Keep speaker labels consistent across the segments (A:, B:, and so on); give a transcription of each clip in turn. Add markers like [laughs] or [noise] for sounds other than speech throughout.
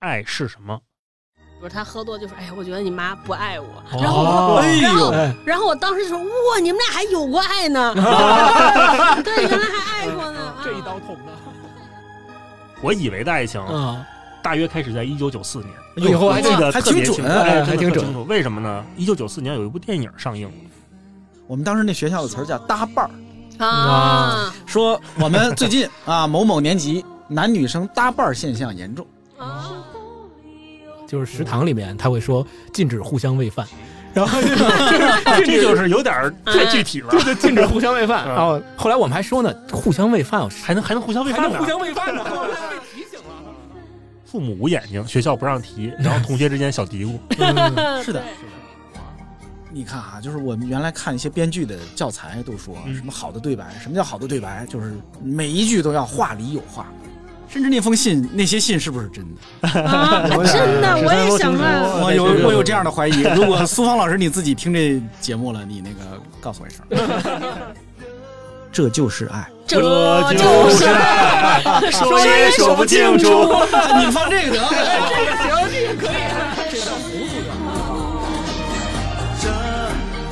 A: 爱是什么？
B: 比如他喝多就说：“哎呀，我觉得你妈不爱我。”
A: 哦
B: 然后我说：“
C: 哎
B: 然后
C: 呦，
A: 哎
B: 然后我当时就说：“哇，你们俩还有过
A: [laughs]
B: 爱呢？对，原来还爱过呢。”
C: [laughs] 这一刀捅的
A: 我以为的爱情
C: 啊，
A: 大约开始在一九九四年，
C: 以后还
A: 记得
C: 还
A: 特
C: 挺
A: 别清
C: 准，
A: 楚，哎，
C: 还
A: 真
C: 挺
A: 的特
C: 准
A: 清。楚。为什么呢？一九九四年有一部电影上映了， [laughs]
D: 我们当时那学校的词儿叫搭伴儿，
B: 啊
D: 说我们最近 [laughs] 啊某某年级男女生搭伴儿现象严重，
B: 啊！
C: 就是食堂里面他会说禁止互相喂饭，然后就是
A: 这就是嗯有点儿太具体了，
C: 就禁止互相喂饭。
A: 嗯
C: 然后后来我们还说呢，互相喂饭，
A: 还能还能互相喂饭呢。
C: 喂饭呢，后来被提醒了。
A: 父母无眼睛，学校不让提，然后同学之间小嘀咕。
D: 是的，你看啊，就是我们原来看一些编剧的教材都说
A: 嗯
D: 什么好的对白，什么叫好的对白？就是每一句都要话里有话，甚至那封信那些信是不是真的？
A: [laughs]
B: 啊，真的，我也想问，
D: 我有我有这样的怀疑。如果苏芳老师你自己听这节目了，你那个告诉我一 [laughs] 声。这就是爱，
B: 这
A: 这
B: 就
A: 就是是
B: 爱，
A: [laughs]
B: [laughs]
A: 说也说不清楚。
D: [laughs] 你放这个得了。
E: 这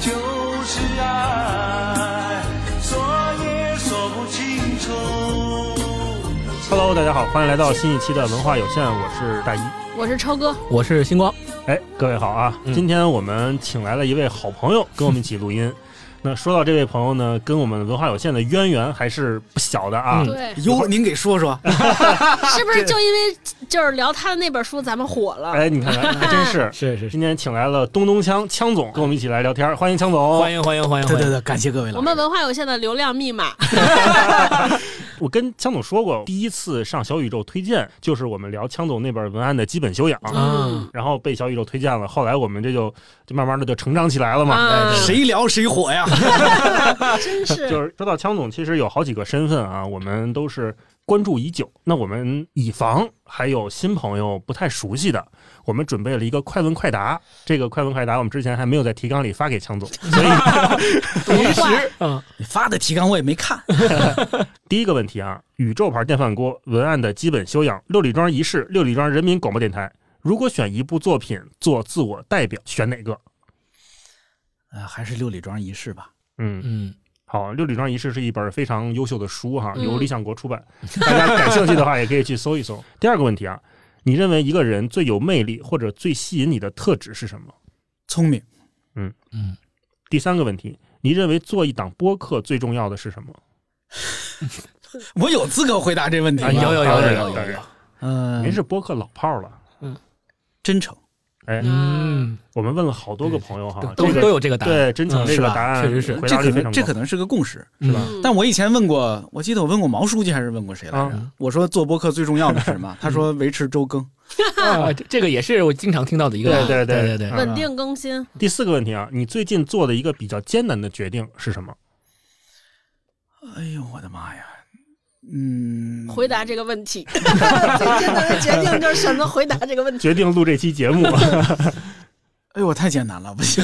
E: 就是爱，说也说不清楚。
A: [laughs] Hello，大家好，欢迎来到新一期的文化有限，我是大一。
B: 我是超哥，
C: 我是星光，
A: 哎，各位好啊！
C: 嗯
A: 今天我们请来了一位好朋友跟我们一起录
C: [laughs]
A: 音。那说到这位朋友呢，跟我们文化有限的渊源还是不小的啊。
C: 嗯
B: 对，
D: [laughs] 哟，您给说说，
B: 是不是就因为就是聊他的那本书，咱们火了？
A: 哎，你看
C: [laughs]
A: 看，还真是。
C: 是是是，
A: 今天请来了东东枪枪总跟我们一起来聊天，欢迎枪总。
C: 欢迎欢迎欢迎
D: 对
C: 欢
D: 对
C: 迎。
D: 对，感谢各位
B: 我
D: 老师。
B: 们文化有限的流量
A: [laughs]
B: 密码，
A: 我跟枪总说过，第一次上小宇宙推荐就是我们聊枪总那本文案的基本修养，
C: 嗯，
A: 然后被小宇宙推荐了。后来我们这就就慢慢的就成长起来了嘛。
B: 啊，
D: 谁聊谁火呀？
B: 真是
A: 就是说到枪总，其实有好几个身份啊，我们都是关注已久。那我们以防还有新朋友不太熟悉的，我们准备了一个快问快答。这个快问快答，我们之前还没有在提纲里发给枪总，所以
C: 临时嗯，
D: 你发的提纲我也没
C: [laughs]
D: 看，
A: 第一个问题啊，宇宙牌电饭锅文案的基本修养，六里庄一市，六里庄人民广播电台。如果选一部作品做自我代表，选哪个？
D: 呃，还是六里庄一事吧。
A: 嗯，
C: 嗯，
A: 好，《六里庄一世》是一本非常优秀的书哈，
B: 嗯
A: 由理想国出版，大家感兴趣的话也可以去搜一搜。第二个问题啊，你认为一个人最有魅力或者最吸引你的特质是什么？
D: 聪明，
A: 第三个问题，你认为做一档播客最重要的是什么？
D: 我有资格回答这问题
C: 啊
D: 吗？
C: 有有有
A: 当
C: 有
A: 然
C: 有
A: 当
C: 有有
A: 然，
C: 嗯
D: 呃
A: 您，是播客老炮了。
D: 真诚，
A: 哎，
C: 嗯，
A: 我们问了好多个朋友哈，
C: 都
A: 这
C: 都
A: 个
C: 有这个答案，
A: 对真诚
C: 嗯
A: 这
D: 是
A: 个
D: 吧
A: 答案
C: 确实是
A: 回
D: 这
A: 答
D: 可
A: 率非常
D: 能
A: 高
D: 这可能是个共识。
C: 是吧？
B: 嗯
D: 但我以前问过，我记得我问过毛书记还是问过谁来
C: 嗯
D: 着？
A: 啊
D: 我说做播客最重要的是
C: [laughs]
D: 什么？他说维持周更。
C: 啊，这这个也是我经常听到的一个答案，
A: 对对
C: 对
A: 对
C: 对
B: 稳定更新，
A: 第四个问题啊，你最近做的一个比较艰难的决定是什么？
D: 哎呦我的妈呀！嗯，
B: 回答这个问题，最艰难的决定就是选择回答这个问题。
A: 决定录这期节目。
D: 哎呦我太艰难了，不
C: [laughs]
D: 行，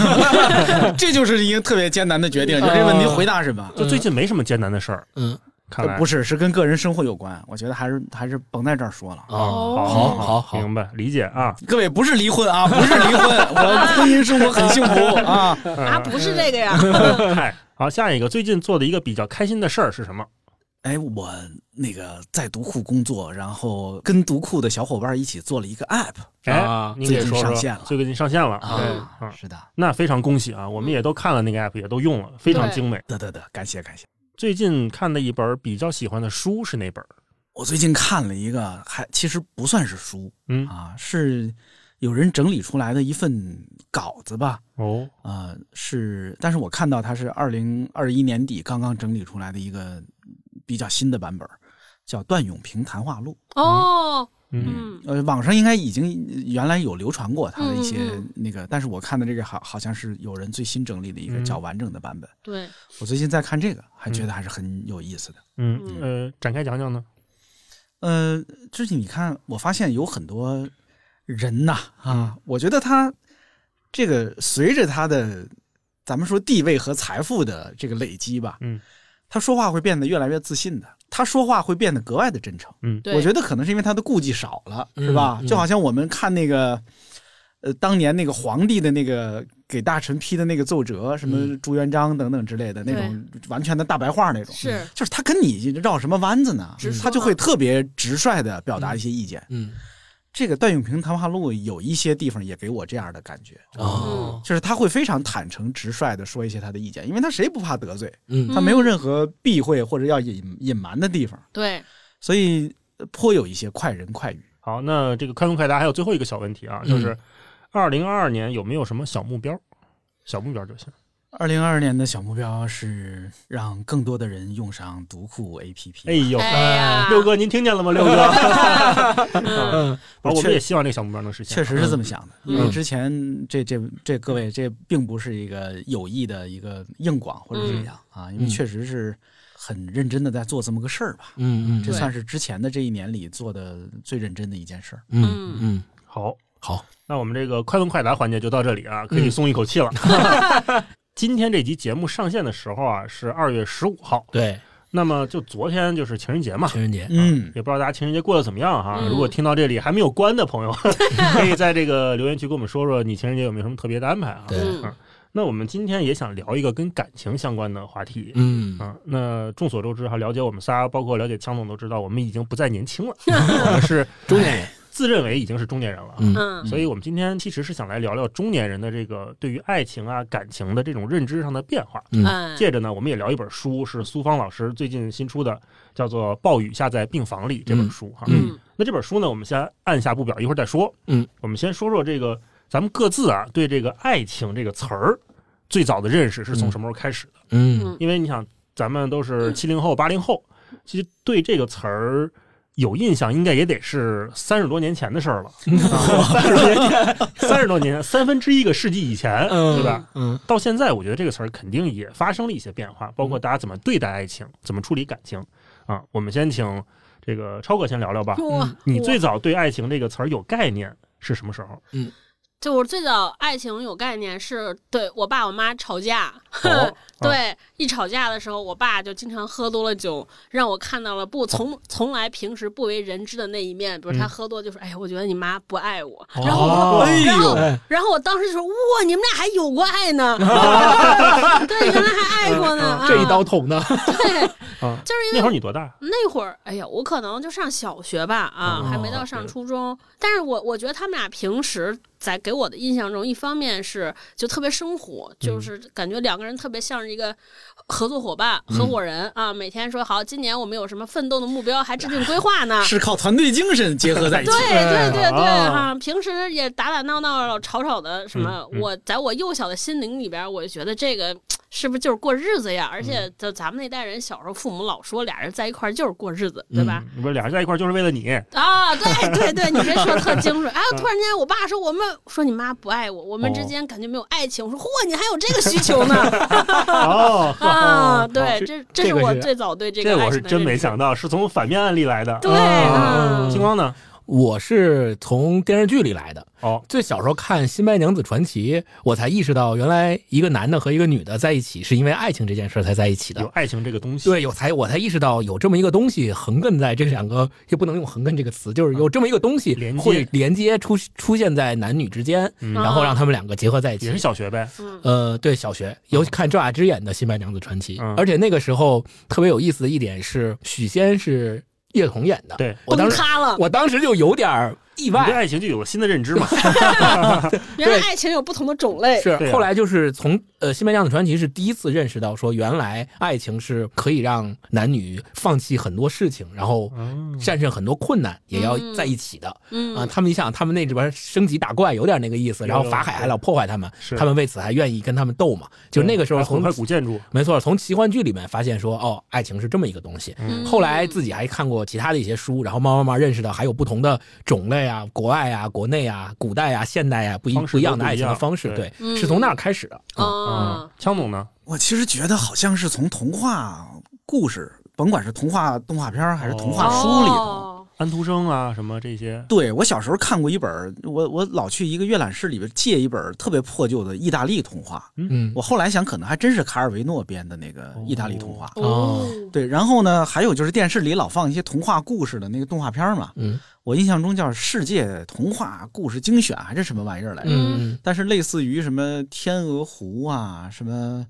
D: [laughs] 这就是一个特别艰难的决
C: 啊
D: 定。就这问题回答什么？
A: 就最近没什么艰难的事儿，
C: 嗯，
A: 看来
D: 不是，是跟个人生活有关。我觉得还是还是甭在这儿说了。
C: 哦，
A: 好
C: 好好好
A: 明白理解啊。
D: 各位不是离婚 [laughs] 啊，不是离婚，我婚姻生活很幸福啊。
B: 啊，不是这个呀，
A: 嗯嗨，好，下一个最近做的一个比较开心的事儿是什么？
D: 哎，我那个在读库工作，然后跟读库的小伙伴一起做了一个 app。
A: 哎
C: 啊，
A: 您给
D: 最近
A: 说
D: 上
A: 说
D: 线了，
A: 最近上线了，
D: 啊
A: 对，啊，
D: 是的，
A: 那非常恭喜啊！我们也都看了那个 app，也都用了，非常精美。
D: 得得得，感谢感谢。
A: 最近看的一本比较喜欢的书是哪本？
D: 我最近看了一个，还其实不算是书
A: 嗯，
D: 啊，是有人整理出来的一份稿子吧。
A: 哦，
D: 啊，是，但是我看到它是二零二一年底刚刚整理出来的一个比较新的版本，叫《段永平谈话录
B: [laughs] 哦，
A: 嗯，
B: 嗯》。，
D: 呃，网上应该已经原来有流传过它的一些
B: 嗯嗯
D: 那个，但是我看的这个好好像是有人最新整理的一个
A: 嗯
D: 较完整的版本。
B: 对，
D: 我最近在看这个，还觉
A: 嗯
D: 得还是很有意思的。
A: 嗯，呃，展开讲讲呢？
D: 呃，最近你看，我发现有很多人呐
A: 嗯
D: 啊，我觉得他这个随着他的咱们说地位和财富的这个累积吧，
A: 嗯，
D: 他说话会变得越来越自信的，他说话会变得格外的真诚。
B: 对，
D: 我觉得可能是因为他的顾忌少了，
C: 嗯
D: 是吧？
C: 嗯
D: 就好像我们看那个，呃，当年那个皇帝的那个给大臣批的那个奏折，什么
C: 嗯
D: 朱元璋等等之类的那种完全的大白话那种，
B: 是
D: 就是他跟你绕什么弯子呢
B: 直？说
D: 他就会特别直率的表达一些意见。
C: 嗯
D: 这个段永平谈话录有一些地方也给我这样的感觉，
C: 哦
D: 就是他会非常坦诚直率的说一些他的意见，因为他谁也不怕得罪，
C: 嗯
D: 他没有任何避讳或者要隐隐瞒的地方，
B: 对，
D: 所以呃颇有一些快人快语。
A: 好，那这个快问快答还有最后一个小问题啊，就是二零二二年有没有什么小目标？小目标就行。
D: 二零二二年的小目标是让更多的人用上读库 APP。
A: 哎，呦，
B: 哎呀，
A: 六哥您听见了吗？六哥， [laughs] 啊
B: 嗯，
C: 嗯
A: 我
D: 确
A: 们也希望这个小目标能实现。
D: 确实是这么想的，
B: 嗯
D: 因为之前这这这各位这并不是一个有意的一个硬广或者怎么样啊，因为
C: 嗯
D: 确实是很认真的在做这么个事儿吧，
C: 嗯
D: 这
B: 对
D: 算是之前的这一年里做的最认真的一件事儿。
C: 嗯嗯，
A: 好，
C: 好，嗯
A: 那我们这个快问快答环节就到这里啊，可以松一口气
C: [laughs]
A: 了。今天这集节目上线的时候啊，是二月十五号，
C: 对，
A: 那么就昨天就是情人节嘛，
C: 情人节，
D: 嗯，
A: 也不知道大家情人节过得怎么样哈。
B: 嗯
A: 如果听到这里还没有关的朋
D: [laughs]
A: 友，可以在这个留言区跟我们说说你情人节有没有什么特别的安排啊？
C: 对
B: 嗯
A: 那我们今天也想聊一个跟感情相关的话题。
C: 嗯
A: 啊，那众所周知哈，了解我们仨，包括了解强总都知道，我们已经不再年轻
D: [laughs]
A: 了，我们是
C: 中年人，
A: 自认为已经是中年人
C: [laughs]
A: 了。啊
C: 嗯
B: 嗯
A: 所以，我们今天其实是想来聊聊中年人的这个对于爱情啊、感情的这种认知上的变化。
B: 哎
A: 借着呢，我们也聊一本书，是苏芳老师最近新出的，叫做《暴雨下在病房里》这本书哈。
B: 嗯
A: 那这本书呢，我们先按下不表，一会儿再说。
C: 嗯，
A: 我们先说说这个咱们各自啊对这个爱情这个词儿最早的认识是从什么时候开始的？
C: 嗯
A: 因为你想，咱们都是七零后、八零后，其实对这个词儿有印象，应该也得是三十多年前的事儿了。啊三十多年前，三十多年前，三分之一个世纪以前，
C: 嗯
A: 对吧？
C: 嗯
A: 到现在，我觉得这个词儿肯定也发生了一些变化，包括大家怎么对待爱情，怎么处理感情啊。我们先请这个超哥先聊聊吧。
B: 我
A: 你
B: 我
A: 最早对爱情这个词儿有概念是什么时候？
B: 就我最早爱情有概念是对我爸我妈吵架，
A: 哦
B: 对，一吵架的时候，我爸就经常喝多了酒，让我看到了不从从来平时不为人知的那一面。比如他
A: 嗯
B: 喝多就说：“哎呀，我觉得你妈不爱我。”
C: 哦
B: 然后我说：“
D: 哎
B: 然后
D: 呦，
C: 哎
B: 然后我当时就说：“哇，你们俩还有过爱
A: [laughs]
B: 呢？对，原来还爱过呢。
A: 嗯
B: 啊
C: 这一刀捅的，
B: 对，
A: 啊，
B: 就是因为
A: 那会儿你多大？
B: 那会儿，哎呀，我可能就上小学吧，啊，
A: 哦
B: 还没到上初中。但是我我觉得他们俩平时在给我的印象中，一方面是就特别生
A: 嗯
B: 活，就是感觉两个人特别像是一个合作伙伴、
A: 嗯
B: 合伙人啊，每天说好，今年我们有什么奋斗的目标，还制定规划呢。
D: 哎是靠团队精神结合在一起
B: 对。对对对
A: 哦
B: 哈、平时也打打闹闹、吵吵的什么，
A: 嗯嗯
B: 我在我幼小的心灵里边，我就觉得这个是不是就是过日子呀？而且
C: 嗯
B: 就咱们那代人小时候，父母老说俩人在一块儿就是过日子，
C: 嗯
B: 对吧？
A: 嗯你不是俩人在一块儿就是为了你？
B: 啊，对对
C: [laughs]
B: 对，你这说得特精准。哎，
C: 嗯
B: 突然间，我爸说我们说你妈不爱我，我们之间感觉没有爱情。我说嚯，你还有这个需求呢
A: 哦，
B: 啊！
A: 哦
B: 对，
A: 这
B: 这这
C: 这
B: 是
C: 个
B: 我
C: 是
B: 最早对这
A: 这
B: 个爱
A: 我是
B: 情的
A: 真没
B: 认识
A: 想到，是从反面案例来的。
B: 对
C: 啊
B: 啊，
A: 星光呢？
C: [laughs] 我是从电视剧里来的。
A: 哦，
C: 最小时候看《新白娘子传奇》，我才意识到原来一个男的和一个女的在一起是因为爱情这件事儿才在一起
A: 有
C: 的。
A: 爱情这个东西。
C: 对，有才我才意识到有这么一个东西横亘在这两个，也不能用横亘这个词，就是有这么一个东西
A: 嗯连接
C: 会连接出出现在男女之间，
A: 嗯
C: 然后让他们两个结合在一起
A: 也是。小学呗。
B: 嗯
C: 呃，对，小学尤其看赵雅芝演的《新白娘子传奇》
A: 嗯
C: 而且那个时候特别有意思的一点是，许仙是叶童演的。
A: 对
C: 我当
B: 崩
C: 时
B: 塌了。
C: 我当时就有点儿啊意
A: 你对
C: 外，
A: 爱情就有了新的认知嘛？
B: 原来
C: 对
B: 爱情有不同的种类，
C: 是
A: 对啊
C: 后来就是从呃《新白娘子传奇》是第一次认识到说，原来爱情是可以让男女放弃很多事情，然后
A: 嗯
C: 战胜很多困难，也要
B: 嗯
C: 在一起的。啊，
B: 嗯，
C: 他们你想，他们那里边升级打怪有点那个意思，
A: 有
C: 然后法海还老破坏他们
A: 是，
C: 他们为此还愿意跟他们斗嘛。 [laughs] 就那个时候
A: 还毁
C: 从
A: 坏古建筑，
C: 没错，从奇幻剧里面发现说，哦，爱情是这么一个东西。
B: 嗯
C: 后来自己还看过其他的一些书，然后慢慢慢慢认识到还有不同的种类啊，国外啊、国内啊、古代啊、现代啊，不一
A: 方式
C: 不一样
A: 都不
C: 的
A: 一
C: 爱情的
A: 样
C: 方式，
A: 对
C: 对，
B: 嗯
C: 是从那儿开始的。嗯
A: 嗯
B: 啊，，
A: 枪总呢？
D: 我其实觉得好像是从童话故事，甭管是童话动画片儿还是童话书里头，
B: 哦
A: 安徒生啊什么这些，
D: 对我小时候看过一本儿，我我老去一个阅览室里边借一本儿特别破旧的意大利童话。
C: 嗯
D: 我后来想，可能还真是卡尔维诺编的那个意大利童
A: 啊
D: 话。
C: 哦
D: 对，然后呢，还有就是电视里老放一些童话故事的那个动画片儿嘛，
C: 嗯
D: 我印象中叫《世界童话故事精选》还是什么玩意儿来着？
C: 嗯
D: 但是类似于什么天鹅湖啊，什么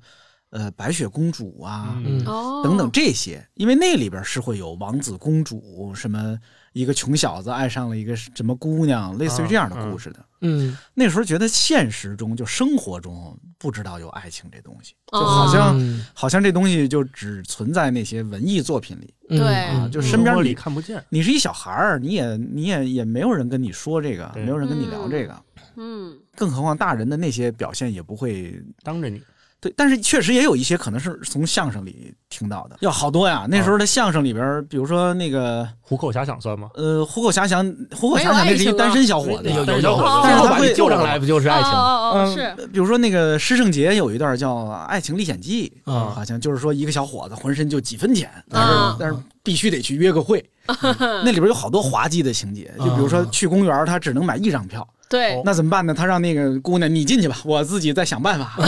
D: 呃白雪公主啊、
A: 嗯
C: 嗯
B: 哦，
D: 等等这些，因为那里边是会有王子公主，什么一个穷小子爱上了一个什么姑娘，类似于这样的故事的。
C: 嗯，
D: 那时候觉得现实中就生活中不知道有爱情这东西，
B: 哦
D: 就好像、
C: 嗯
D: 好像这东西就只存在那些文艺作品里。
C: 嗯
B: 对
C: 嗯
D: 就身边
A: 生活
D: 你
A: 里看不见，
D: 你是一小孩儿，你也你也也没有人跟你说这个，
A: 对
D: 没有人跟你聊这个，
B: 嗯，
D: 更何况大人的那些表现也不会
A: 当着你，
D: 对，但是确实也有一些可能是从相声里听到的，要好多呀。那
C: 嗯
D: 时候的相声里边儿，比如说那个
A: 虎口遐想算吗？
D: 呃，虎口遐想，虎口遐想
B: 没有
D: 那是
B: 爱
D: 一
B: 情啊
D: 单身小伙子，
A: 有
C: 有
A: 小
C: 有
A: 伙
B: 子
C: 最后
D: 但是他
C: 把
D: 会
C: 你救上来，不就是爱情
B: 哦
C: 吗？
B: 哦
A: 嗯
B: 哦，是，
D: 呃比如说那个施圣杰有一段叫《爱情历险记》
C: 啊
D: 好像就是说一个小伙子浑身就几分钱，但是、
B: 啊
D: 但是必须得去约个会，那里边有好多滑稽的情节，就比如说去公园他只能买一张票，
B: 对，
A: 哦
D: 那怎么办呢？他让那个姑娘你进去吧，我自己再想办法。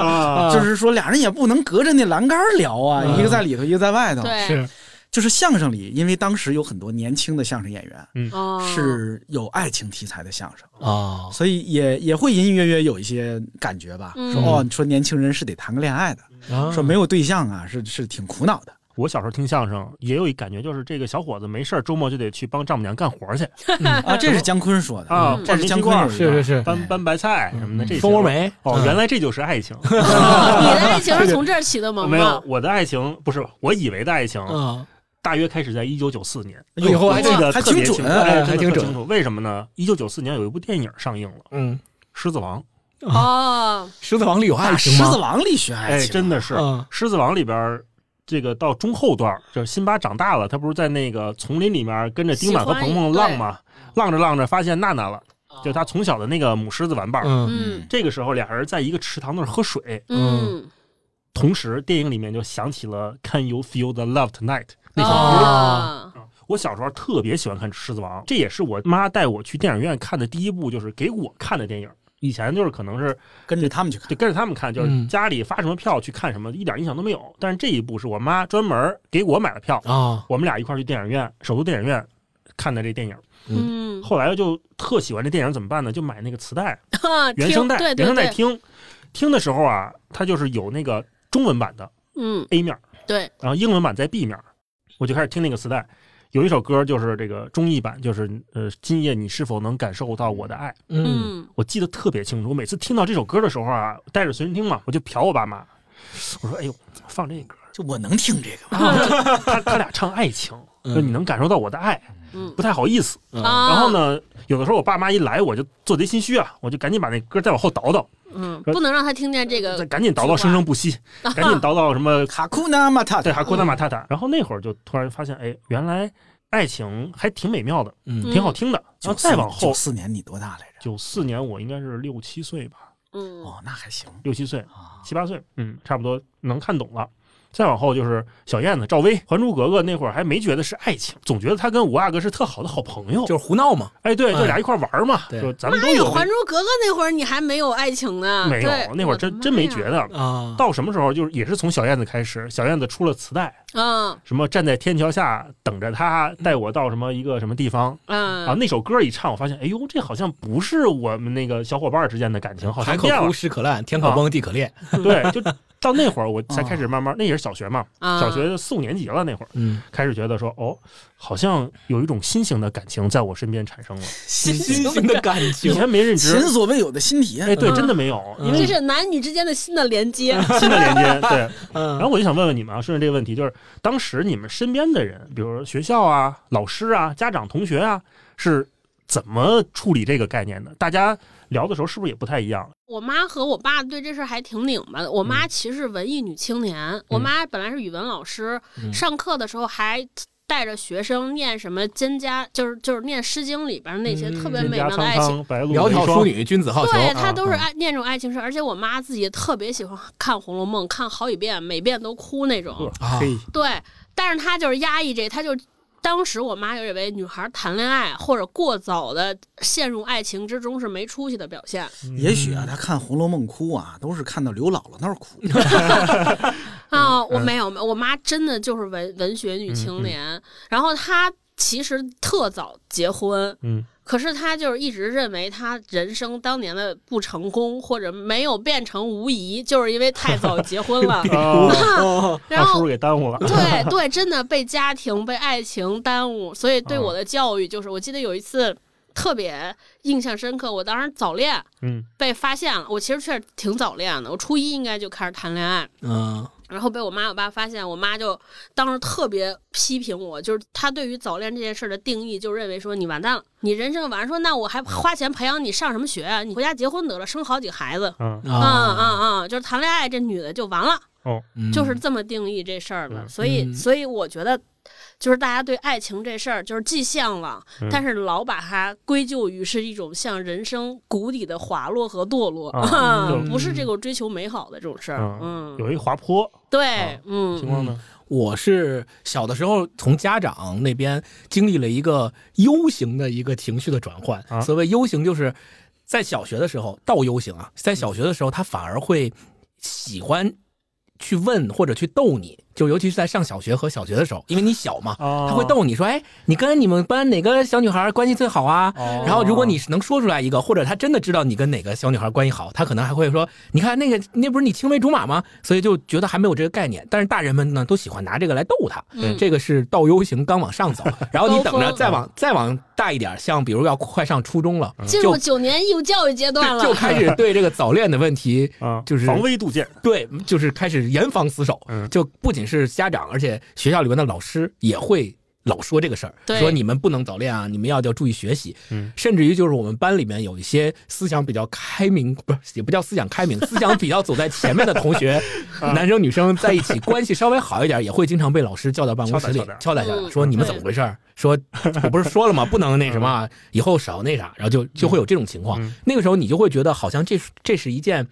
A: 啊，
D: 就是说俩人也不能隔着那栏杆聊啊，
C: 嗯
D: 一个在里头，一个在外头。
B: 对，
C: 是
D: 就是相声里，因为当时有很多年轻的相声演员。
B: 哦，
D: 是有爱情题材的相声，
C: 啊，
D: 所以也也会隐隐约约有一些感觉吧。
B: 嗯
D: 说哦，你说年轻人是得谈个恋爱的，说没有对象啊，是是挺苦恼的。
A: 我小时候听相声也有一感觉，就是这个小伙子没事儿周末就得去帮丈母娘干活去
B: 嗯
D: 啊，这是姜昆说的嗯
A: 啊，
D: 这
A: 换
D: 是
A: 煤
D: 姜
A: 气
D: 昆
A: 罐，
C: 嗯
D: 有一
C: 是是
D: 段
C: 是
A: 搬搬白菜什么的这些。
C: 蜂窝煤
A: 哦，
C: 嗯
A: 原来这就是爱情。
B: [laughs] 你的爱情是从这儿起的
A: [laughs]
B: 萌
A: 没有
B: 吗，？
A: 我的爱情不是我以为的爱情，
C: 嗯
A: 大约开始在一九九四年。
D: 哎
C: 以后
A: 我
C: 还
A: 记
C: 挺
A: 得
D: 还
A: 特别
D: 挺
A: 清楚，
D: 准哎
A: 哎，真的
C: 还挺
A: 特
C: 准
A: 清楚。为什么呢？一九九四年有一部电影上映了，《
C: 嗯，
A: 狮子王》。
B: 哦，
C: 狮子王里有爱
D: 大
C: 情
D: 狮
C: 吗？
D: 子王里学爱
A: 哎，
D: 情，啊
A: 真的是《
C: 嗯
A: 狮子王》里边儿，这个到中后段儿，就是辛巴长大了，他不是在那个丛林里面跟着丁满和鹏鹏浪吗？浪着浪着发现娜娜了，就是他从小的那个母狮子玩伴儿。
C: 嗯
B: 嗯
A: 这个时候，俩人在一个池塘那儿喝水，
B: 嗯，
A: 同时电影里面就响起了《Can You Feel the Love Tonight》那首歌。
B: 哦，
A: 我小时候特别喜欢看《狮子王》，这也是我妈带我去电影院看的第一部，就是给我看的电影。以前就是可能是
D: 跟着他们去看
A: 就跟着他们看，就是家里发什么票去看什么，一点影响都没有。但是这一部是我妈专门给我买的票，
C: 啊，
A: 我们俩一块儿去电影院，首都电影院看的这电影。
B: 嗯，
A: 后来就特喜欢这电影，怎么办呢？就买那个磁带、
B: 哈
A: 原声带、
B: 啊听对
A: 原
B: 对
A: 声带
B: 对，
A: 听。听的时候啊，它就是有那个中文版的
B: 嗯，
A: A 面，
B: 对，
A: 然后英文版在 B 面，我就开始听那个磁带。有一首歌就是这个中译版，就是呃，今夜你是否能感受到我的爱？
C: 嗯
B: 嗯，
A: 我记得特别清楚。我每次听到这首歌的时候啊，带着随身听嘛，我就瞟我爸妈，我说：“哎呦，放这歌，
D: 就我能听这个吗？
A: 他他俩唱爱情，
C: 嗯
A: 就你能感受到我的爱，
B: 嗯
A: 不太好意思。”
B: 啊，
A: 嗯然后？呢，有的时候我爸妈一来，我就做贼心虚啊，我就赶紧把那歌再往后倒倒，
B: 嗯，不能让他听见这
A: 再
B: 个，嗯
A: 赶紧倒到生生不息，赶紧倒到什么
D: 卡库纳马塔
A: 啊对，还郭达玛塔塔。然后那会儿就突然发现，哎，原来爱情还挺美妙的，
C: 嗯
A: 挺好听的。然后哦再往后
D: 九，四年你多大来着？
A: 九四年我应该是六七岁吧，
B: 嗯，
D: 哦，那还行
A: 六七岁、
D: 啊。
A: 七八岁，嗯，差不多能看懂了。再往后就是小燕子、赵薇，《还珠格格》那会儿还没觉得是爱情，总觉得她跟五阿哥是特好的好朋友。
C: 就是胡闹嘛，
A: 哎，对，
C: 哎
D: 嗯
A: 就俩一块玩嘛，
C: 对
A: 就咱们
B: 妈
A: 都
B: 呀，
A: 有
B: 《哎还
A: 那
B: 珠格格》那会儿你还没有爱情呢，
A: 没
B: 对
A: 有那会儿真真没觉，得。
C: 啊，
A: 到什么时候就是也是从小燕子开始，小燕子出了磁带，
B: 我的妈呀
A: 什么站在天桥下等着他带我到什么一个什么地方，
B: 嗯
A: 啊，
B: 嗯，
A: 那首歌一唱，我发现，哎呦，这好像不是我们那个小伙伴之间的感情，好
C: 海
A: 像
C: 可
A: 变
C: 枯
A: 了。
C: 石可烂，天可崩地可裂，
A: 对，就到那会儿我才开始慢慢，那也是小学嘛，
B: [laughs] 啊
A: 小学四五年级了那会儿，
C: 嗯，
A: 开始觉得说，哦，好像有一种新型的感情在我身边产
C: [laughs]
A: 生了，
C: [laughs] 新型的感
A: 以
C: 情，
A: 前没认
D: 前
A: 知。
D: 所未有的新体验，
A: 哎，对，
B: 嗯
A: 真的没有，因
B: 这
A: 为嗯
B: 是男女之间的新的连接，
A: 新的连接。对，然
C: [laughs] 嗯
A: 后我就想问问你们啊，顺着这个问题，就是当时你们身边的人，比如说学校啊、老师啊、家长、同学啊，是怎么处理这个概念的？大家聊的时候是不是也不太一样？
B: 我妈和我爸对这事儿还挺拧巴的。我
A: 嗯
B: 妈其实是文艺女青年，我妈本来是语文老师，
C: 嗯
B: 上课的时候还带着学生念什么蒹葭，就是就是念《诗经》里边那些
C: 嗯
B: 特别
A: 蒹
B: 美
A: 葭
B: 妙的
A: 苍
B: 爱情。
A: 苍，白露
C: [laughs] 窈
A: 为
C: 窕
A: 霜
C: 淑女，君子好
B: 对
C: 逑。
B: 她都是
A: 嗯
B: 爱念这种爱情事，而且我妈自己也特别喜欢看《红楼梦》，看好几遍，每遍都哭那种。
A: 呵
C: 啊
A: 嘿，
B: 对，但是她就是压抑这，她就当时我妈就认为女孩谈恋爱或者过早的陷入爱情之中是没出息的表现
D: 也许啊，他看《红楼梦》哭啊，都是看到刘姥姥那儿哭。
B: 啊、我没有，我妈真的就是文文学女青年，然后她其实特早结婚，
A: 嗯，，
B: 可是她就是一直认为她人生当年的不成功或者没有变成无疑，就是因为太早结婚了
C: 嗯
A: 哦，
C: [laughs] 哦，
B: 然
A: 把叔
B: 后
A: 叔给耽误了。
B: 对对，真的被家庭、被爱情耽误，所以对
A: 啊
B: 我的教育就是，我记得有一次特别印象深刻，我当时早恋
A: 嗯，
B: 被发现了，我其实确实挺早恋的，我初一应该就开始谈恋爱，
C: 嗯，
B: 然后被我妈我爸发现，我妈就当时特别批评我，就是她对于早恋这件事的定义，就认为说你完蛋了，你人生完了，说那我还花钱培养你上什么学啊？你回家结婚得了，生好几个孩子。
A: 啊，
B: 啊啊啊！就是谈恋爱，这女的就完了。
C: 嗯
B: 就是这么定义这事儿的。
A: 嗯
B: 所以，
C: 嗯
B: 所以我觉得，就是大家对爱情这事儿，就是既向往，
A: 嗯
B: 但是老把它归咎于是一种像人生谷底的滑落和堕落，
A: 啊
C: 就
B: [laughs] 不是这个追求美好的这种事儿。
A: 啊
B: 嗯，
A: 有一滑坡，
B: 对，
A: 啊情
B: 嗯，
A: 况呢？
C: 我是小的时候从家长那边经历了一个 U 型的一个情绪的转换。
A: 啊
C: 所谓 U 型，就是在小学的时候倒 U 型啊，在小学的时候，他反而会喜欢去问或者去逗你，就尤其是在上小学和小学的时候，因为你小嘛，
A: 啊，
C: 他会逗你说：“哎，你跟你们班哪个小女孩关系最好啊？”
A: 哦。，
C: 然后，如果你是能说出来一个，或者他真的知道你跟哪个小女孩关系好，他可能还会说：“你看那个，那不是你青梅竹马吗？”所以就觉得还没有这个概念。但是大人们呢，都喜欢拿这个来逗他，
B: 嗯
C: 这个是倒 U 型，刚往
B: [laughs]
C: 上走，然后你等
B: 高
C: 着
B: 峰
C: 再往再往大一点，像比如要快上初中了，
B: 进入九年义务教育阶段
C: 就就
B: 了。
C: 开始对这个早恋的问题
A: 啊，
C: 就是
A: 防微杜渐，
C: 对，就是开始严防死守。
A: 嗯
C: 就不仅是家长，而且学校里面的老师也会老说这个事儿，
B: 对
C: 说你们不能早恋啊，你们要要注意学习。
A: 嗯
C: 甚至于就是我们班里面有一些思想比较开明，不是也不叫思想开明，思想比较走在前面的同
A: [laughs]
C: 学，
A: 啊
C: 男生女生在一起关系稍微好一点，也会经常被老师叫到办公室里
A: 敲打
C: 敲打敲打，
B: 嗯
C: 说你们怎么回事儿？说我不是说了吗？不能那什么啊，以后少那啥，然后就就会有这种情况。
A: 嗯
C: 那个时候你就会觉得好像这是这是一件。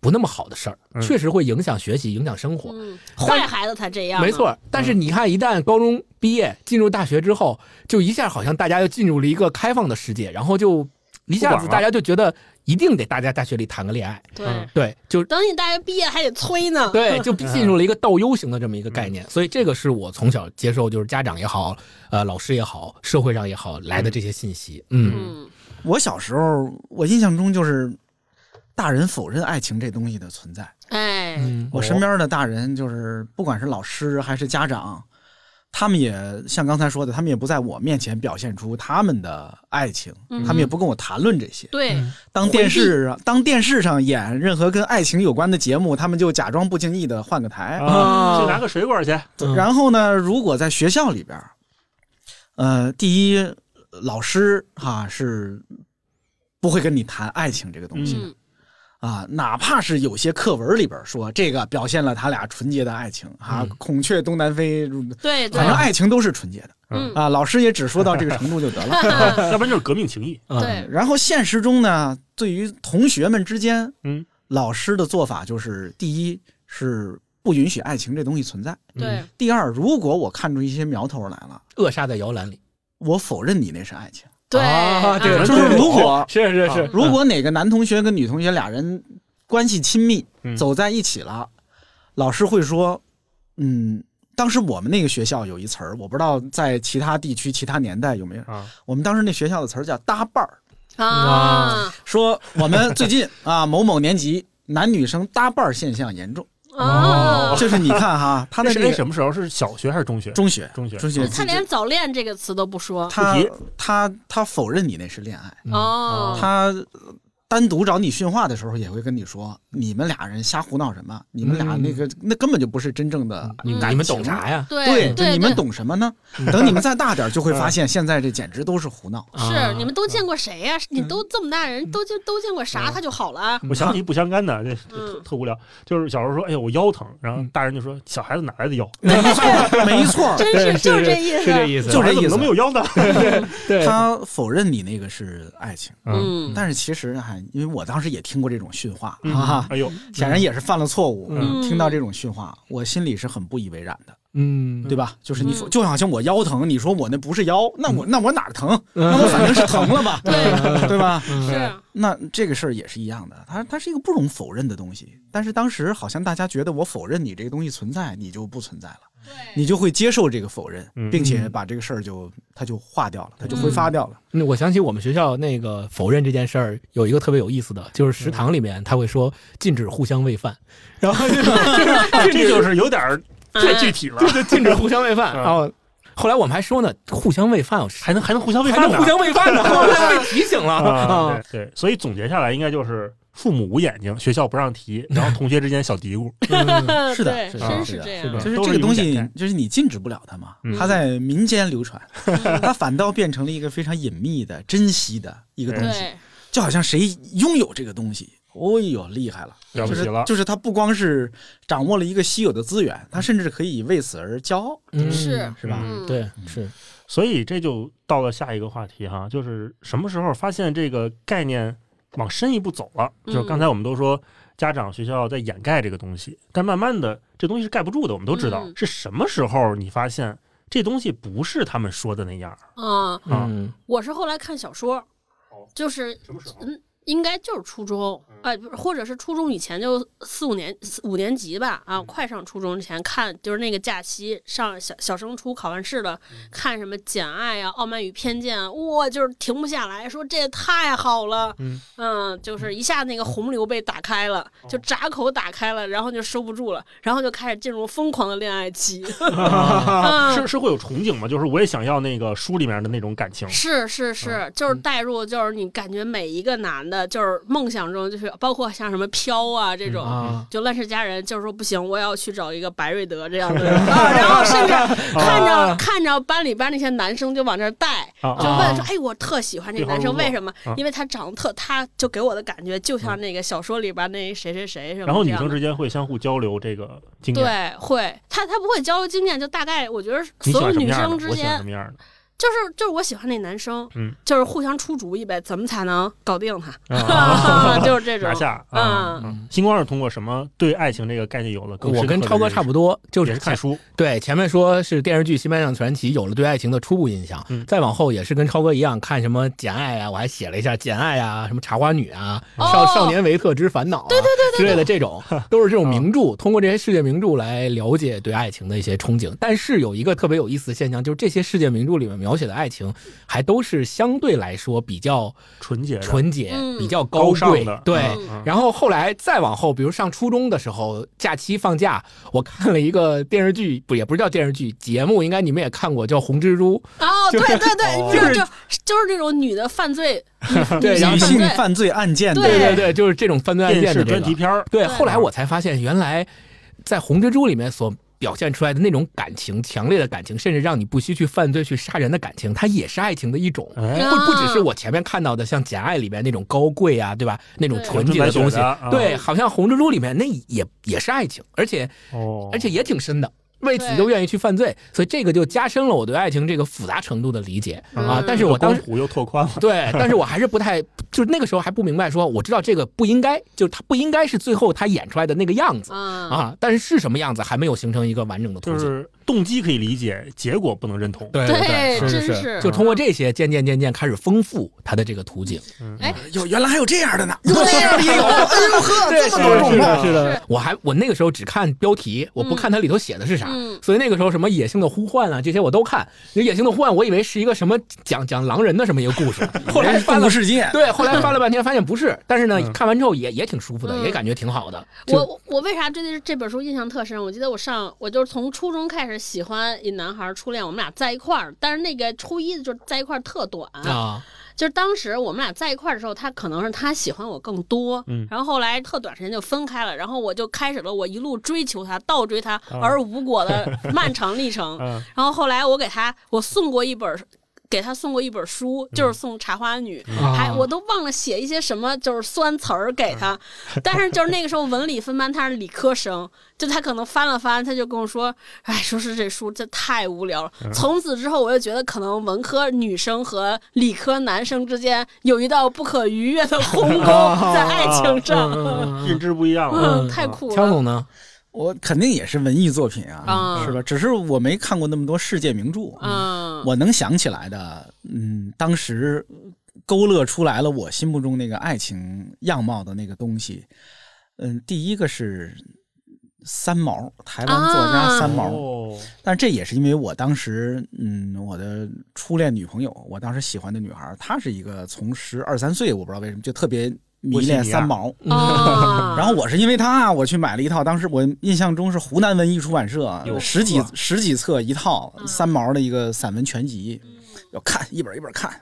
C: 不那么好的事儿，
A: 嗯
C: 确实会影响学习，影响生活。
B: 嗯，坏孩子才这样。啊
C: 没。错，但是你看，一旦高中毕业进入大学之后，就一下好像大家又进入了一个开放的世界，然后就一下
A: 不管
C: 子
A: 了
C: 大家就觉得一定得大家大学里谈个恋爱，
B: 对，
A: 嗯
C: 对，就 [laughs]
B: 等你大学毕业还得催呢。
C: 对，就进入了一个倒 U 型的这么一个概念。所以这个是我从小接受，就是家长也好，呃，老师也好，社会上也好来的这些信息。嗯
B: 嗯，
D: 我小时候，我印象中就是大人否认爱情这东西的存在。
B: 哎，
C: 嗯
D: 我身边的大人就是，不管是老师还是家长，他们也像刚才说的，他们也不在我面前表现出他们的爱情，
B: 嗯
D: 他们也不跟我谈论这些。
B: 对，
D: 当电视上当电视上演任何跟爱情有关的节目，他们就假装不经意的换个
C: 哎
D: 台。
A: 啊，去拿个水果
B: [laughs]
A: 去，
C: 嗯
D: 然后呢，如果在学校里边儿，呃，第一老师哈、是不会跟你谈爱情这个东西的
B: 嗯
D: 啊，哪怕是有些课文里边说这个表现了他俩纯洁的爱情啊，
C: 嗯
D: 孔雀东南飞，嗯
B: 对
D: 反
B: 对
D: 正，爱情都是纯洁的
B: 嗯，
D: 啊。老师也只说到这个程度就
B: [laughs]
D: 得了。
A: 要不然就是革命情谊。
C: 嗯
B: 对，
D: 然后现实中呢，对于同学们之间，
A: 嗯，
D: 老师的做法就是：第一是不允许爱情这东西存在；
B: 对，
D: 第二，如果我看出一些苗头来了，
C: 扼杀在摇篮里。
D: 我否认你那是爱情。
B: 对，
C: 啊这
B: 啊
C: 个
D: 就是
C: 对
D: 如果
C: 是是
A: 是
D: 如果哪个男同学跟女同学俩人关系亲密，
A: 嗯
D: 走在一起了，老师会说，嗯，当时我们那个学校有一词儿，我不知道在其他地区、其他年代有没有。
A: 啊，
D: 我们当时那学校的词儿叫搭伴儿，
B: 啊
D: 说我们最
A: [laughs]
D: 近啊某某年级男女生搭伴儿现象严重，
B: 啊！
D: 就是你看哈，他
A: 那
D: 的
A: 哦是
D: 这
A: 哎
D: 个
A: 什么时候？是小学还是中学？
D: 中学，
A: 中学
D: 中学
B: 他哦连早恋这个词都不说
D: 他
A: 不提
D: 他他否认你那是恋爱。
C: 嗯
B: 哦，
D: 他单独找你训话的时候，也会跟你说：“你们俩人瞎胡闹什么？你们俩那个、那根本就不是真正的
C: 你
B: 嗯
C: 们你们懂啥呀？
D: 对，
B: 对
D: 就
B: 对，
D: 你们懂什么呢？等你们再大点，就会发现现在这简直都是胡闹。
B: 对。是你们都见过谁呀？你都这么大人，都就都见过啥？他就好了。
A: 我想起不相干的，这这
B: 嗯
A: 特特无聊。就是小时候说，哎呦我腰疼，然
C: 嗯
A: 后大人就说，小孩子哪来的腰？
D: 没错，没 [laughs] 错，
B: 真
C: 对
B: [laughs] 是就是这意
C: 是这
B: 思，
C: 意思，啊
D: 就
A: 小
D: 这
A: 孩子
D: 意思
A: 怎么能没有腰
B: [laughs]
A: 呢？
C: 对
D: 他否认你那个是爱情，
A: 嗯
B: 嗯，
D: 但是其实哎，因为我当时也听过这种训话、
A: 嗯
D: 啊，
B: [laughs]
A: 哎呦，
D: 显然也是犯了错误。
C: 嗯
D: 听到这种训话，我心里是很不以为然的。
C: 嗯，
D: 对吧？就是你说，
B: 嗯
D: 就好像我腰疼，你说我那不是腰，那我那我哪儿疼？
C: 嗯
D: 那我反正是疼了吧，
B: 对
D: 对吧？
C: 嗯
B: 是，
D: 那这个事儿也是一样的，它它是一个不容否认的东西。但是当时好像大家觉得我否认你这个东西存在，你就不存在了，你就会接受这个否认
A: 嗯，嗯
D: 并且把这个事儿就它就化
B: 嗯
D: 掉了，它就挥发掉了。
C: 那我想起我们学校那个否认这件事儿，有一个特别有意思的，就是食堂里面他会说禁止互相喂饭，然
B: [laughs]
C: 后就是
A: 这这就是有点儿太具体
B: 体，
A: 了，
C: 就是禁止互相喂 [laughs] 饭。
A: 嗯
C: 然后后来我们还说呢，互相喂饭，
A: 还能还能互相喂
C: 还
A: 饭
C: 能
A: 呢
C: 互相喂饭 [laughs] 呢，后来被提醒了
A: 啊
C: 啊。！
A: 对对，所以总结下来应该就是父母无眼睛，学校不让
B: [laughs]
A: 提，然后同学之间小嘀咕，
B: 嗯
D: 是的
B: 对
D: 是
A: 的
B: 真
D: 是的
A: 是
B: 这
A: 的
B: 样，啊
D: 就
A: 嗯
D: 是
A: 都是
D: 这个
A: 一种
D: 东
A: 展
D: 西
A: 开，
D: 就是你禁止不了它嘛
A: 嗯，
D: 它在民间流传，
B: 嗯
D: 它反倒变成了一个非常隐秘的、珍惜的一个东西，
B: 对，
D: 就好像谁拥有这个东西，哦呦，厉害了。
A: 了不
D: 就
A: 起
D: 是
A: 了。
D: 就是他不光是掌握了一个稀有的资源，他甚至可以为此而骄傲，
C: 嗯
B: 是
D: 是吧？
B: 嗯
C: 对，是
A: 所以这就到了下一个话题哈，就是什么时候发现这个概念往深一步走了？
B: 嗯
A: 就是刚才我们都说家长、学校在掩盖这个东西，但慢慢的这东西是盖不住的，我们都知道
B: 嗯。
A: 是什么时候你发现这东西不是他们说的那样儿？
B: 嗯，
A: 啊
C: 嗯
B: 我是后来看小说
A: 哦，
B: 就是
A: 什么时候？
B: 嗯，应该就是初中，哎、不是或者是初中以前就四五年四五年级吧，啊，快上初中之前看，就是那个假期上小小升初考完试了，看什么《简爱》啊，《傲慢与偏见》啊，哇，就是停不下来，说这也太好了，
C: 嗯
B: 就是一下那个洪流被打开了，就闸口打开了，然后就收不住了，然后就开始进入疯狂的恋爱期，
C: 嗯
B: [laughs] 啊
A: 是是会有憧憬吗？就是我也想要那个书里面的那种感情。
B: 是是
A: 嗯
B: 是，就是代入，就是你感觉每一个男的，就是梦想中，就是包括像什么飘啊
A: 嗯
B: 这种，
C: 啊， [laughs]
B: 就乱世佳人，就是说不行，我要去找一个白瑞德这样
A: [laughs]
B: 的人啊，然后甚至
A: 哦
B: 看着、看着班里边那些男生就往这儿带，
A: 啊
B: 就
A: 啊！
B: 问说，哎，我特喜欢这个男生，
A: 对
B: 为什么
A: 啊？
B: 因为他长得特，他就给我的感觉就像那个小说里边那谁谁谁什么这样的。
A: 嗯然后女生之间会相互交流这个经验，
B: 对会，他他不会交流经验，就大概我觉得
A: 你喜
B: 所有
A: 欢什么
B: 女
A: 样的？
B: 生
A: 我
B: 之
A: 喜欢什
B: 间
A: 么样
B: 就是就是我喜欢那男生，
A: 嗯，
B: 就是互相出主意呗，怎么才能搞定他？
A: 的？
B: [laughs]
C: [laughs]
A: 啊
B: 就是这种
A: 拿。下啊！
B: 嗯，
A: 星光是通过什么对爱情这个概念有了更深刻的
C: 我跟超哥差
A: 认
C: 不多，就
A: 识也
C: 是
A: 是看书，
C: 对，前面说是电视剧《新白娘子传奇》有了对爱情的初步印象，
A: 嗯
C: 再往后也是跟超哥一样看什么《简爱》啊，我还写了一下《简爱》啊，什么《茶花女》啊，
B: 哦
C: 少少年维特之烦恼》啊，对对对之嗯类的这种，都是这种名著，通过这些世界名著来了解对爱情的一些憧憬。但是有一个特别有意思的现象，就是这些世界名著里面描写的爱情，还都是相对来说比较
A: 纯洁的
C: 纯洁、
B: 嗯
C: 比较
A: 高
C: 贵
A: 尚的，
C: 对。
A: 嗯嗯
C: 然后后来再往后，比如上初中的时候，假期放假，我看了一个电视剧，不也不是叫电视剧节目，应该你们也看过，叫《红蜘蛛
B: 哦，对
C: 就是
B: 对对，
C: 就
B: 就是就就是这种女的犯罪，》。
C: 对，然后
D: 女
B: 犯
D: 性
B: 罪
D: 犯罪案件的，
C: 对
B: 对
C: 对对，就是这种犯罪案
A: 电
C: 件
A: 视
C: 的这
A: 专
C: 个
A: 题。片儿，
C: 对，
B: 对
C: 后来我才发现，原来在《红蜘蛛》里面所表现出来的那种感情，强烈的感情，甚至让你不惜去犯罪、去杀人的感情，它也是爱情的一种。
A: 哎，
B: 嗯
C: 不不只是我前面看到的，像《简爱》里面那种高贵啊，对吧？那种
B: 对
C: 纯洁的东
A: 纯白
C: 西
A: 雪的啊，
C: 对，好像《红蜘蛛》里面那也也是爱情，而且
A: 哦，
C: 而且也挺深的，为此
B: 对
C: 就愿意去犯罪，所以这个就加深了我对爱情这个复杂程度的理解啊
B: 嗯。
C: 但是我当时
A: 湖又拓宽了，
C: 对，但是我还是不太，就是那个时候还不明白，说我知道这个不应该，就是他不应该是最后他演出来的那个样子
B: 啊，
C: 啊，但是是什么样子还没有形成一个完整的图
A: 就
C: 景。
A: 是动机可以理解，结果不能认同。
C: 对
B: 对，真
C: 就通过这些渐渐渐渐开始丰富他的这个途径。
D: 哟，原来还有这样的呢， [laughs]
B: 对对
C: 对，
D: 这么多种
C: 是的，
A: 啊
C: 是的
B: 是。
C: 我还我那个时候只看标题，我不看它里头写的是啥，
B: 嗯
C: 所以那个时候什么野性的呼唤啊这些我都看。那野性的呼唤，我以为是一个什么讲讲狼人的什么一个故事，后来
D: 原来是
C: 翻
D: 动
C: 了
D: 物。世界，
C: 对，后来翻了半天，发现不是，但是呢，
A: 嗯
C: 看完之后也也挺舒服的，
B: 嗯
C: 也感觉挺好的。就
B: 我我为啥对这这本书印象特深？我记得我上我就是从初中开始喜欢一男孩初恋，我们俩在一块儿，但是那个初一就在一块儿特短，
C: 啊，
B: 就是当时我们俩在一块儿的时候，他可能是他喜欢我更多，
A: 嗯
B: 然后后来特短时间就分开了，然后我就开始了我一路追求他、倒追他而无果的漫长历程。
A: 嗯，
B: 然后后来我给他，我送过一本儿。给他送过一本书，就是送《茶花女》
C: 啊
B: 还我都忘了写一些什么，就是酸词儿给他。 [laughs] 但是就是那个时候文理分班，他是理科生，就他可能翻了翻，他就跟我说：“哎，说是这书这太无聊了。”从此之后，我就觉得可能文科女生和理科男生之间有一道不可逾 [laughs] 越的鸿沟在爱情上。
C: 嗯嗯嗯
A: 啊认知不一样了，
B: 啊嗯，太酷
C: 枪
B: 了。
C: 总呢？
D: 我肯定也是文艺作品啊，
B: 啊
D: 是吧？只是我没看过那么多世界名著，
B: 嗯，
D: 我能想起来的，嗯，当时勾勒出来了我心目中那个爱情样貌的那个东西，嗯，第一个是三毛，台湾作家
B: 啊
D: 三毛，
A: 哦
D: 但这也是因为我当时，嗯，我的初恋女朋友，我当时喜欢的女孩，她是一个从十二三岁，我不知道为什么就特别迷恋三毛。
B: 啊， [laughs]
D: 然后我是因为她，我去买了一套，当时我印象中是湖南文艺出版社
A: 有
D: 十几
A: 呵
D: 十几册一套
B: 嗯
D: 三毛的一个散文全集，要看一本一本看，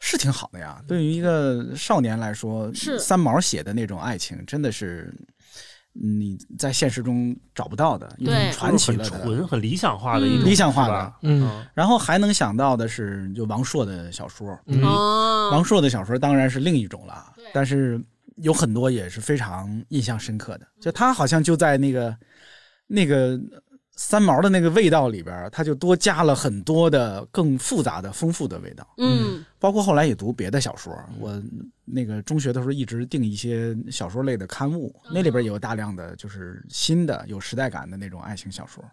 D: 是挺好的呀。对于一个少年来说，
B: 是
D: 三毛写的那种爱情，真的是你在现实中找不到的，一种
B: 对
D: 传奇了
A: 很
D: 的。
A: 纯、很理想化的一种
B: 嗯
D: 理想化
A: 是
D: 的
A: 吧
C: 嗯
D: 然后还能想到的是，就王朔的小说，
C: 嗯
B: 哦，
D: 王朔的小说当然是另一种了啊
B: 对，
D: 但是有很多也是非常印象深刻的。就他好像就在那个那个三毛的那个味道里边，他就多加了很多的更复杂的、丰富的味道。
B: 嗯
D: 包括后来也读别的小说，我那个中学的时候一直订一些小说类的刊物，那里边也有大量的就是新的有时代感的那种爱情小说。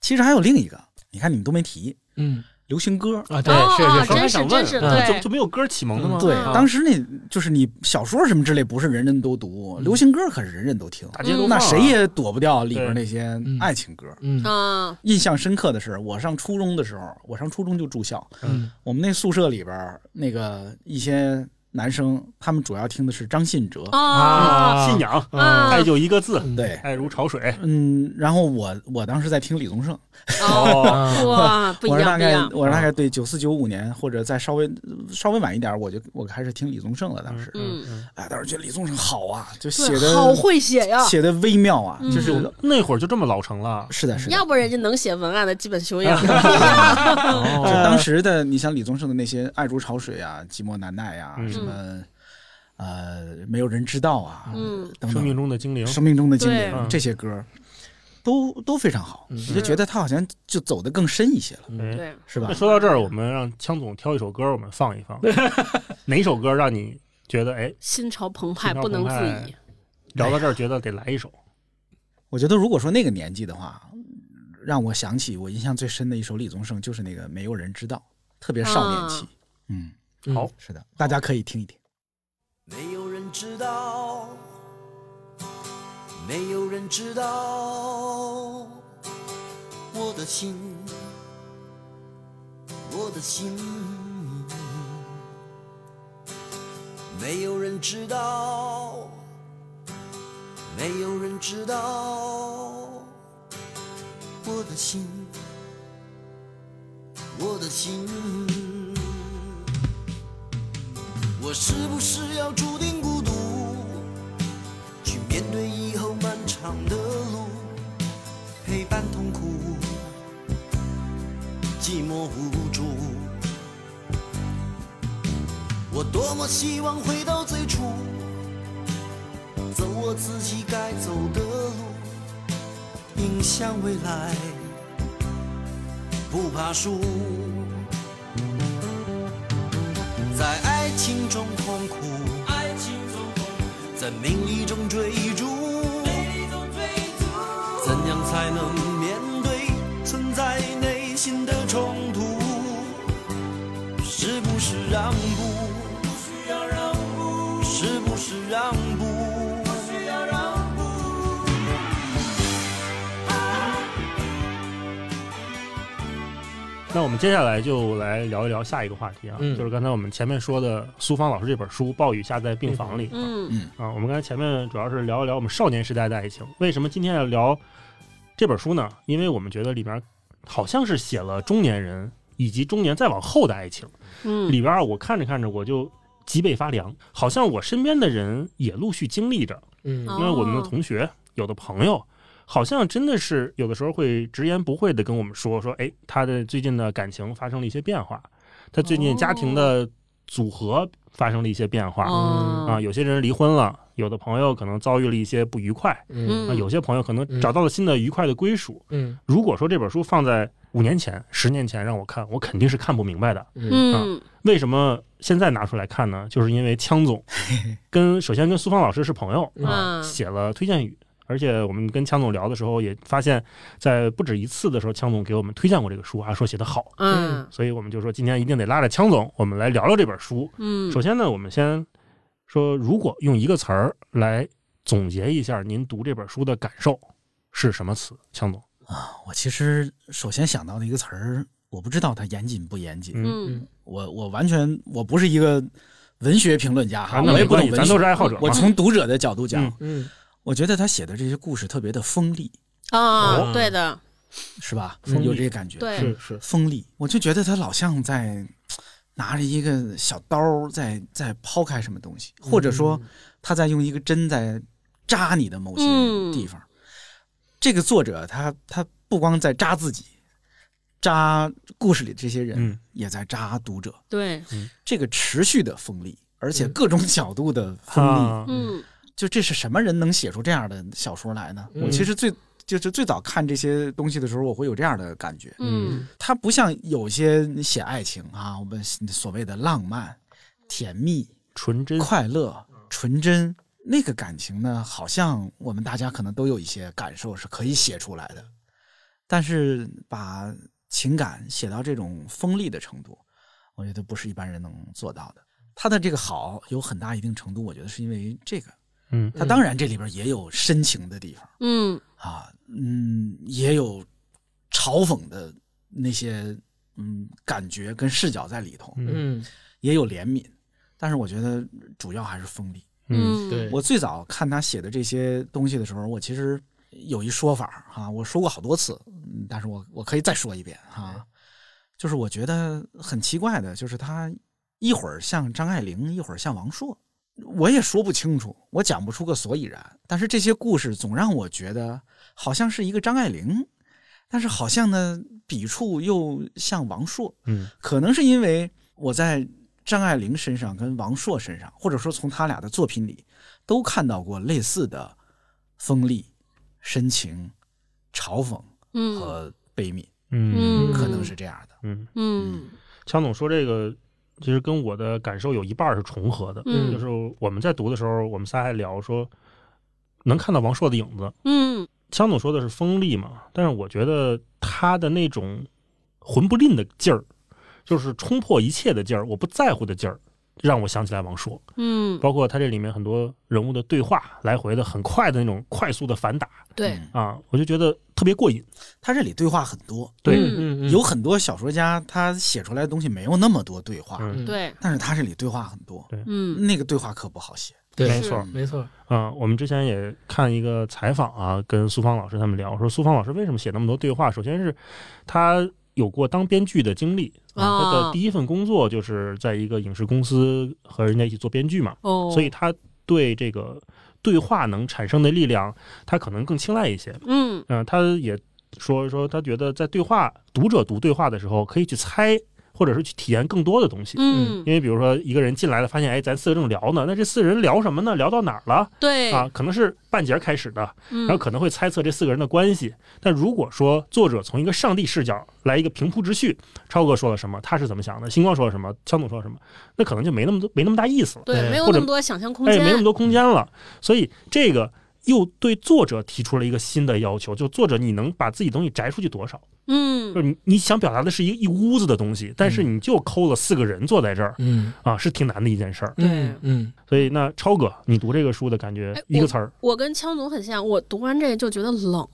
D: 其实还有另一个，你看你们都没提，
C: 嗯
D: 流行歌。
C: 啊，对，
B: 哦
C: 是
B: 哦
C: 是
B: 真
C: 是，
A: 刚才
B: 是
A: 想
B: 真
A: 问
B: 是
A: 啊
B: 对
A: 就就没有歌启蒙的
B: 哦
C: 嗯
A: 吗？
D: 对，
A: 啊
D: 当时那就是你小说什么之类，不是人人都读，流行歌可是人人都听，
A: 嗯大街都放
B: 嗯
D: 那
A: 啊
D: 谁也躲不掉里边那些
C: 嗯
D: 爱情歌。
C: 嗯
B: 啊，
D: 印象深刻的是，我上初中的时候，我上初中就住校，
C: 嗯
D: 我们那宿舍里边那个一些男生，他们主要听的是张信哲，
B: 哦，
A: 信仰，
B: 啊
A: 爱就一个字，
D: 对，
A: 爱如潮水。
D: 嗯，然后我我当时在听李宗盛，
B: 哦，
C: 啊
B: 哇，不一
D: [laughs] 我是
B: 样，
D: 大
B: 不一
D: 概
B: 样，
D: 我是大概对九四九五年或者再稍微稍微晚一点，我就我开始听李宗盛了。当时，
B: 嗯，
D: 哎，当时觉得李宗盛好啊，就写
B: 对，
D: 的
B: 好会写呀，
D: 写的微妙啊，
B: 嗯
D: 就是
A: 那会儿就这么老成了，
D: 是的，是的。
B: 要不人家能写文案的基本
A: [laughs]
B: 修养，
D: 就当时的，你像李宗盛的那些《爱如潮水》啊，《寂寞难耐》啊，
A: 嗯
D: 什么呃，没有人知道啊，
B: 嗯
D: 等
A: 生命
D: 等，
A: 中的精灵，
D: 生命中的精
B: 对
D: 灵
A: 嗯
D: 这些歌，都都非常好，你就是觉得他好像就走得更深一些了，
A: 哎
B: 对，
D: 嗯是吧
A: 那？说到这儿，我们让枪总挑一首歌，我们放一放。哪一首歌让你觉得哎，
B: 心潮澎湃
A: 心潮
B: 不能
A: 澎湃
B: 自已，
A: 聊到这儿觉得得来一首？
D: 我觉得如果说那个年纪的话，让我想起我印象最深的一首李宗盛，就是那个《没有人知道》，特别少年期
B: 啊，
D: 嗯，
C: 嗯
A: 好
D: 是的，大家可以听一听。
E: 没有人知道，没有人知道我的心，我的心，没有人知道，没有人知道我的心，我的心。我是不是要注定孤独，去面对以后漫长的路，陪伴痛苦，寂寞无助。我多么希望回到最初，走我自己该走的路，迎向未来，不怕输。在爱情中痛苦，爱情中痛苦，在名利中追逐，美丽中追逐，怎样才能面对存在内心的冲突？是不是让步？不需要让步，是不是让步？不需要让步。
A: 那我们接下来就来聊一聊下一个话题啊，
C: 嗯
A: 就是刚才我们前面说的苏芳老师这本书《暴雨下在病房里》啊
B: 嗯
A: 啊，我们刚才前面主要是聊一聊我们少年时代的爱情。为什么今天要聊这本书呢？因为我们觉得里面好像是写了中年人以及中年再往后的爱情。
B: 嗯
A: 里边儿我看着看着我就脊背发凉，好像我身边的人也陆续经历着，
C: 嗯
A: 因为我们的同学、有的朋友，好像真的是有的时候会直言不讳的跟我们说说，哎，他的最近的感情发生了一些变化，他最近家庭的组合发生了一些变化、
B: 哦
A: 啊，有些人离婚了，有的朋友可能遭遇了一些不愉快
C: 嗯
A: 啊，
B: 嗯
A: 有些朋友可能
C: 嗯
A: 找到了新的愉快的归属。
C: 嗯
A: 如果说这本书放在五年前、十年前让我看，我肯定是看不明白的。
C: 嗯
B: 嗯
A: 为什么现在拿出来看呢？就是因为枪总跟首先跟苏芳老师是朋友啊，
B: 嗯
A: 写了推荐语，而且我们跟强总聊的时候也发现，在不止一次的时候，强总给我们推荐过这个书啊，说写得好，
B: 嗯
A: 所以我们就说今天一定得拉着强总，我们来聊聊这本书。
B: 嗯
A: 首先呢，我们先说，如果用一个词儿来总结一下您读这本书的感受是什么词？强总，
D: 啊我其实首先想到的一个词儿，我不知道它严谨不严谨。
A: 嗯，
B: 嗯
D: 我我完全我不是一个文学评论家哈，
A: 啊那
D: 我也
A: 没
D: 不
A: 关
D: 懂
A: 系，
D: 文
A: 咱都
D: 学。
A: 是爱好者嘛。
D: 我从读者的角度讲，
A: 嗯
C: 嗯
D: 我觉得他写的这些故事特别的锋利，
A: 哦
B: 啊，对的，
D: 是吧？
C: 锋利
D: 有这个感觉。
B: 对，
C: 是是，
D: 锋利，我就觉得他老像在拿着一个小刀儿在在抛开什么东西，或者说他在用一个针在扎你的某些
B: 嗯
D: 地方。这个作者他他不光在扎自己，扎故事里这些人，
A: 嗯
D: 也在扎读者。
B: 对，
D: 这个持续的锋利，而且各种角度的锋利，
A: 啊，
B: 嗯
D: 就这是什么人能写出这样的小说来呢？我其实最就是最早看这些东西的时候，我会有这样的感觉。
B: 嗯
D: 它不像有些写爱情啊，我们所谓的浪漫、甜蜜、
A: 纯真，
D: 快乐、纯真，那个感情呢，好像我们大家可能都有一些感受是可以写出来的，但是把情感写到这种锋利的程度，我觉得不是一般人能做到的。他的这个好有很大一定程度，我觉得是因为这个。
A: 嗯
D: 他当然这里边也有深情的地方。
B: 嗯
D: 啊，嗯，也有嘲讽的那些嗯感觉跟视角在里头，
A: 嗯
C: 嗯
D: 也有怜悯，但是我觉得主要还是锋利。
A: 嗯，
B: 嗯，
C: 对，
D: 我最早看他写的这些东西的时候，我其实有一说法哈、我说过好多次，嗯但是我我可以再说一遍哈、就是我觉得很奇怪的，就是他一会儿像张爱玲，一会儿像王朔，我也说不清楚，我讲不出个所以然。但是这些故事总让我觉得好像是一个张爱玲，但是好像呢笔触又像王朔，
A: 嗯，
D: 可能是因为我在张爱玲身上跟王朔身上，或者说从他俩的作品里，都看到过类似的锋利、深情、嘲讽
B: 嗯
D: 和悲悯，
A: 嗯
B: 嗯
D: 可能是这样的。
A: 嗯，
B: 嗯
A: 强总说这个，其实跟我的感受有一半儿是重合的。
B: 嗯
A: 就是我们在读的时候，我们仨还聊说，能看到王朔的影子。
B: 嗯
A: 强总说的是锋利嘛，但是我觉得他的那种魂不吝的劲儿，就是冲破一切的劲儿，我不在乎的劲儿，让我想起来王朔。
B: 嗯，
A: 包括他这里面很多人物的对话，来回的很快的那种快速的反打
B: 对，
D: 嗯
A: 啊，我就觉得特别过瘾。
D: 他这里对话很多，
A: 对，
C: 嗯嗯
D: 有很多小说家他写出来的东西没有那么多对话，
A: 嗯，
B: 对，
D: 但是他这里对话很多，
B: 嗯
D: 那个对话可不好写。
C: 对
A: 没
B: 是
A: 错。
C: 没错，
A: 嗯，我们之前也看一个采访啊，跟苏芳老师他们聊，说苏芳老师为什么写那么多对话？首先是他有过当编剧的经历啊，他
B: 哦
A: 的第一份工作就是在一个影视公司和人家一起做编剧嘛，
B: 哦，
A: 所以他对这个对话能产生的力量，他可能更青睐一些。
B: 嗯
A: 嗯、他也说说他觉得在对话读者读对话的时候，可以去猜或者是去体验更多的东西。
B: 嗯
A: 因为比如说一个人进来了，发现哎，咱四个正聊呢，那这四个人聊什么呢？聊到哪儿了？
B: 对
A: 啊，可能是半截儿开始的，
B: 嗯
A: 然后可能会猜测这四个人的关系。但如果说作者从一个上帝视角来一个平铺直叙，超哥说了什么，他是怎么想的，星光说了什么，枪总说了什么，那可能就没那么多没那么大意思了，
B: 对，没有那么多想象空
A: 哎，
B: 间，
A: 没那么多空间了。所以这个又对作者提出了一个新的要求，就作者你能把自己东西摘出去多少？
B: 嗯
A: 就是你你想表达的是一一屋子的东西，但是你就抠了四个人坐在这儿
C: 嗯
A: 啊，是挺难的一件事儿。
C: 嗯嗯
A: 所以那超哥，你读这个书的感觉
B: 哎，
A: 一个
B: 我
A: 词儿
B: 我跟枪总很像，我读完这就觉得冷，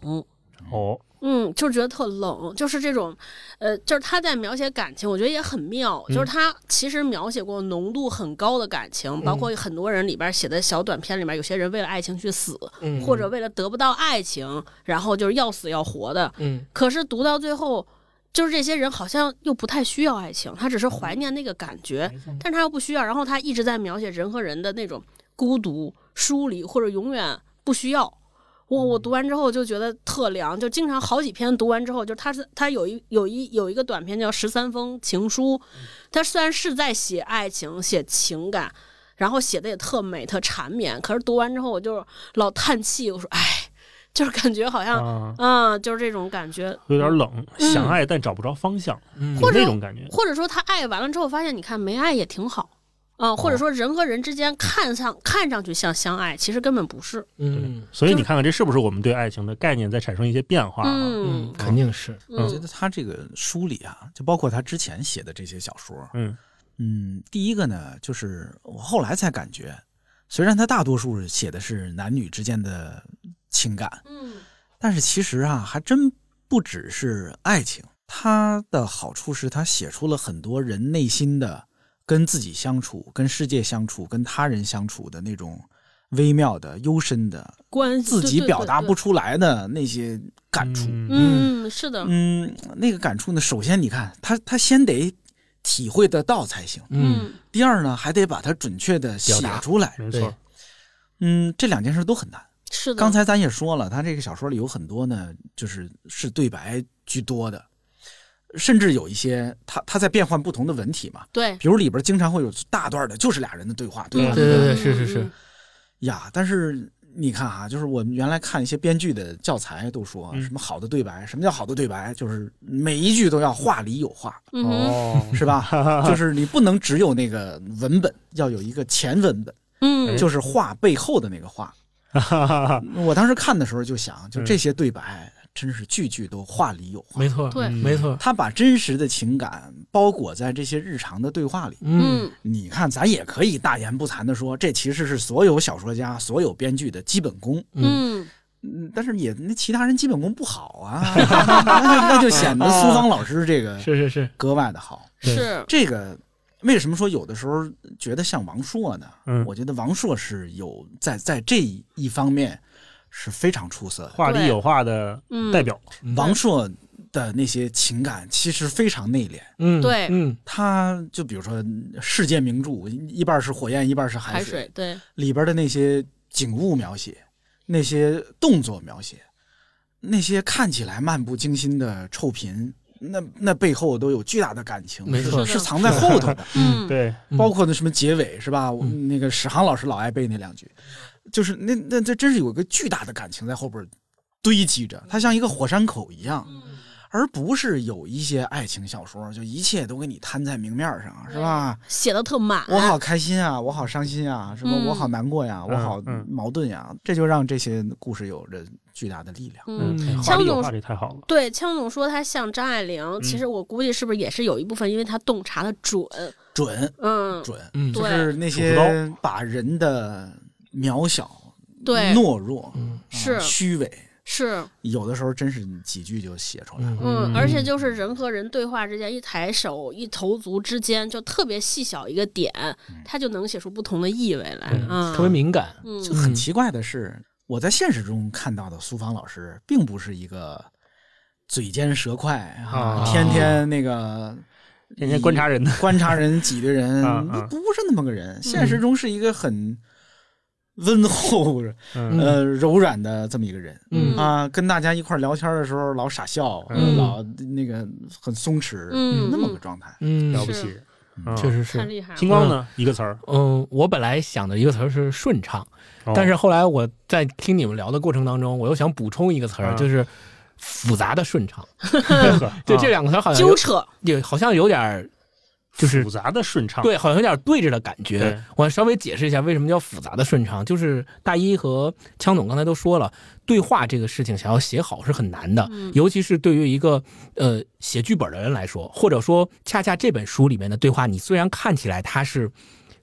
A: 哦，
B: 嗯，就觉得特冷，就是这种，呃，就是他在描写感情，我觉得也很妙，就是他其实描写过浓度很高的感情，包括很多人里边写的小短片里边，有些人为了爱情去死，
C: 嗯，
B: 或者为了得不到爱情，然后就是要死要活的。
C: 嗯
B: 可是读到最后，就是这些人好像又不太需要爱情，他只是怀念那个感觉，但是他又不需要。然后他一直在描写人和人的那种孤独、疏离，或者永远不需要。我我读完之后就觉得特凉，就经常好几篇读完之后，就是他是他有一有一有一个短篇叫《十三封情书》，他虽然是在写爱情、写情感，然后写的也特美、特缠绵，可是读完之后我就老叹气，我说哎，就是感觉好像
A: 啊，
B: 嗯，就是这种感觉，
A: 有点冷，
B: 嗯
A: 想爱但找不着方向，
C: 嗯
A: 有那种感觉。
B: 或者说他爱完了之后，发现你看没爱也挺好，嗯、或
A: 哦
B: 者说人和人之间看上看上去像相爱，其实根本不是。
C: 嗯
A: 所以
B: 就
A: 你
B: 是
A: 看看这是不是我们对爱情的概念在产生一些变化、啊？
B: 嗯
C: 嗯，肯定是，
D: 我觉
B: 嗯
D: 得他这个梳理啊，就包括他之前写的这些小说，
A: 嗯
D: 嗯，第一个呢，就是我后来才感觉，虽然他大多数写的是男女之间的情感，
B: 嗯
D: 但是其实啊，还真不只是爱情。它的好处是，它写出了很多人内心的跟自己相处、跟世界相处、跟他人相处的那种微妙的、幽深的、
B: 关系
D: 自己表达不
B: 出。
D: 出来的那些感触。
A: 嗯
B: 嗯，是的，
D: 嗯，那个感触呢，首先你看，他他先得体会得到才行。
C: 嗯，
D: 第二呢，还得把它准确的写
C: 表达
D: 出来。
A: 没
C: 对
A: 错，
D: 嗯，这两件事都很难。
B: 是的。
D: 刚才咱也说了，他这个小说里有很多呢，就是是对白居多的，甚至有一些他他在变换不同的文体嘛，
B: 对
D: 比如里边经常会有大段的，就是俩人的对话，对吧？
C: 对对对，
B: 嗯
C: 是是是，
D: 呀，但是你看哈、就是我们原来看一些编剧的教材都说，啊
A: 嗯
D: 什么好的对白，什么叫好的对白，就是每一句都要话里有话，
B: 嗯哼
A: 哦，
D: 是吧？就是你不能只有那个文本，要有一个前文本，
B: 嗯，
D: 就是话背后的那个话。我当时看的时候就想，就这些对白真是句句都话里有话
C: 没，错，
B: 对
C: 没错，
D: 他把真实的情感包裹在这些日常的对话里。
C: 嗯，
B: 嗯
D: 你看，咱也可以大言不惭的说，这其实是所有小说家、所有编剧的基本功。
B: 嗯
D: 嗯，但是也那其他人基本功不好啊， [laughs] 那那就显得苏芳老师这
B: 嗯
D: 个
C: 是是是，
D: 格外的好。
C: 对
B: 是
D: 这个为什么说有的时候觉得像王朔呢？
A: 嗯
D: 我觉得王朔是有在在这一方面是非常出色的。
A: 话里有话的
B: 嗯
A: 代表，
D: 王朔的那些情感其实非常内敛，
C: 嗯，
B: 对
C: 嗯，
D: 他就比如说世界名著，一半是火焰，一半是海
B: 海
D: 水，
B: 水，对
D: 里边的那些景物描写、那些动作描写、那些看起来漫不经心的臭贫，那那背后都有巨大的感情，
C: 没错
B: 是
D: 是是
B: 的
D: 藏在后头的。
B: 嗯
A: 对，
C: 嗯
D: 包括那什么结尾是吧？我
C: 嗯
D: 那个史航老师老爱背那两句，就是那那这真是有一个巨大的感情在后边堆积着，它像一个火山口一样，
B: 嗯
D: 而不是有一些爱情小说就一切都给你摊在明面上，是吧？
B: 写的特满，
D: 我好开心啊，我好伤心啊，什么
B: 嗯
D: 我好难过呀，
A: 嗯
D: 我好
A: 嗯
D: 矛盾呀，这就让这些故事有着巨大的力量。
B: 嗯。
C: 嗯
A: 话
B: 像
A: 里
B: 那
A: 有
B: 种
A: 话这太好了，
B: 对，枪总说他像张爱玲，
A: 嗯
B: 其实我估计是不是也是有一部分，因为他洞察的准，
D: 准
B: 嗯，
D: 准，
C: 嗯，
B: 对
D: 就是那些
A: 数
D: 把人的渺小、
B: 对，
D: 懦弱、
C: 嗯
D: 啊
B: 是
D: 虚伪。
B: 是，
D: 有的时候真是你几句就写出来了。
B: 嗯，而且就是人和人对话之间，一抬手、一投足之间，就特别细小一个点，他就能写出不同的意味来，嗯，
C: 特别敏感，
B: 嗯，
D: 就很奇怪的是，我在现实中看到的苏芳老师，并不是一个嘴尖舌快啊，
A: 啊
D: 天天那个
A: 天天观察
C: [laughs]
A: 人的，
D: 观察人、挤兑人
A: 啊，
D: 不
A: 啊
D: 不是那么个人。现实中是一个很温厚、
A: 嗯
D: 呃柔软的这么一个人。
C: 嗯
D: 啊，跟大家一块儿聊天的时候老傻笑，
A: 嗯
D: 老那个很松弛，
B: 嗯
D: 那么个状态。
C: 嗯，
A: 了不
B: 是
A: 起，
C: 确
A: 实。
C: 实
B: 太
C: 是。
B: 厉害了，
A: 星光呢？一个词儿，
C: 嗯，我本来想的一个词儿是顺畅，
A: 哦
C: [laughs] 但是后来我在听你们聊的过程当中，我又想补充一个词儿，
A: 啊
C: 就是复杂的顺畅。 [laughs]
A: 呵
C: 就
A: 啊
C: 这两个词儿好像
B: 纠
C: 有啊
B: 扯，
C: 也好像有点儿，就是
A: 复杂的顺畅，
C: 对，好嗯像有点对着的感
A: 啊对
C: 觉。我稍微解释一下为什么叫复杂的顺畅，就是大一和枪总刚才都说了，对话这个事情想要写好是很难的，尤其是对于一个呃写剧本的人来说，或者说恰恰这本书里面的对话，你虽然看起来它是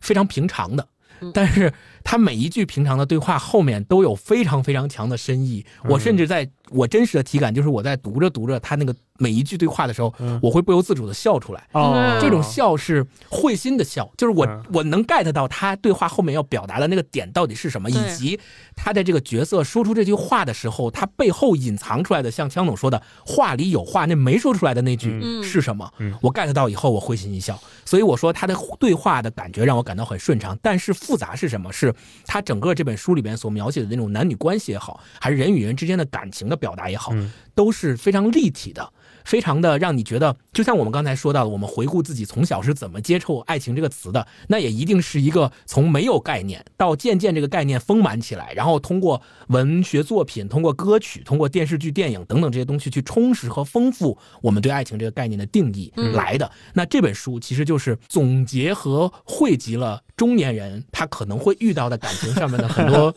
C: 非常平常的。但是它每一句平常的对话后面都有非常非常强的深意，我甚至在我真实的体感就是我在读着读着他那个每一句对话的时候，
A: 嗯
C: 我会不由自主的笑出来。
B: 嗯
A: 哦，
C: 这种笑是会心的笑，就是我、
A: 嗯
C: 我能 get 到他对话后面要表达的那个点到底是什么，以
B: 对
C: 及他在这个角色说出这句话的时候，他背后隐藏出来的，像枪总说的“话里有话”，那没说出来的那句
B: 嗯
C: 是什么？
A: 嗯
C: 我 get 到以后，我会心一笑。所以我说他的对话的感觉让我感到很顺畅，但是复杂是什么？是他整个这本书里边所描写的那种男女关系也好，还是人与人之间的感情的表达也好，
A: 嗯
C: 都是非常立体的。非常的让你觉得，就像我们刚才说到的，我们回顾自己从小是怎么接触爱情这个词的，那也一定是一个从没有概念到渐渐这个概念丰满起来，然后通过文学作品、通过歌曲、通过电视剧、电影等等这些东西去充实和丰富我们对爱情这个概念的定义
A: 嗯
C: 来的。那这本书其实就是总结和汇集了中年人他可能会遇到的感情上面的很
A: [laughs]
C: 多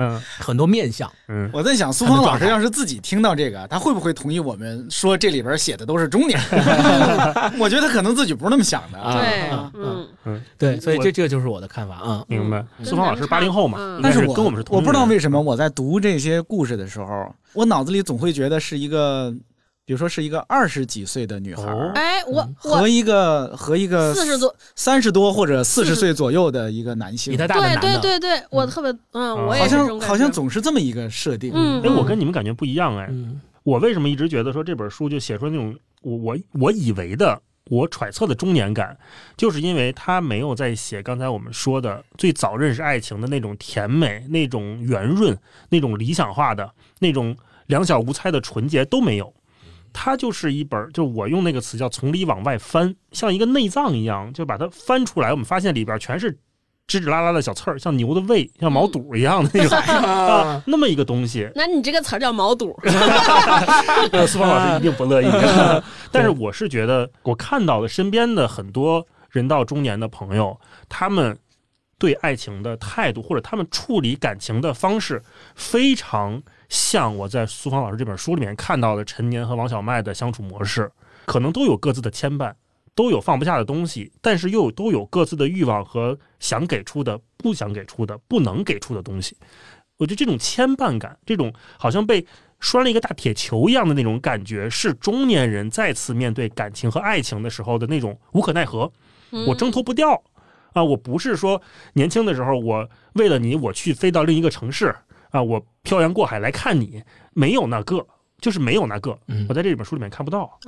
A: 嗯
C: 很多面相。
A: 嗯，
D: 我在想，苏芳老师要是自己听到这个，他会不会同意我们说这里边写的都是中
A: [laughs]
D: 年人？我觉得他可能自己不是那么想的。
C: 啊
B: 对
C: 啊，
B: 嗯，
C: 对，所以
A: 我
C: 这这个就是我的看法啊。
A: 明白。
B: 嗯
A: 苏芳老师八零后嘛，
B: 嗯
A: 应该
D: 但
A: 是
D: 我
A: 跟我们是同
D: 我不知道
A: 龄人
D: 为什么我在读这些故事的时候，我脑子里总会觉得是一个，比如说是一个二十几岁的女孩儿
A: 哦
B: 哎，我
D: 和
B: 我
D: 一个和一个
B: 四十多，
D: 三十多或者四十
B: 40
D: 岁左右的一个男性
C: 比，他大的
B: 对
C: 男的，
B: 对对对，我特别，嗯，我也
D: 好
B: 是这
D: 像
B: 种感
D: 好像
B: 觉
D: 总是这么一个设定。
B: 嗯
A: 哎，我跟你们感觉不一样哎。
C: 嗯
A: 我为什么一直觉得说这本书就写出那种我我我以为的我揣测的中年感，就是因为他没有在写刚才我们说的最早认识爱情的那种甜美、那种圆润、那种理想化的、那种两小无猜的纯洁都没有。它就是一本，就我用那个词叫从里往外翻，像一个内脏一样，就把它翻出来。我们发现里边全是支支拉拉的小刺儿，像牛的胃，像毛肚一样的那种、啊， [laughs] 那么一个东西。
B: 那你这个词儿叫毛肚，
A: [laughs] 呃，苏芳老师一定不乐意。 [laughs] 但是我是觉得，我看到了身边的很多人到中年的朋友，他们对爱情的态度，或者他们处理感情的方式，非常像我在苏芳老师这本书里面看到的陈年和王小麦的相处模式，可能都有各自的牵绊。都有放不下的东西，但是又有都有各自的欲望和想给出的、不想给出的、不能给出的东西。我觉得这种牵绊感，这种好像被拴了一个大铁球一样的那种感觉，是中年人再次面对感情和爱情的时候的那种无可奈何，
D: 嗯
B: 嗯
A: 我挣脱不掉啊！我不是说年轻的时候我为了你我去飞到另一个城市啊，我漂洋过海来看你，没有那个，就是没有那个，
C: 嗯
A: 我在这本书里面看不到。
B: 啊，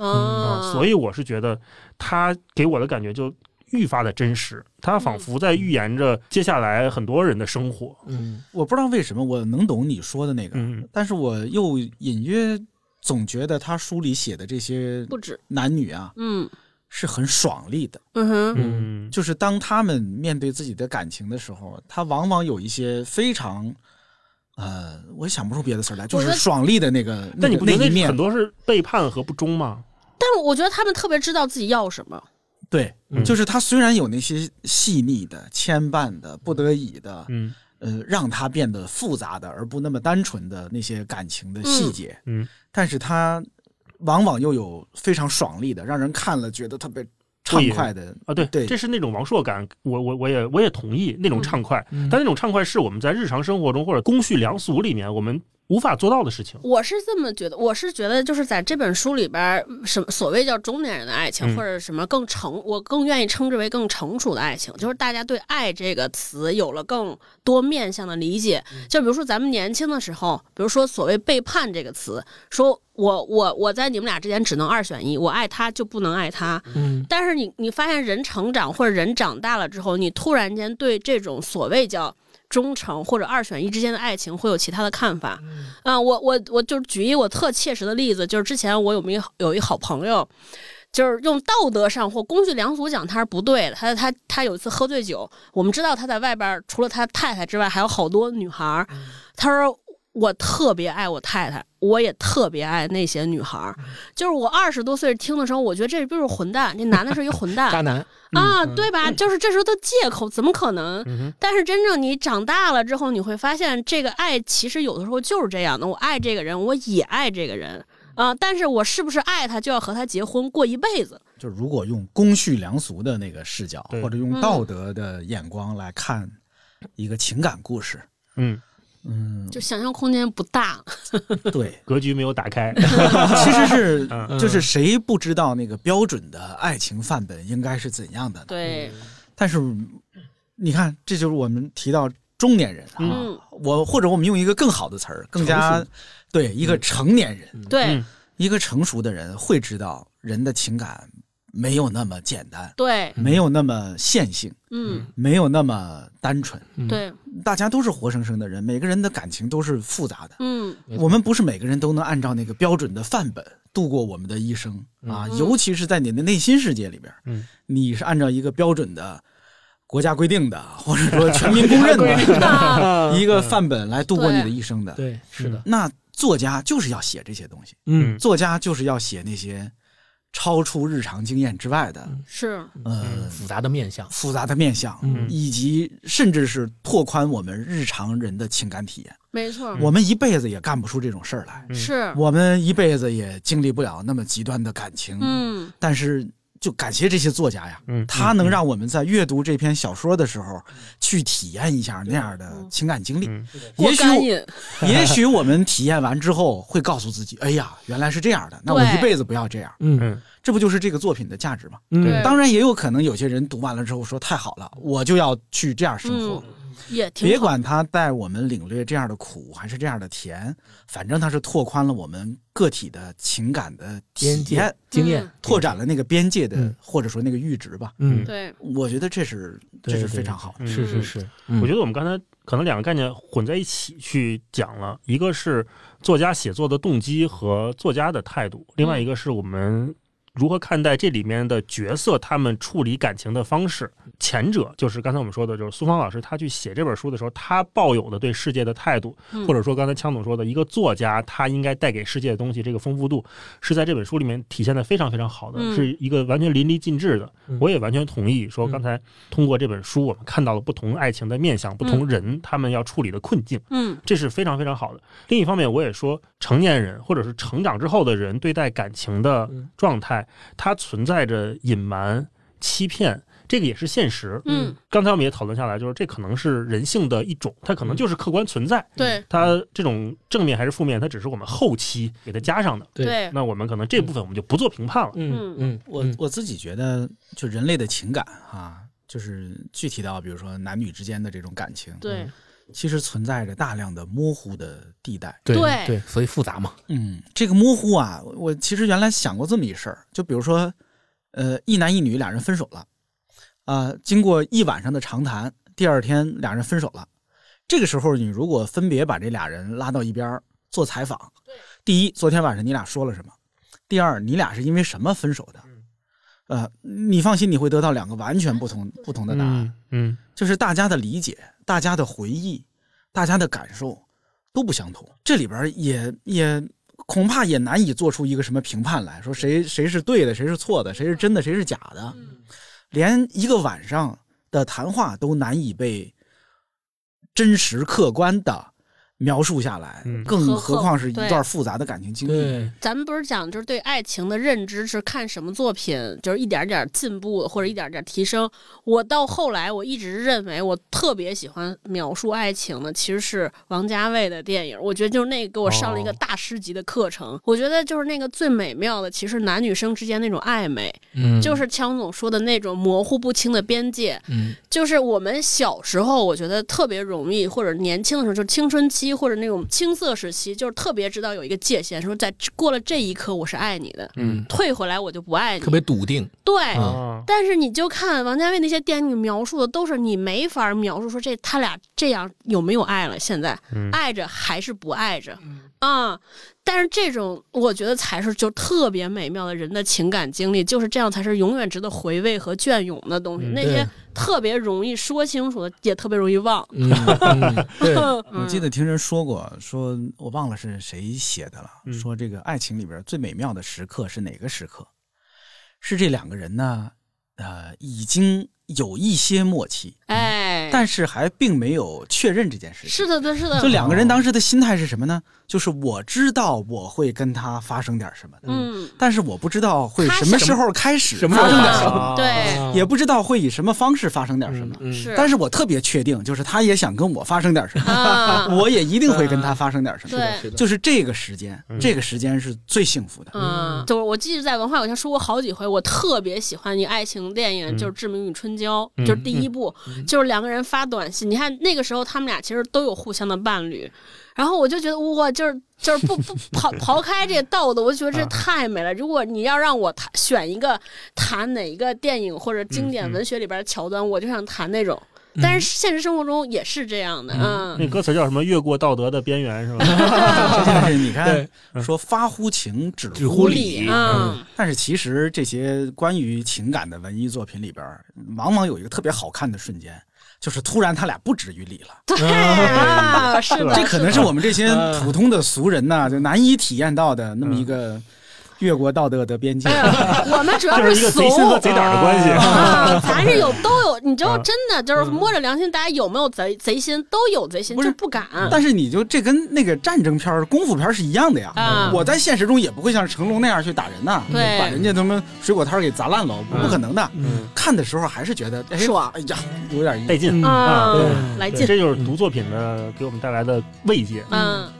D: 嗯
A: 所以我是觉得他给我的感觉就愈发的真实，他仿佛在预言着接下来很多人的生活。
C: 嗯，
D: 我不知道为什么，我能懂你说的那个，
A: 嗯
D: 但是我又隐约总觉得他书里写的这些
B: 不止，
D: 男女啊，
B: 嗯
D: 是很爽利的。
B: 嗯哼，
A: 嗯，
D: 就是当他们面对自己的感情的时候，他往往有一些非常，呃，我想不出别的词儿来，就
B: 我觉
D: 是
B: 得
D: 爽利的那个，那
A: 但你
D: 个
A: 不
D: 那
A: 觉得
D: 一面
A: 很多是背叛和不忠吗？
B: 但我觉得他们特别知道自己要什么，
D: 对，
A: 嗯
D: 就是他虽然有那些细腻的、牵绊的、不得已的，
A: 嗯
D: 呃，让他变得复杂的而不那么单纯的那些感情的细节，
A: 嗯，
D: 但是他往往又有非常爽利的，让人看了觉得特别畅快的。
A: 啊，对，嗯
D: 对
A: 这是那种王朔感，我我我也我也同意那种畅快，但那种畅快是我们在日常生活中或者公序良俗里面我们无法做到的事情。
B: 我是这么觉得，我是觉得就是在这本书里边儿，什么所谓叫中年人的爱情，
A: 嗯
B: 或者什么更成，我更愿意称之为更成熟的爱情，就是大家对“爱”这个词有了更多面向的理解。就比如说咱们年轻的时候，比如说所谓背叛这个词，说我我我在你们俩之间只能二选一，我爱他就不能爱他。
C: 嗯
B: 但是你你发现人成长或者人长大了之后，你突然间对这种所谓叫忠诚或者二选一之间的爱情会有其他的看法。啊、我我我就是举一我特切实的例子，就是之前我有没有有一好朋友。就是用道德上或公序良俗讲他是不对的。他他他有一次喝醉酒，我们知道他在外边儿除了他太太之外还有好多女孩儿。他说我特别爱我太太，我也特别爱那些女孩儿。就是我二十多岁听的时候，我觉得这就是混蛋，这男的是一个混
C: [laughs]
B: 蛋
C: 渣男，
D: 嗯
B: 啊，对吧？就是这时候的借口，怎么可能？但是真正你长大了之后，你会发现，这个爱其实有的时候就是这样的。我爱这个人，我也爱这个人啊、但是我是不是爱他，就要和他结婚过一辈子？
D: 就如果用公序良俗的那个视角，
A: 对
D: 或者用道德的眼光来看一个情感故事，
A: 嗯，[laughs]
D: 嗯，
B: 就想象空间不大。
D: 对， [laughs]
A: 格局没有打开。
D: 其实是
A: 嗯
D: 就是谁不知道那个标准的爱情范本应该是怎样的呢？
B: 对，
D: 但是你看，这就是我们提到中年人啊，
B: 嗯
D: 我或者我们用一个更好的词儿，更加对一个成年人，
B: 对
A: 嗯，
D: 一个成熟的人会知道人的情感没有那么简单，
B: 对，
D: 没有那么线性，
B: 嗯，
D: 没有那么单纯。
B: 对，
D: 大家都是活生生的人，每个人的感情都是复杂的。
B: 嗯，
C: 没错
D: 我们不是每个人都能按照那个标准的范本度过我们的一生啊，
B: 嗯
D: 尤其是在你的内心世界里边，
A: 嗯
D: 你是按照一个标准的国家规定的，或者说全民公认
C: [laughs]
D: 的
B: 那
D: 一个范本来度过你的
B: 对
D: 一生的。
C: 嗯对，是的，
D: 那作家就是要写这些东西，
A: 嗯
D: 作家就是要写那些超出日常经验之外的，
B: 是，
D: 呃，
C: 复杂的面相，
D: 复杂的面相，
C: 嗯
D: 以及甚至是拓宽我们日常人的情感体验。
B: 没错，
C: 嗯
D: 我们一辈子也干不出这种事儿来，
A: 嗯
B: 是，
D: 我们一辈子也经历不了那么极端的感情。
B: 嗯，
D: 但是就感谢这些作家呀，
A: 嗯，
D: 他能让我们在阅读这篇小说的时候，去体验一下那样的情感经历。
A: 嗯
B: 过
D: 也许
B: 干
D: 我，
B: 瘾，
A: [laughs]
D: 也许我们体验完之后会告诉自己，哎呀，原来是这样的，那我
B: 对
D: 一辈子不要这样。
C: 嗯
A: 嗯
D: 这不就是这个作品的价值吗？
B: 对
C: 嗯，
D: 当然，也有可能有些人读完了之后说太好了，我就要去这样生活。
B: 嗯，也挺
D: 别
B: 好，
D: 管他带我们领略这样的苦还是这样的甜，反正他是拓宽了我们个体的情感的体
C: 边界
D: 验，
C: 经验，
D: 拓展了那个边界的、
C: 嗯
D: 或者说那个阈值吧。
C: 嗯，
B: 对，
D: 我觉得这是
C: 对
D: 这是
C: 对
D: 非常好的。
A: 嗯
C: 是是是，
A: 我觉
C: 得
A: 得我们刚才可能两个概念混在一起去讲了，一个是作家写作的动机和作家的态度，另外一个是我们如何看待这里面的角色他们处理感情的方式。前者就是刚才我们说的，就是苏芳老师他去写这本书的时候，他抱有的对世界的态度，
B: 嗯
A: 或者说刚才枪总说的一个作家他应该带给世界的东西，这个丰富度是在这本书里面体现的非常非常好的，
B: 嗯
A: 是一个完全淋漓尽致的。
C: 嗯
A: 我也完全同意说，刚才通过这本书，我们看到了不同爱情的面向，不同人他们要处理的困境，
B: 嗯，
A: 这是非常非常好的。另一方面，我也说，成年人或者是成长之后的人对待感情的
C: 嗯
A: 状态，它存在着隐瞒、欺骗。这个也是现实，
B: 嗯，
A: 刚才我们也讨论下来，就是这可能是人性的一种，它可能就是客观存在，
B: 对
A: 它这种正面还是负面，它只是我们后期给它加上的。
C: 对
B: 对，
A: 那我们可能这部分我们就不做评判了。
C: 嗯
B: 嗯
C: 嗯，
D: 我我自己觉得，就人类的情感啊，就是具体到比如说男女之间的这种感情，
B: 对，
D: 其实存在着大量的模糊的地带。
C: 对
B: 对
C: 对，所以复杂嘛，
D: 嗯，这个模糊啊，我我其实原来想过这么一事儿，就比如说，呃，一男一女俩人分手了，啊、经过一晚上的长谈，第二天俩人分手了。这个时候，你如果分别把这俩人拉到一边儿做采访，第一，昨天晚上你俩说了什么？第二，你俩是因为什么分手的？呃，你放心，你会得到两个完全不同不同的答案。
A: 嗯
D: 就是大家的理解、大家的回忆、大家的感受都不相同，这里边儿也也恐怕也难以做出一个什么评判来说谁谁是对的，谁是错的，谁是真的，谁是假的，连一个晚上的谈话都难以被真实客观的描述下来，
A: 嗯
D: 更
B: 何
D: 何
B: 况
D: 况是一
B: 对
D: 段复杂的感情经历。
C: 对，
B: 咱们不是讲，就是对爱情的认知是看什么作品，就是一点点进步或者一点点提升。我到后来，我一直认为我特别喜欢描述爱情的，其实是王家卫的电影。我觉得就是那个给我上了一个
A: 哦
B: 大师级的课程。我觉得就是那个最美妙的，其实男女生之间那种暧昧，
C: 嗯，
B: 就是枪总说的那种模糊不清的边界。
C: 嗯
B: 就是我们小时候，我觉得特别容易，或者年轻的时候，就是青春期或者那种青涩时期，就是特别知道有一个界限，说在过了这一刻我是爱你的，
C: 嗯，
B: 退回来我就不爱你。
C: 特别笃定，
B: 对。
C: 嗯
A: 啊，
B: 但是你就看王家卫那些电影描述的，都是你没法描述说这他俩这样有没有爱了，现在
A: 嗯
B: 爱着还是不爱着啊、但是这种我觉得才是就特别美妙的人的情感经历，就是这样才是永远值得回味和隽永的东西。
A: 嗯
B: 那
C: 对
B: 些特别容易说清楚的，也特别容易忘。
C: 嗯， [laughs] 嗯对，
D: 我记
B: 得，
D: 得听人说过，说我忘了是谁写的了，
A: 嗯
D: 说这个爱情里边最美妙的时刻是哪个时刻？是这两个人呢，呃，已经有一些默契，
B: 哎，
D: 但是还并没有确认这件事情。
B: 是的，对，是的，
D: 就两个人当时的心态是什么呢？就是我知道我会跟他发生点什么的，
B: 嗯，
D: 但是我不知道会
B: 他
D: 什么
B: 什
D: 时候开始
C: 什么
D: 发
C: 时
D: 生
C: 候
D: 点
C: 开
D: 什
C: 始
D: 么，
B: 啊对
C: 啊
D: 也不知道会以什么方式发生点什么。
C: 嗯
B: 是，
D: 但是我特别确定，就是他也想跟我发生点什么。
B: 啊，
D: [laughs] 我也一定会跟他发生点什么。
B: 对，
C: 是的
D: 就是这个时间，这个时间是最幸福的。
B: 嗯，就是我记得在文化有像说过好
D: 嗯
B: 几回，我特别喜欢一爱情电影，就是《志明与春娇》，就是第一部，就是两个人人发短信。你看那个时候他们俩其实都有互相的伴侣，然后我就觉得哇，就是就是不不刨刨开这道德，我就觉得
D: 嗯
B: 这太美了。如果你要让我谈选一个谈哪一个电影或者经典
A: 嗯嗯
B: 文学里边的桥段，我就想谈那种。
D: 嗯
B: 但是现实生活中也是这样的，嗯，
A: 那歌词叫什么？越过道德的边缘是吧？
D: 这就是你看
C: 对
D: 说发乎情，止
C: 止
D: 乎
C: 乎
D: 礼。
C: 礼，
B: 嗯，
D: 但是其实这些关于情感的文艺作品里边儿，往往有一个特别好看的瞬间，就是突然他俩不止于理了。
B: 对啊，是的，
D: 嗯这可能
B: 的
D: 是我们这些普通的俗人呐、就难以体验到的那么一个越过道德的边界。
B: [laughs] 哎我们主要
A: 就是一个
B: 怂
A: 贼心和贼胆儿的关系。
B: 啊，咱是有都有，你知道
A: 啊
B: 真的就是摸着良心，大家有没有贼贼心？都有贼心，
D: 不是
B: 就不敢。
D: 但是你就这跟那个战争片儿、功夫片儿是一样的呀。
B: 啊
D: 我在现实中也不会像成龙那样去打人呐、
B: 对
D: 把人家他妈水果摊儿给砸烂了，不可能的。
A: 哎嗯，
D: 看的时候还是觉得哎
B: 爽
D: 哎呀，有点意思
A: 带劲
C: 嗯
A: 啊！
B: 嗯，来
A: 对
B: 劲，
A: 这就是读作品的给我们带来的慰藉。
B: 嗯，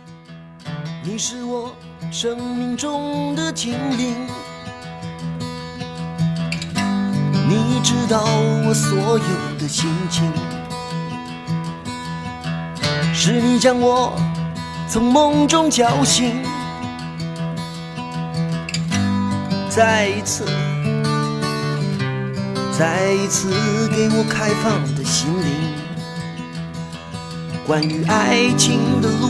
E: 你是我生命中的精灵，你知道我所有的心情，是你将我从梦中叫醒，再一次，再一次给我开放的心灵，关于爱情的路。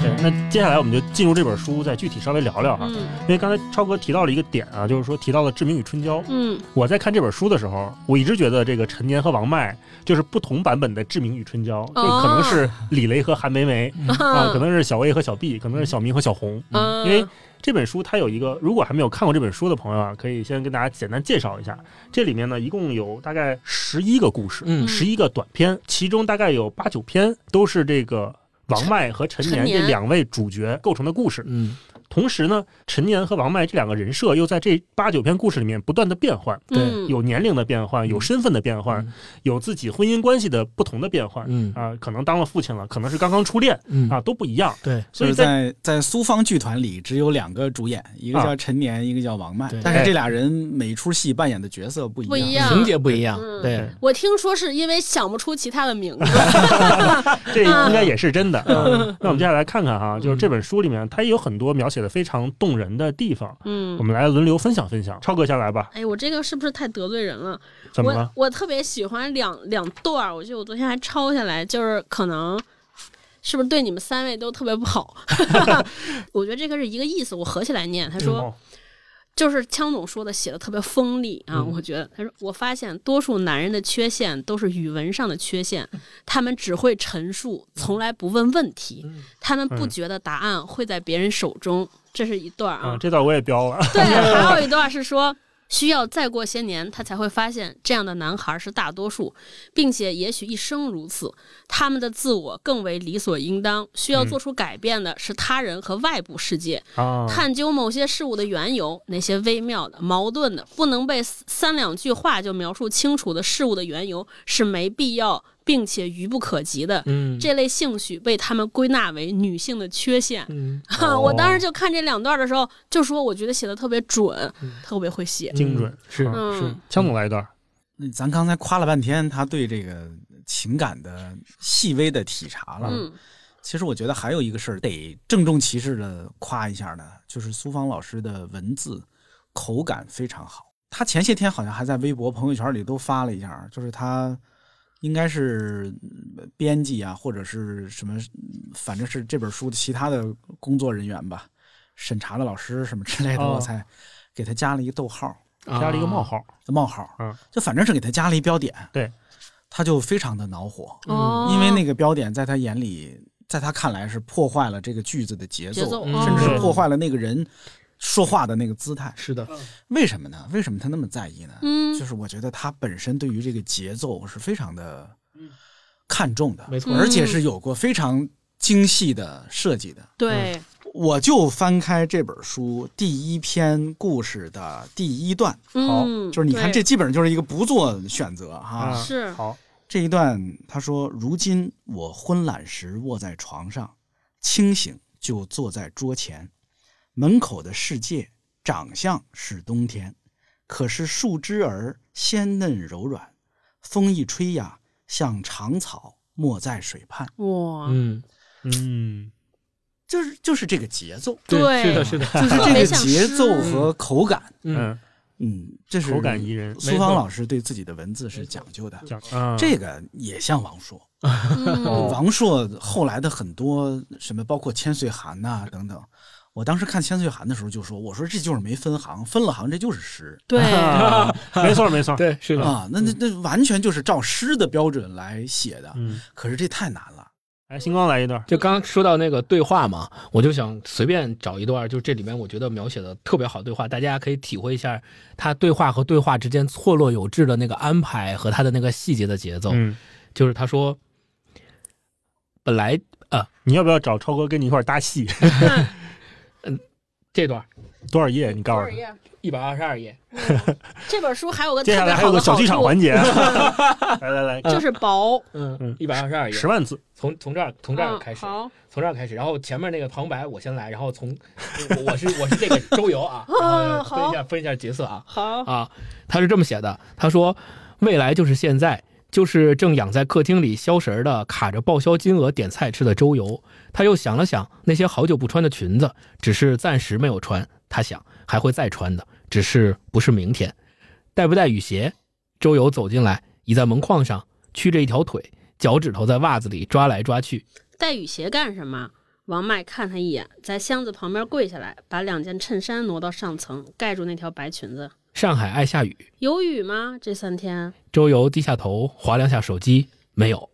A: 对，那接下来我们就进入这本书，再具体稍微聊聊哈。
B: 嗯
A: 因为刚才超哥提到了一个点啊，就是说提到了《志明与春娇》。
B: 嗯，
A: 我在看这本书的时候，我一直觉得这个陈年和王麦就是不同版本的《志明与春娇》，就可能
B: 哦
A: 是李雷和韩梅梅啊，可能是小 A 和小 B，可能是小明和小红。
B: 嗯，
A: 因为这本书它有一个，如果还没有看过这本书的朋友啊，可以先跟大家简单介绍一下。这里面呢，一共有大概十一个故事，
C: 嗯
A: 十一个短篇，其中大概有八九篇都是这个王麦和陈
B: 陈
A: 年
B: 年
A: 这两位主角构成的故事。
C: 嗯
A: 同时呢，陈年和王麦这两个人设又在这八九篇故事里面不断的变换，
B: 嗯
A: 有年龄的变换，有身份的变换，
C: 嗯
A: 有自己婚姻关系的不同的变换。
C: 嗯
A: 啊，可能当了父亲了，可能是刚刚初恋
C: 嗯
A: 啊，，都不一样。
C: 对，
A: 所
D: 就
A: 以
D: 是
A: 在
D: 在在苏方剧团里，只有两个主演，一个
A: 啊哎
D: 叫陈年，一个叫王麦
C: 对。
D: 但是这俩人每出戏扮演的角色不一
B: 不一
D: 样。
B: 样，
C: 情节不一样
B: 嗯，
C: 对，
B: 我听说是因为想不出其他的名
A: [laughs]
B: 字，
A: 这应该也是真的。啊那我们接下来看看哈，就是这本书里面它也有很多描写的非常动人的地方，
B: 嗯
A: 我，们来轮流分享分享。超哥先来吧，
B: 哎，我这个是不是太得罪人了？
A: 怎么了？
B: 我我特别喜欢两两段儿，我记得我昨天还抄下来，就是可能是不是对你们三位都特别不
A: [laughs]
B: 好？ [laughs] 我觉得这个是一个意思，我合起来念。他说，啊
A: 哦
B: 就是枪总说的写的特别锋利啊，
A: 嗯
B: 我觉得他说我发现多数男人的缺陷都是语文上的缺陷，
A: 嗯
B: 他们只会陈述，从来不问问题，他们不
A: 嗯
B: 觉得答案会在别人手中。这是一段儿啊
A: 啊，，这段我也标了。 [laughs]
B: 对，还有一段是说，需要再过些年，他才会发现这样的男孩是大多数，并且也许一生如此。他们的自我更为理所应当，需要做出改变的是他人和外部世界，
A: 啊，
B: 探究某些事物的缘由，那些微妙的、矛盾的、不能被三两句话就描述清楚的事物的缘由是没必要并且愚不可及的。
C: 嗯
B: 这类兴趣被他们归纳为女性的缺陷，
C: 嗯
A: 哦
B: [laughs] 我当时就看这两段的时候，就说我觉得写的特别准，特别会写。
A: 精准
C: 是
B: 嗯
C: 是，
A: 枪总来一段，
D: 那咱刚才夸了半天他对这个情感的细微的体察了。
B: 嗯
D: 其实我觉得还有一个事儿得郑重其事的夸一下呢，就是苏芳老师的文字口感非常好。他前些天好像还在微博、朋友圈里都发了一下，就是他应该是呃编辑啊，或者是什么，嗯反正是这本书的其他的工作人员吧，审查的老师什么之类的，
A: 哦
D: 我才给他加了一个逗号。
C: 啊
A: 加了一个冒号，
D: 冒号，
A: 嗯，
D: 就反正是给他加了一标点，
A: 对，
D: 他就非常的恼火，
B: 哦，
D: 嗯因为那个标点在他眼里，在他看来是破坏了这个句子的节奏，
B: 节奏，
C: 嗯
B: 哦
D: 甚至是
A: 对
D: 破坏了那个人说话的那个姿态。
C: 是的，
D: 为什么呢？为什么他那么在意呢？
B: 嗯
D: 就是我觉得他本身对于这个节奏是非常的看重的，
C: 没错
B: 嗯
D: 而且是有过非常精细的设计的。
B: 对，
D: 我就翻开这本书第一篇故事的第一段，
A: 好
B: 嗯，
D: 就是你看，这
B: 对
D: 基本上就是一个不做选择哈。
A: 啊
B: 是
A: 好，
D: 这一段他说：“如今我昏懒时卧在床上，清醒就坐在桌前。门口的世界，长相是冬天，可是树枝儿鲜嫩柔软，风一吹呀，像长草没在水畔。
B: 哇，
C: 嗯，
A: 嗯，
D: 就是就是这个节
B: [laughs]
D: 奏，
B: 对
C: 是的，是的，
D: 就是
B: 特
D: 这
B: 别
D: 个
B: 像
D: 节奏
B: 诗
D: 和口感。
C: 嗯，
A: 嗯，
D: 嗯，这是
A: 口感宜人，
D: 苏芳老师对自己的文字是讲究的。
A: 讲啊，
D: 这个也像王朔，
B: 嗯
D: 王朔后来的很多什么，包括《千岁寒》呐等等。我当时看《千岁寒》的时候就说：“我说这就是没分行，分了行这就是诗
B: 对，
A: 啊 [laughs] 没错没错，
C: 对，是的，
D: 啊，那那那完全就是照诗的标准来写的。
A: 嗯，
D: 可是这太难了，
A: 来星光来一段，
C: 就刚刚说到那个对话嘛，我就想随便找一段，就这里面我觉得描写的特别好的对话，大家可以体会一下他对话和对话之间错落有致的那个安排和他的那个细节的节奏。
A: 嗯，
C: 就是他说，本来
A: 你要不要找超哥跟你一块儿搭戏？ [laughs]
C: 这段
A: 多少页？你告诉
B: 二
A: 他。
B: 页
C: 一百二十二页，
B: 这本书还有个
A: 接下
B: 特别
A: 来还有
B: 好
A: 个
B: 的
A: 小
B: 好
A: 剧场
B: 处
A: 环节，来
B: [laughs]
A: 来来，
C: [laughs]
B: 就是薄，
C: 嗯
A: 嗯，
C: 一百二十二页，
A: 十万字，
C: 从从这儿从这儿
B: 嗯
C: 开始，
B: 好，
C: 从这儿开始，然后前面那个旁白我先来，然后从 [laughs] 我我是我是这个周
B: [laughs]
C: 游啊，
B: 哦
C: 然后分一下分一下角色啊
B: 好，
C: 啊，他是这么写的，他说未来就是现在。就是正仰在客厅里消神儿的卡着报销金额点菜吃的周游，他又想了想那些好久不穿的裙子，只是暂时没有穿。他想还会再穿的，只是不是明天。带不带雨鞋？周游走进来，倚在门框上，曲着一条腿，脚趾头在袜子里抓来抓去。
B: 带雨鞋干什么？王麦看他一眼，在箱子旁边跪下来，把两件衬衫挪到上层，盖住那条白裙子。
C: 上海爱下雨，
B: 有雨吗？这三天？
C: 周游低下头划两下手机，没有。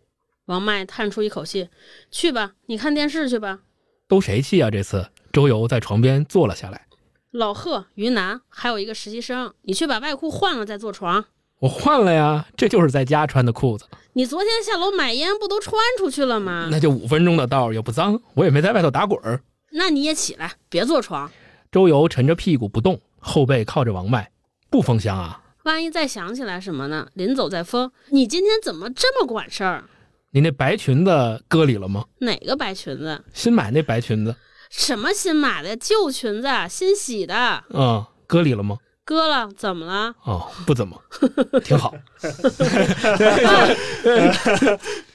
B: 王麦叹出一口气：“去吧，你看电视去吧。
C: 都谁气啊？这次周游在床边坐了下来。
B: 老贺、于南还有一个实习生，你去把外裤换了再坐床。
C: 我换了呀，这就是在家穿的裤子，
B: 你昨天下楼买烟不都穿出去了吗？
C: 那就五分钟的道儿也不脏，我也没在外头打滚儿。
B: 那你也起来，别坐床。
C: 周游沉着屁股不动，后背靠着王麦，不封箱啊？
B: 万一再想起来什么呢？临走再疯。你今天怎么这么管事儿？
C: 你那白裙子搁里了吗？
B: 哪个白裙子？
C: 新买那白裙子，
B: 什么新买的？旧裙子，啊新洗的。
C: 嗯，搁里了吗？
B: 割了，怎么了？
C: 哦，不怎么，挺好。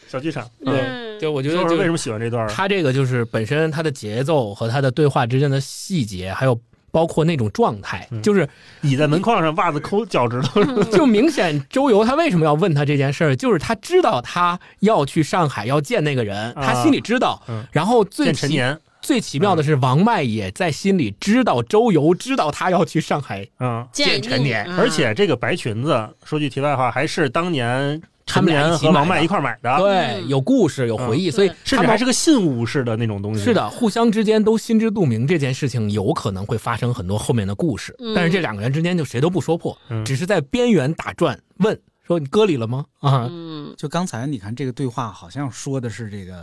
A: 小剧场。
B: 嗯，
C: [laughs] 就我觉得
A: 说
C: 就
A: 说为什么喜欢这段儿？
C: 他这个就是本身他的节奏和他的对话之间的细节，还有包括那种状态，
A: 嗯
C: 就是
A: 倚在门框上，袜子抠脚趾头，
C: 就明显周游他为什么要问他这件事儿，就是他知道他要去上海要见那个人，
A: 啊
C: 他心里知道
A: 嗯。
C: 然后最
A: 见陈
C: 奇
A: 年嗯
C: 最奇妙的是，王麦也在心里知道周游知道他要去上海，
A: 啊。
B: 见嗯
C: 见陈年
A: 而且这个白裙子，说句题外话，还是当年
C: 他
A: 陈
C: 们俩
A: 年
C: 一起
A: 和王
C: 买
A: 麦
C: 的
A: 一块儿买的，
C: 对，有故事有回忆，
B: 嗯
C: 所以
A: 甚至
C: 他们
A: 啊还是个信物式的那种东西。
C: 是，的，互相之间都心知肚明这件事情有可能会发生很多后面的故事，
B: 嗯
C: 但是这两个人之间就谁都不说破，
A: 嗯
C: 只是在边缘打转，问说你割礼了吗？啊，
B: 嗯，
D: 就刚才你看这个对话，好像说的是这个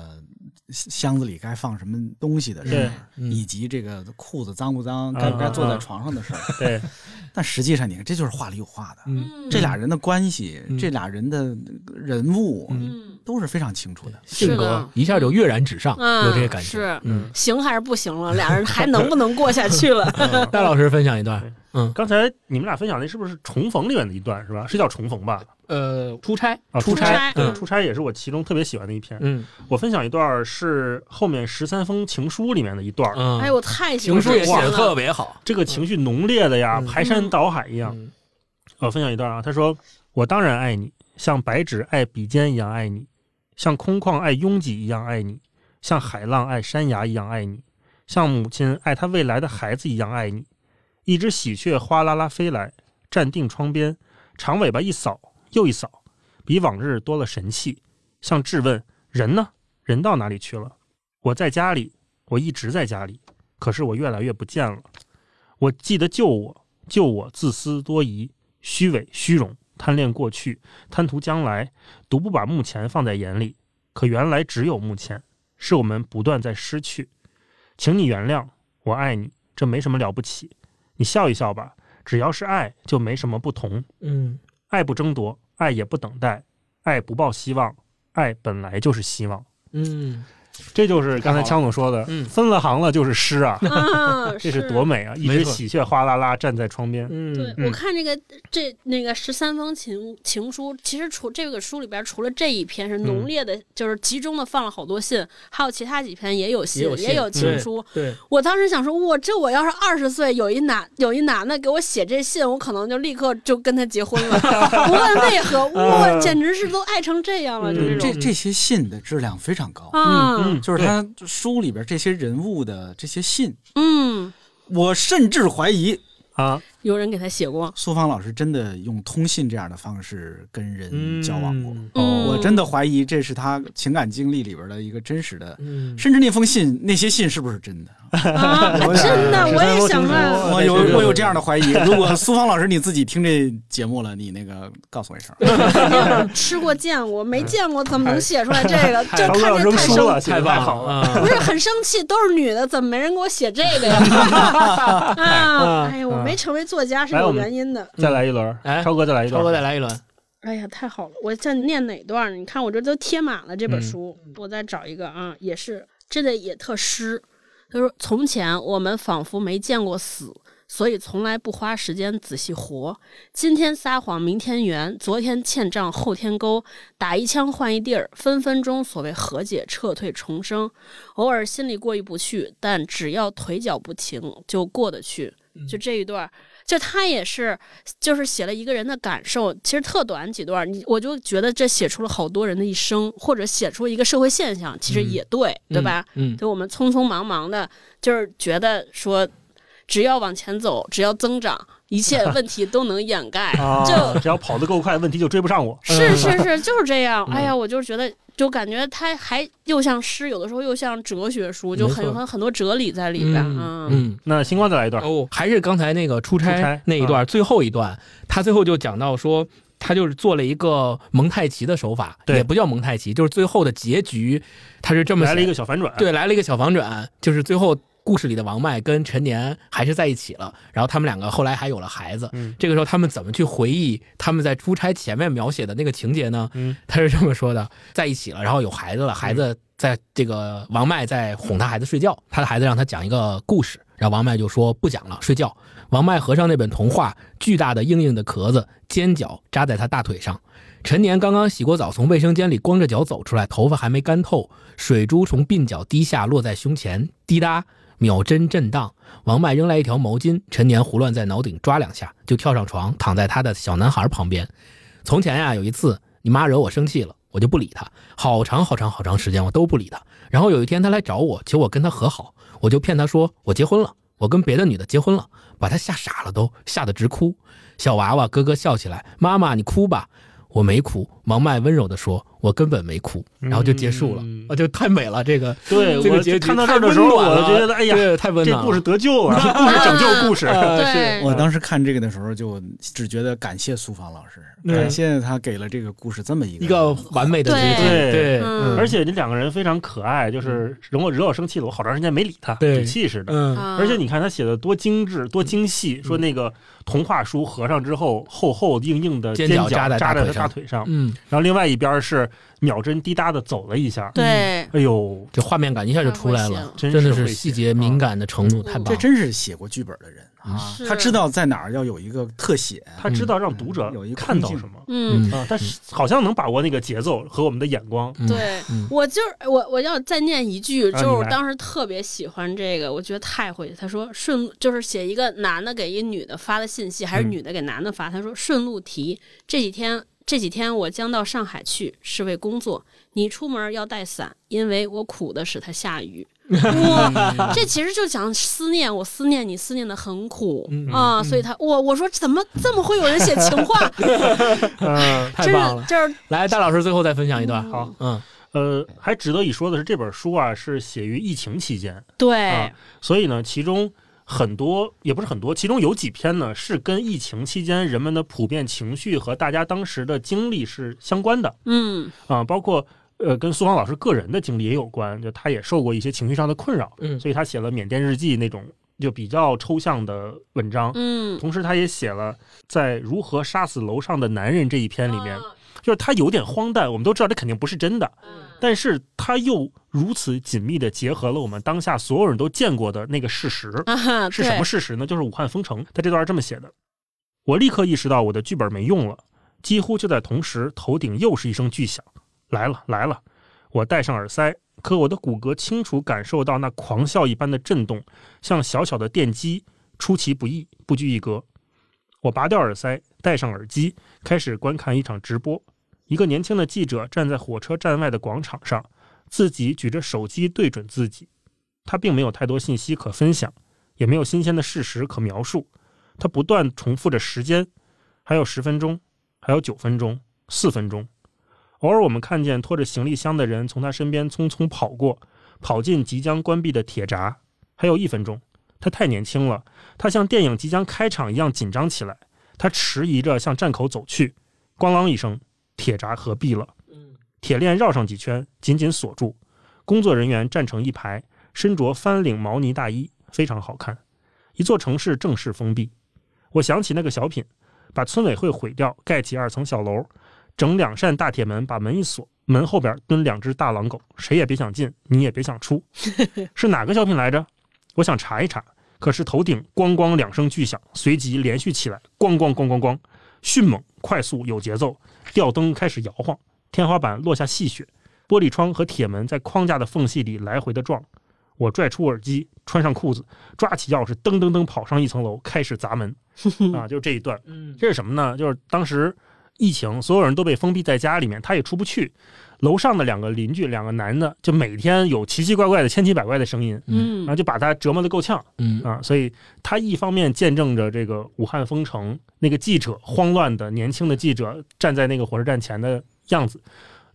D: 箱子里该放什么东西的事
A: 对
D: 儿，
C: 嗯
D: 以及这个裤子脏不脏，
A: 啊
D: 该不该坐在
A: 啊
D: 床上的事儿。
C: [laughs]
A: 对，
D: 但实际上，你看，这就是话里有话的。
C: 嗯，
D: 这俩人的关系，
C: 嗯
D: 这俩人的人物
B: 嗯
D: 都是非常清楚的。
C: 性
B: 是
C: 格
B: 的
C: 一下就跃然纸上，
B: 嗯
C: 有这些感觉。
B: 是
C: 嗯，
B: 行还是不行了？俩人还能不能过下去了？
C: 戴老师分享一段，
A: 嗯
C: 嗯
A: 刚才你们俩分享那是不是《重逢》里面的一段是吧？是叫《重逢》吧？
C: 呃，出差，
A: 啊，
C: 出
B: 差
A: 对，
B: 嗯
A: 出差也是我其中特别喜欢的一篇。
C: 嗯
A: 我分享一段儿是后面十三封情书里面的一段儿，
C: 嗯，
B: 哎，我太喜
C: 情
B: 欢
C: 书也
B: 这
C: 写
B: 篇
C: 的
B: 了
C: 特别好，
A: 这个情绪浓烈的呀，
C: 嗯
A: 排山倒海一样。
C: 嗯
A: 我分享一段啊，他说：“我当然爱你，像白纸爱笔尖一样爱你，像空旷爱拥挤一样爱你，像海浪爱山崖一样爱你，像母亲爱她未来的孩子一样爱你。”一只喜鹊哗啦啦飞来，站定窗边，长尾巴一扫又一扫，比往日多了神气，像质问：“人呢？人到哪里去了？”我在家里，我一直在家里，可是我越来越不见了。我记得救我，救我自私多疑。虚伪、虚荣、贪恋过去、贪图将来，独不把目前放在眼里。可原来只有目前，是我们不断在失去。请你原谅，我爱你，这没什么了不起。你笑一笑吧，只要是爱，就没什么不同。
C: 嗯
A: 爱不争夺，爱也不等待，爱不抱希望，爱本来就是希望。
C: 嗯，
A: 这就是刚才枪总说的，
C: 嗯
A: 分了行了就是诗啊，
B: 啊，
A: 这
B: 是
A: 是多美啊！一
C: 没
A: 直
C: 错
A: 喜鹊哗啦啦站在窗边，
C: 嗯
B: 对，
A: 嗯
B: 我看这个这那个十三封情情书，其实除这个书里边除了这一篇是浓烈的，就是集中的放了好多信，还有其他几篇也有信，
C: 也有信
B: 情书。
C: 对，
B: 我当时想说，我这我要是二十岁有一男有一男的给我写这信，我可能就立刻就跟他结婚了，不问为何，我简直是都爱成这样了，就
A: 嗯
B: 种
D: 这这些信的质量非常高，
B: 啊，
A: 嗯，
D: 就是他书里边这些人物的这些信，
B: 嗯，
D: 我甚至怀疑
A: 啊，
B: 有人给他写过，
D: 苏芳老师真的用通信这样的方式跟人交往过。
C: 嗯
B: 嗯，
D: 我真的怀疑这是他情感经历里边的一个真实的，
C: 嗯，
D: 甚至那封信那些信是不是真的？
B: 啊，
D: 我
B: 真的我也想问。
D: 我有我有这样的怀疑。如果苏芳老师你自己听这节目了，你那个告诉我一声。
A: [laughs]
B: 吃过见过，没见过怎么能写出来这个？就
A: 小哎
B: 看
A: 哥要
B: 着
A: 扔
B: 太
A: 书
B: 生，
A: 了，写的太好了，
C: 了啊
A: [laughs]
B: 不是很生气，都是女的，怎么没人给我写这个呀？啊，哎呀，我没成为作家是
A: 嗯来我
B: 有
A: 们
B: 原因的。
A: 再来一轮
C: 哎，
A: 超哥再来一轮，
C: 超哥再来一轮，
B: 哎呀，太好了！我在念哪段儿？你看我这都贴满了这本
A: 嗯，
B: 书。我再找一个啊，也是这个也特诗。他说：“从前我们仿佛没见过死，所以从来不花时间仔细活。今天撒谎，明天圆，昨天欠账，后天勾，打一枪换一地儿，分分钟所谓和解、撤退、重生。偶尔心里过意不去，但只要腿脚不停，就过得去。”就这一段儿，就他也是，就是写了一个人的感受，其实特短几段儿，你我就觉得这写出了好多人的一生，或者写出一个社会现象，其实也对，对吧？
C: 嗯？
B: 就我们匆匆忙忙的，就是觉得说，只要往前走，只要增长，一切问题都能掩盖
A: [laughs] 啊，
B: 就
A: 只要跑得够快，问题就追不上我。
B: 是
C: [laughs]
B: 是是，就是这样。
C: 嗯
B: 哎呀，我就觉得，就感觉他还又像诗，有的时候又像哲学书，就很
C: 没
B: 有
C: 错
B: 很很多哲理在里
C: 嗯
B: 边。啊
C: 嗯嗯。
A: 那星光再来一段，
C: 哦，还是刚才那个出
A: 出
C: 差
A: 差嗯
C: 那一段，最后一段，他最后就讲到说，他就是做了一个蒙太奇的手法，
A: 对
C: 也不叫蒙太奇，就是最后的结局，他是这么
A: 来了一
C: 写
A: 个小反转，
C: 对，来了一个小反转，就是最后故事里的王麦跟陈年还是在一起了，然后他们两个后来还有了孩子。
A: 嗯
C: 这个时候他们怎么去回忆他们在出差前面描写的那个情节呢？
A: 嗯，
C: [laughs] 他是这么说的：在一起了，然后有孩子了，孩子在这个王麦在哄他孩子睡觉，他的孩子让他讲一个故事，然后王麦就说不讲了，睡觉。王麦合上那本童话，巨大的硬硬的壳子，尖角扎在他大腿上。陈年刚刚洗过澡，从卫生间里光着脚走出来，头发还没干透，水珠从鬓角滴下，落在胸前，滴答，秒针震荡。王麦扔来一条毛巾，陈年胡乱在脑顶抓两下，就跳上床，躺在他的小男孩旁边。从前呀、有一次你妈惹我生气了，我就不理她，好长好长好长时间我都不理她。然后有一天她来找我，求我跟她和好，我就骗她说我结婚了，我跟别的女的结婚了，把她吓傻了都，吓得直哭。小娃娃咯咯笑起来，妈妈你哭吧。我没哭，王麦温柔地说：“我根本没哭。”然后就结束了，
A: 嗯
C: 啊，就太美了，这个
A: 对
C: 这个
A: 我
C: 结局
A: 看到这儿的时候，
C: 太温暖
A: 我
C: 了
A: 就觉得，哎呀，
C: 对太温暖
A: 这
C: 了。
A: 故事得救啊，这故事拯救故事。
C: 呃
B: 对
D: 我当时看这个的时候，就只觉得感谢苏芳老师，
C: 嗯
D: 感谢他给了这个故事这么一个
C: 一个完美的结局，
A: 对
C: 对，
B: 嗯
A: [laughs] 而且这两个人非常可爱，就是惹我惹我生气了，我好长时间没理他，
C: 对
A: 赌气似的。
C: 嗯，
B: 啊
A: 而且你看他写的多精致、多精细，说那个童话书合上之后，厚厚硬硬的
C: 尖
A: 尖
C: 角
A: 角
C: 扎在
A: 扎
C: 大
A: 在
C: 腿
A: 他大
C: 上
A: 腿上，
C: 嗯，
A: 然后另外一边是秒针滴答的走了一下，
B: 对，
A: 哎呦，
C: 嗯这画面感一下就出来
B: 太会写
C: 了
B: 了，
A: 真
C: 真的
A: 是
C: 是
A: 会
C: 细
A: 写
C: 节
A: 啊
C: 敏感的程度
B: 嗯
C: 太棒
D: 这
C: 了。
D: 真是写过剧本的人啊，
A: 嗯
B: 是
D: 他知道在哪儿要有一个特写，
A: 他知道让读者
D: 嗯有一个
A: 看到
D: 空
A: 什么
B: 嗯
C: 嗯
A: 啊，但是好像能把握那个节奏和我们的眼光。
C: 嗯
B: 对
C: 嗯，
B: 我就是我，我要再念一句，
A: 啊
B: 就是我
A: 你来
B: 当时特别喜欢这个，我觉得太会。他说顺就是写一个男的给一女的发的信息，还是
A: 嗯
B: 女的给男的发。他说顺路提，这几天这几天我将到上海去，是为工作。你出门要带伞，因为我苦的使它下
C: [laughs]
B: 雨。哇，这其实就讲思念，我思念你，思念的很苦
C: 嗯
B: 啊，
C: 嗯
B: 所以他我我说怎么这么会有人写情话，
A: 嗯，
C: [laughs] 太
B: 真
C: 棒
B: 是
C: 了！
B: 就是
C: 来，大老师最后再分享一段，
A: 好，
C: 嗯，
A: [laughs] 呃，还值得一说的是，这本书啊是写于疫情期间，
B: 对
A: 啊，所以呢，其中很多也不是很多，其中有几篇呢是跟疫情期间人们的普遍情绪和大家当时的经历是相关的
B: 嗯
A: 啊，包括呃，跟苏芳老师个人的经历也有关，就他也受过一些情绪上的困扰，
C: 嗯
A: 所以他写了《缅甸日记》那种就比较抽象的文章。
B: 嗯，
A: 同时，他也写了在《如何杀死楼上的男人》这一篇里
B: 嗯
A: 面，就是他有点荒诞，我们都知道这肯定不是真的，但是他又如此紧密的结合了我们当下所有人都见过的那个事实，
B: 啊哈，
A: 是什么
B: 对？
A: 事实呢？就是武汉封城。他这段是这么写的：我立刻意识到我的剧本没用了，几乎就在同时，头顶又是一声巨响，来了来了！我戴上耳塞，可我的骨骼清楚感受到那狂啸一般的震动，像小小的电击，出其不意，不拘一格。我拔掉耳塞，戴上耳机，开始观看一场直播。一个年轻的记者站在火车站外的广场上，自己举着手机对准自己。他并没有太多信息可分享，也没有新鲜的事实可描述。他不断重复着时间，还有十分钟，还有九分钟，四分钟。偶尔我们看见拖着行李箱的人从他身边匆匆跑过，跑进即将关闭的铁闸。还有一分钟，他太年轻了，他像电影即将开场一样紧张起来。他迟疑着向站口走去，咣啷一声，铁闸合闭了。铁链绕上几圈，紧紧锁住。工作人员站成一排，身着翻领毛呢大衣，非常好看。一座城市正式封闭。我想起那个小品，把村委会毁掉，盖起二层小楼，整两扇大铁门，把门一锁，门后边蹲两只大狼狗，谁也别想进，你也别想出。是哪个小品来着？我想查一查，可是头顶咣咣两声巨响，随即连续起来，咣咣咣咣咣，迅猛、快速、有节奏，吊灯开始摇晃，天花板落下细雪，玻璃窗和铁门在框架的缝隙里来回的撞。我拽出耳机，穿上裤子，抓起钥匙，噔噔噔跑上一层楼，开始砸门。啊，就这一段，
C: 嗯，
A: 这是什么呢？就是当时疫情，所有人都被封闭在家里面，他也出不去。楼上的两个邻居，两个男的，就每天有奇奇怪怪的、千奇百怪的声音，
B: 嗯
A: 然后就把他折磨得够呛
C: 嗯
A: 啊。所以他一方面见证着这个武汉封城那个记者慌乱的年轻的记者站在那个火车站前的样子，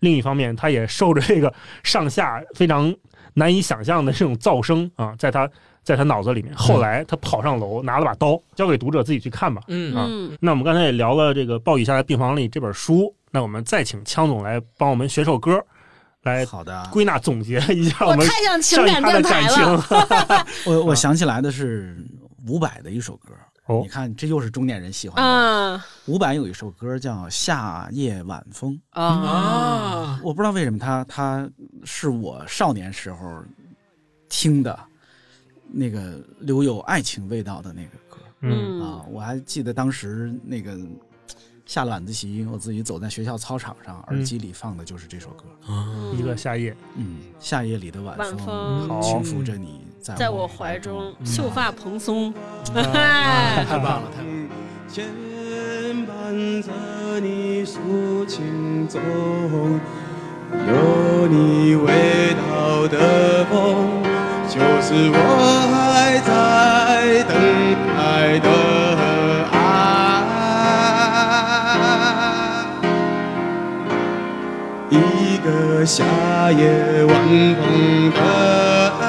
A: 另一方面他也受着这个上下非常难以想象的这种噪声啊，在他在他脑子里面。后来他跑上楼，拿了把刀，交给读者自己去看吧。
C: 嗯
A: 啊
B: 嗯，
A: 那我们刚才也聊了这个《暴雨下的病房里》这本书，那我们再请枪总来帮我们选首歌，来
D: 好的，
A: 归纳总结一下
B: 我
A: 们
B: 太像情
A: 上一
B: 感
A: 趴
B: 电
A: 的
B: 台
A: 感
B: 了，
A: 情。
D: 我我想起来的是伍佰的一首歌，
A: 啊哦
D: 你看这又是中年人喜欢的。
B: 啊
D: 伍佰有一首歌叫《夏夜晚风》，
C: 嗯
B: 啊，
D: 我不知道为什么他他是我少年时候听的，那个留有爱情味道的那个歌。
A: [laughs] 嗯
D: 啊
B: 嗯，，
D: 我还记得当时那个下了晚自习，我自己走在学校操场上，
A: 嗯
D: 耳机里放的就是这首歌。
B: [laughs] 嗯
A: 一个夏夜，
D: 嗯，夏夜里的晚
B: 晚
D: 风
B: 风
D: 轻抚着你，
B: 在
D: 在
B: 我
D: 我
B: 怀中
D: 中，，
B: 秀发蓬松，
A: 嗯啊
C: 太棒了，太棒了，
F: 牵绊着你抒情中，有你味道的风，就是我还在等待的爱。一个夏夜晚风的爱。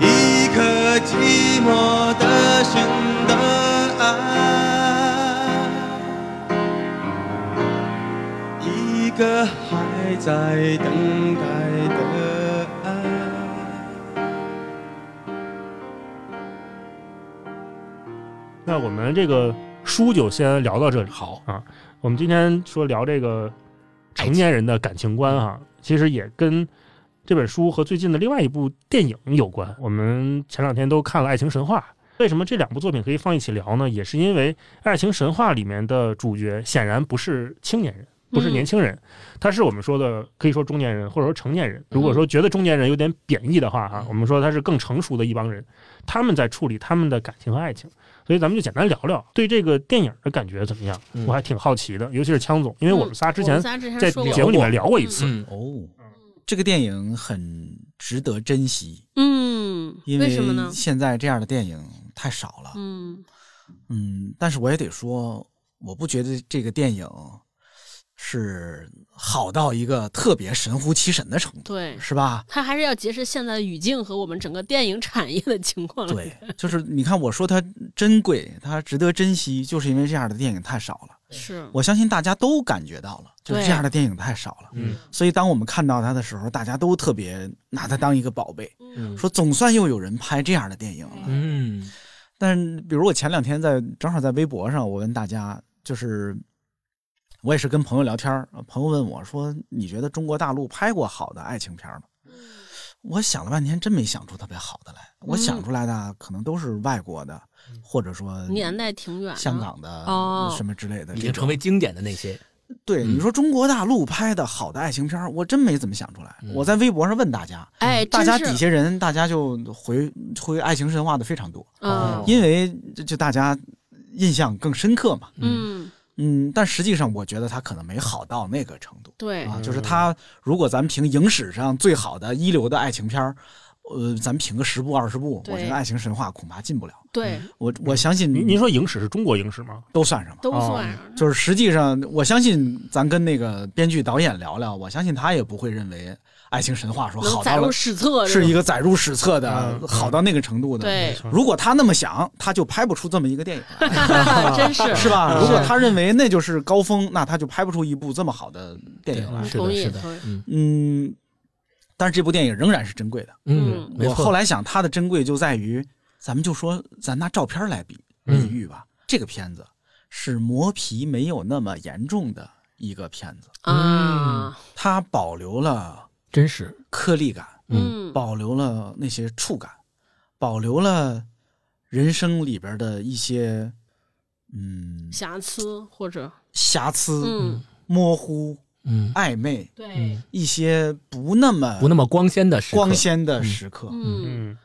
F: 一颗寂寞的心的爱，一个还在等待的爱。
A: 那我们这个书就先聊到这里。啊
C: 好，
A: 我们今天说聊这个成年人的感情观哈，其实也跟这本书和最近的另外一部电影有关。我们前两天都看了《爱情神话》，为什么这两部作品可以放一起聊呢？也是因为《爱情神话》里面的主角显然不是青年人。不
B: 嗯
A: 是年轻人，他是我们说的可以说中年人或者说成年人。如果说觉得中年人有点贬义的话哈、我们说他是更成熟的一帮人，他们在处理他们的感情和爱情。所以咱们就简单聊聊对这个电影的感觉怎么样？
C: 嗯
A: 我还挺好奇的，尤其是枪总，因为我们仨之前
B: 嗯我们仨之前
A: 在
B: 说过
A: 节目里面聊过一次。
C: 嗯
D: 哦，这个电影很值得珍惜，
B: 嗯，
D: 因
B: 什么呢？
D: 现在这样的电影太少了。
B: 嗯
D: 嗯，但是我也得说，我不觉得这个电影是好到一个特别神乎其神的程，度，
B: 对，
D: 是吧？
B: 他还是要结合现在的语境和我们整个电影产业的情况来。
D: 对，就是你看，我说它珍贵，它值得珍惜，就是因为这样的电影太少了。
B: 是
D: 我相信大家都感觉到了，就是
B: 对
D: 这样的电影太少了。
A: 嗯
D: 所以当我们看到它的时候，大家都特别拿它当一个宝贝，
B: 嗯
D: 说总算又有人拍这样的电影了。
C: 嗯
D: 但是，比如我前两天在正好在微博上，我问大家，就是我也是跟朋友聊天儿，朋友问我说：“你觉得中国大陆拍过好的爱情片儿吗？”
B: 嗯
D: 我想了半天，真没想出特别好的来。我想出来的可能都是外国的，
B: 嗯
D: 或者说
B: 年代挺远的，
D: 香港的
B: 哦
D: 什么之类的
C: 已
D: 这
C: 经
D: 种。
C: 成为经典的那些，
D: 对，你说中国大陆拍的好的爱情片儿，我真没怎么想出来。我在微博上问大家，
A: 嗯
B: 哎，
D: 大
B: 真
D: 家
B: 是
D: 底下人，大家就回回爱情神话的非常多，
B: 嗯
D: 因为就就大家印象更深刻嘛。
B: 嗯，
D: 嗯，但实际上我觉得他可能没好到那个程度
B: 对，
A: 嗯
D: 啊。就是他，如果咱们评影史上最好的一流的爱情片儿，呃，咱们评个十部二十部，
B: 对
D: 我觉得爱情神话恐怕进不了。
B: 对，
A: 嗯
D: 我我相信
A: 您您说影史是中国影史吗？
D: 都算上吧。
B: 都
A: 哦
B: 算上。
D: 就是实际上，我相信咱跟那个编剧导演聊聊，我相信他也不会认为爱情神话说
B: 能
D: 好
B: 载
D: 到了
B: 入史册，
D: 是一
B: 个
D: 个载入史册的
A: 嗯
D: 好到那个程度的。
B: 对，
D: 如果他那么想，他就拍不出这么一个电影
B: [laughs]
D: 来，
B: 真是
D: 是吧？
A: 嗯
B: 是
D: 如果他认为那就是高峰，那他就拍不出一部这么好的电影来。
C: 是
B: 同
C: 的，
B: 意
C: 是的
B: 同意，
C: 嗯
D: 嗯，但是这部电影仍然是珍贵的。
B: 嗯
C: 嗯，没
D: 我
C: 错
D: 后来想，它的珍贵就在于，咱们就说咱拿照片来比
C: 嗯
D: 比喻吧，这个片子是磨皮没有那么严重的一个片子，
B: 啊，
D: 它保留了
C: 真实，
D: 颗粒感，
C: 嗯
B: 嗯，
D: 保留了那些触感，保留了人生里边的一些嗯
B: 瑕疵或者
D: 瑕疵、
B: 嗯，
D: 模糊、
C: 嗯，
D: 暧昧，
B: 对，
D: 一些不那么
C: 不那么光鲜的时刻
D: 光，鲜的时刻。
B: 嗯，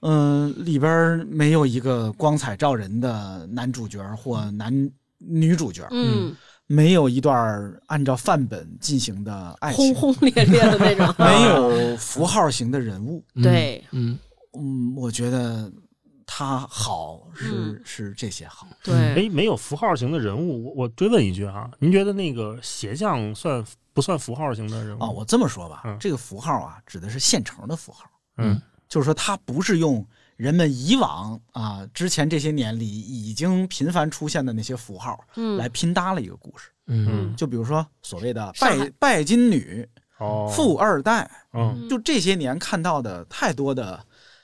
A: 嗯
D: 嗯、里边没有一个光彩照人的男主角或男女主角，
B: 嗯，
D: 没有一段按照范本进行的爱
B: 轰
D: 情，
B: 轰烈烈的那种，
D: 没有符号型的人物。
C: 嗯
B: 对，
C: 嗯，
D: 嗯，我觉得他好是、
B: 嗯
D: 是这些好。
B: 对，
A: 哎，没有符号型的人物，我我追问一句啊，您觉得那个鞋匠算不算符号型的人物
D: 啊，我这么说吧，
A: 嗯
D: 这个符号啊，指的是现成的符号，
A: 嗯
D: 就是说它不是用人们以往啊之前这些年里已经频繁出现的那些符号
B: 嗯，
D: 来拼搭了一个故事。
C: 嗯
A: 嗯
D: 就比如说所谓的
B: 上海
D: 拜拜金女、
A: 哦
D: 富二代，
A: 嗯
D: 就这些年看到的太多的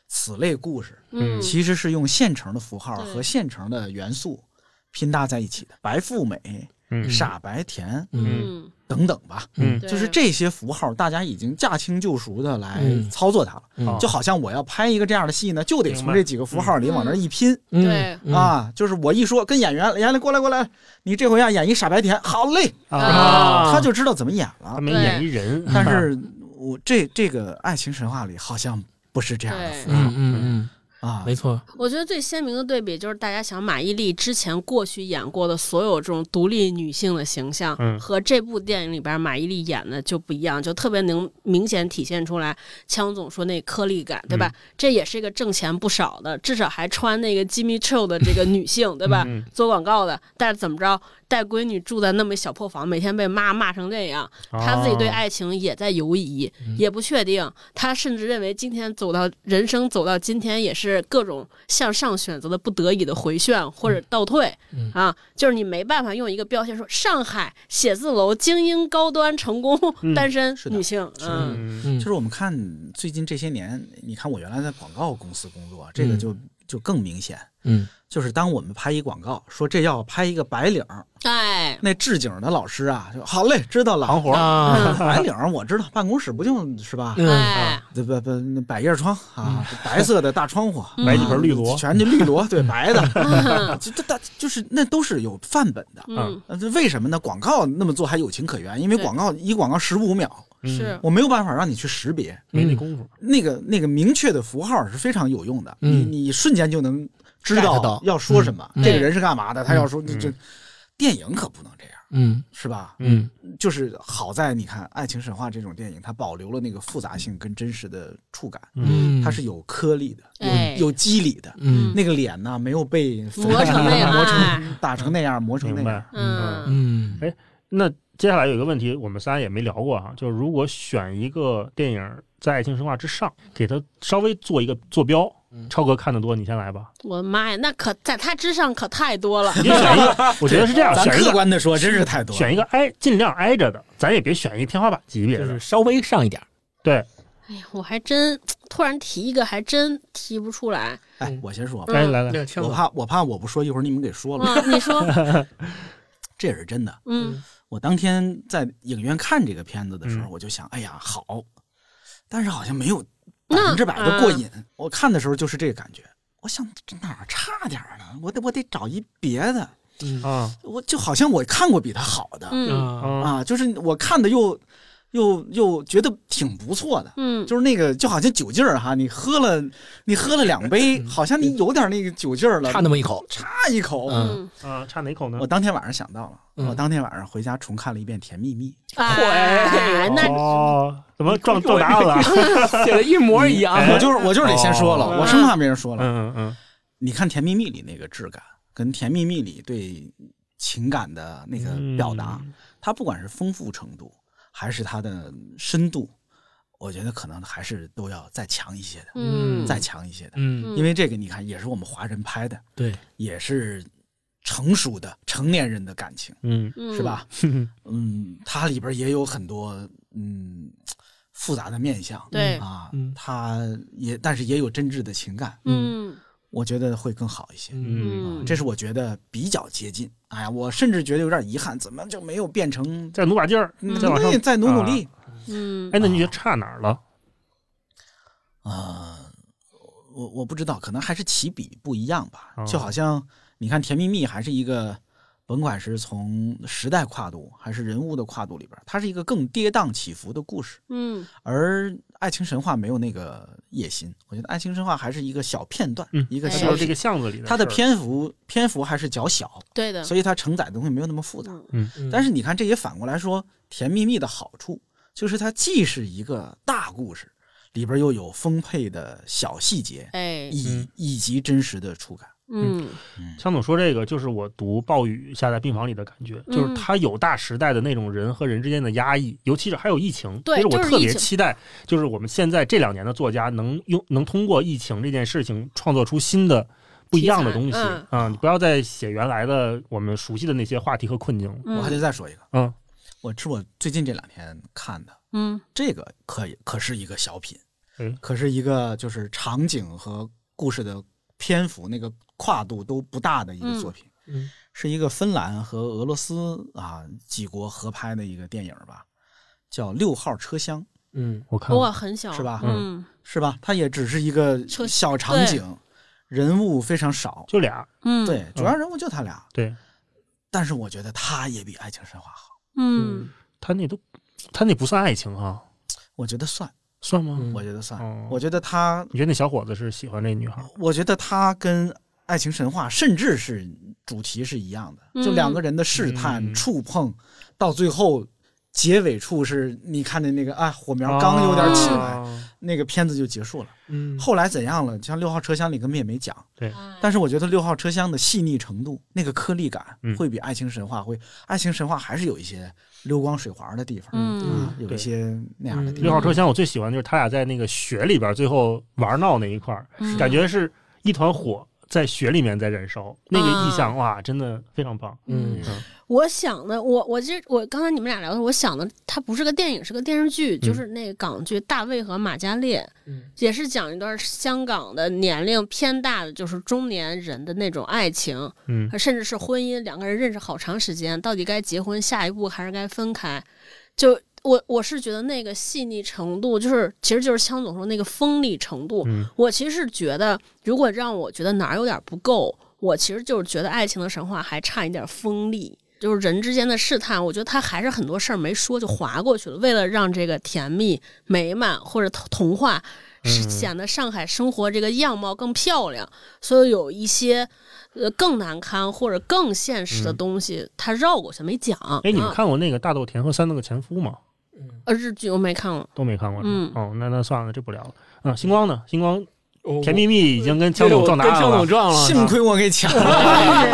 D: 此类故事，
B: 嗯，
D: 其实是用现成的符号
B: 对
D: 和现成的元素拼搭在一起的，白富美、
A: 嗯
D: 傻白甜
A: 嗯
B: 嗯，
D: 等等吧。
A: 嗯
B: 对
D: 就是这些符号，大家已经驾轻就熟的来
C: 嗯
D: 操作它了。
A: 哦
C: 嗯
D: 就好像我要拍一个这样的戏呢，就得
A: 明
D: 从
A: 白
D: 这几个符号里往那儿一拼、
C: 嗯
B: 对
C: 嗯
D: 啊。就是我一说跟演员，演员过来过来，你这回要演一傻白甜，好嘞，
B: 啊
D: 他就知道怎么演了
A: 他。没演一人，
D: 嗯
A: [laughs]
D: 但是我这这个爱情神话里好像不是这样的
B: 对
D: 符
C: 嗯嗯
D: 号啊
C: 嗯，没。错，
B: 我觉得最鲜明的对比就是大家想马伊琍之前过去演过的所有这种独立女性的形象，
A: 嗯
B: 和这部电影里边马伊琍演的就不一样，就特别能明显体现出来。枪总说那颗粒感，对
A: 嗯
B: 吧？这也是一个挣钱不少的，至少还穿那个 Jimmy Choo 的这个女性，对吧？
A: 嗯
B: 做广告的，但是怎么着，带闺女住在那么小破房，每天被骂骂成这样，他自己对
A: 哦
B: 爱情也在犹疑，也不确定。他甚至认为今天走到人生走到今天，也是各种向上选择的不得已的回旋或者倒退、
C: 嗯
B: 啊，就是你没办法用一个标签说上海写字楼精英高端成功、
A: 嗯
B: [laughs] 单身
D: 是的
B: 女性，嗯
A: 嗯
C: 嗯，
D: 就是我们看最近这些年，你看我原来在广告公司工作，这个
C: 嗯
D: 就就更明显。
C: 嗯
D: 就是当我们拍一广告，说这要拍一个白领儿，
B: 哎，
D: 那置景的老师啊，就好嘞，知道了，行活
C: 啊，
D: [laughs] 白领儿我知道，办公室不就是吧？
C: 嗯
B: 哎，
D: 这不不，那百叶窗啊，白色的大窗户，
C: 嗯
A: 买几盆绿萝
D: 啊全就绿萝，对，白的， [laughs] 就这大就是那都是有范本的。
B: 嗯，
D: 呃这为什么呢？广告那么做还有情可原，因为
B: 对
D: 广告一广告十五秒，
B: 是，
D: 我没有办法让你去识别
A: 没那功夫，
D: 那个那个明确的符号是非常有用的，你
C: 嗯
D: 你瞬间就能知
C: get
D: 道
C: 到
D: 要说什么，
C: 嗯
D: 这个
B: 对
D: 人是干嘛的，他要
A: 嗯
D: 说你这电影可不能这样，
C: 嗯
D: 是吧？
C: 嗯
D: 就是好在你看《爱情神话》这种电影，它保留了那个复杂性跟真实的触感，
C: 嗯，
D: 它是有颗粒的，
B: 哎
D: 有有肌理的。
C: 嗯
D: 那个脸呢，没有被
B: 磨成那样
D: [laughs] 磨成
B: 哎
A: 嗯
D: 打成那样，磨成那
A: 明
D: 样
A: 白。。
B: 嗯
C: 嗯
A: 那接下来有一个问题，我们仨也没聊过啊，就是如果选一个电影在《爱情神话》之上，给它稍微做一个坐标，
D: 嗯
A: 超哥看得多，你先来
D: [laughs]
A: 吧。
B: 我的妈呀，那可在他之上可太多了。哎
A: 你就选一个，我觉得是这样，
D: [laughs] 咱
A: 选一
D: 客
A: 个
D: 观的说，真是太多了。
A: 选一个挨尽量挨着的，咱也别选一天花板级别
C: 就是
A: 的。
C: 稍微上一点儿。
A: 对，
B: 哎呀，我还真突然提一个，还真提不出来。
D: 哎，我先
B: 嗯
D: 说吧，
A: 来来来，
C: 对，
D: 我怕我怕我不说，一会儿你们给说了。
B: 嗯，你说，
D: 这也是真的。
B: 嗯
D: 我当天在影院看这个片子的时候，
A: 嗯
D: 我就想，哎呀，好，但是好像没有百
B: 那啊
D: 分之百的过瘾。我看的时候就是这个感觉。我想这哪儿差点儿呢？我得我得找一别的。
A: 啊
D: 我就好像我看过比他好的、
B: 嗯
C: 啊，
A: 啊
D: 啊，就是我看的又又又觉得挺不错的。
B: 嗯，
D: 就是那个，就好像酒劲儿哈，你喝了，你喝了两
B: 嗯
D: 杯，好像你有点那个酒劲儿了，
C: 差那么一口，
D: 嗯差一口。
C: 嗯
D: [laughs]
B: 嗯，
A: 啊，差哪口呢
D: 我？当天晚上想到了，
C: 嗯
D: 我当天晚上回家重看了一遍《甜蜜蜜
B: 哎，那
A: 哦，怎么撞撞答案了？啊
C: [laughs] 写的一模一样》，
D: 我就是我就是得先说了，
A: 哦
D: 我生怕别人说了。
A: 嗯嗯嗯，
D: 你看《甜蜜蜜》里那个质感，跟《甜蜜蜜》里对情感的那个
A: 嗯
D: 表达，它不管是丰富程度还是它的深度，我觉得可能还是都要再强一些的，
B: 嗯，
D: 再强一些的。
C: 嗯，
D: 因为这个你看，也是我们华人拍的，
C: 对，
D: 也是成熟的成年人的感情，
A: 嗯，[laughs]
D: 是？吧？嗯，它里边也有很多嗯复杂的面相，
B: 对
D: 啊
C: 嗯，
D: 它也但是也有真挚的情感，
B: 嗯
D: 我觉得会更好一些。
C: 嗯
B: 嗯，
D: 这是我觉得比较接近。哎呀，我甚至觉得有点遗憾，怎么就没有变成？
A: 再努把劲儿，
D: 嗯
A: 再往上啊
D: 对，再努努力。
B: 嗯
A: 哎，那你觉得差哪儿了？
D: 啊、我我不知道，可能还是起笔不一样吧。
A: 哦
D: 就好像你看《甜蜜蜜》，还是一个甭管是从时代跨度还是人物的跨度里边，它是一个更跌宕起伏的故事。
B: 嗯
D: 而《爱情神话》没有那个野心，我觉得《爱情神话》还是一个小片段，
A: 嗯
D: 一个
B: 哎
A: 就是
D: 小
A: 这个巷子里的事儿，
D: 它的篇幅篇幅还是较小，
B: 对的，
D: 所以它承载的东西没有那么复杂。
B: 嗯
D: 但
C: 是
D: 是你看，这也反过来说，《甜蜜蜜》的好处就是它既是一个大故事，里边又有丰沛的小细节，
B: 哎，
D: 以以及真实的触感。
B: 嗯
A: 强总说这个，就是我读《暴雨下在病房里》的感觉，
B: 嗯
A: 就是它有大时代的那种人和人之间的压抑，尤其是还有疫情。
B: 对
A: 其实我
B: 就是
A: 特别
B: 疫情
A: 期待，就是我们现在这两年的作家能用能通过疫情这件事情创作出新的不一样的东西
B: 题材嗯
A: 啊！你不要再写原来的我们熟悉的那些话题和困境了。
D: 我还
B: 嗯
D: 得再说一个，
A: 嗯，
D: 我是我最近这两天看的，
B: 嗯
D: 这个可以可是一个小品，
A: 哎
D: 可是一个就是场景和故事的篇幅那个跨度都不大的一个作品，
C: 嗯嗯
D: 是一个芬兰和俄罗斯啊几国合拍的一个电影吧，叫《六号车厢》。
C: 嗯
A: 我看
B: 我很小
D: 是吧
B: 嗯
D: 是吧？它也只是一个
B: 车
D: 小场景，人物非常少，
A: 就俩，
B: 嗯
D: 对，主要人物就他俩。
A: 对
D: 但是我觉得他也比《爱情神话》好，
B: 嗯
A: 他那都他那不算爱情哈，
D: 我觉得算，
A: 算吗？
D: 我觉得算。
A: 哦
D: 啊我觉得他，
A: 你觉得那小伙子是喜欢这女孩？
D: 我觉得他跟《爱情神话》甚至是主题是一样的，
B: 嗯
D: 就两个人的试探、
A: 嗯
D: 触碰，到最后结尾处是你看见那个啊火苗刚有点起来，
B: 哦
A: 啊
D: 那个片子就结束了。
C: 哦嗯
D: 后来怎样了？像六号车厢里根本也没讲。
B: 嗯
D: 但是我觉得六号车厢的细腻程度，那个颗粒感
A: 嗯
D: 会比爱情神话会，爱情神话还是有一些溜光水滑的地方，
B: 嗯
D: 啊，有一些那样的
C: 嗯
D: 地
A: 六
D: 方。
A: 号车厢我最喜欢的就是他俩在那个雪里边最后玩闹那一块儿，
B: 嗯
A: 感觉是一团火在雪里面在燃烧，那个意象哇，真的非常棒。
C: 嗯
B: 我想的，我我这我刚才你们俩聊的时候，我想的它不是个电影，是个电视剧，就是那个港剧《大卫和马嘉烈》，
C: 嗯
B: 也是讲一段香港的年龄偏大的，就是中年人的那种爱情，
A: 嗯
B: 甚至是婚姻，两个人认识好长时间，到底该结婚，下一步还是该分开？就我我是觉得那个细腻程度，就是其实就是枪总说那个锋利程度，
A: 嗯
B: 我其实是觉得，如果让我觉得哪儿有点不够，我其实就是觉得《爱情的神话》还差一点锋利，就是人之间的试探，我觉得他还是很多事儿没说就划过去了。为了让这个甜蜜、美满或者童童话，是
A: 嗯
B: 显得上海生活这个样貌更漂亮，所以有一些呃更难堪或者更现实的
A: 嗯
B: 东西，他绕过去没讲。
A: 哎，你们
B: 啊
A: 看过那个《大豆田和三那个前夫》吗？
B: 呃日剧我没看过，
A: 都没看过是吧？
B: 嗯
A: 啊哦，那那算了，这不聊了。嗯，星光呢？星光
C: 哦
A: 甜蜜蜜已经跟枪总撞
C: 跟
A: 大案
C: 枪总
A: 了，
C: 撞了，
D: 幸亏我给抢了。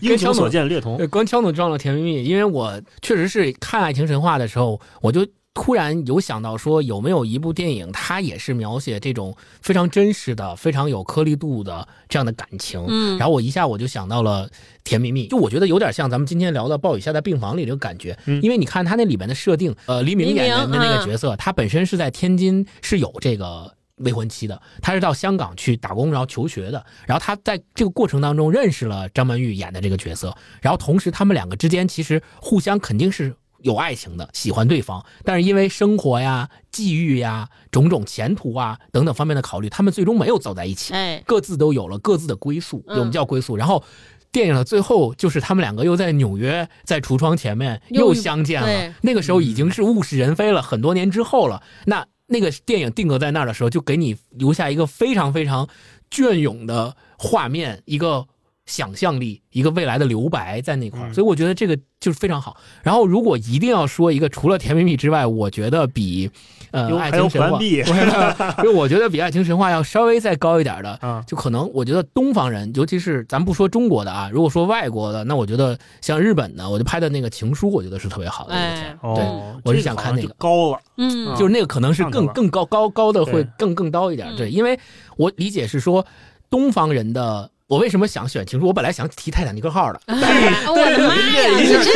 A: 英雄所见略同
C: 对，。跟枪总撞了甜蜜蜜，因为我确实是看《爱情神话》的时候，我就突然有想到说，有没有一部电影，它也是描写这种非常真实的、非常有颗粒度的这样的感情？
B: 嗯
C: 然后我一下我就想到了《甜蜜蜜》，就我觉得有点像咱们今天聊的《暴雨下的病房》里这个感觉，
A: 嗯
C: 因为你看它那里面的设定，呃，黎明
B: 黎明
C: 演的那
B: 嗯
C: 个角色，他本身是在天津是有这个。未婚妻的，他是到香港去打工，然后求学的。然后他在这个过程当中认识了张曼玉演的这个角色，然后同时他们两个之间其实互相肯定是有爱情的，喜欢对方，但是因为生活呀、际遇呀、种种前途啊等等方面的考虑，他们最终没有走在一起。
B: 哎，
C: 各自都有了各自的归宿，
B: 嗯
C: 我们叫归宿。然后电影的最后就是他们两个又在纽约在橱窗前面
B: 又
C: 又相见
B: 对
C: 了，那个时候已经是物是人非了，很多年之后了。那那个电影定格在那儿的时候，就给你留下一个非常非常隽永的画面，一个。想象力，一个未来的留白在那块儿，
A: 嗯
C: 所以我觉得这个就是非常好。然后，如果一定要说一个除了《甜蜜蜜》之外，我觉得比呃
A: 有
C: 《爱
A: 还有
C: 情神
A: 环
C: 话》
A: B
C: [laughs] 因为我觉得比《爱情神话》要稍微再高一点的，
A: 啊，
C: 就可能我觉得东方人，尤其是咱不说中国的啊，如果说外国的，那我觉得像日本的，我就拍的那个《情书》，我觉得是特别好的一个片
B: 哎
C: 儿，，
A: 哦，
C: 我是
A: 这
C: 想
A: 好
C: 看
A: 像
C: 那
A: 就
C: 个
A: 高了，
B: 嗯
A: 啊
C: 就是那个可能是
A: 上
C: 更
A: 去了
C: 更高高高的
A: 对
C: 会更更高一点
B: 嗯，
C: 对，因为我理解是说东方人的。我为什么想选情书？我本来想提《泰坦尼
B: [laughs]
C: 克号》的，
B: [laughs] 哎我的妈
A: [laughs]
B: 呀，你这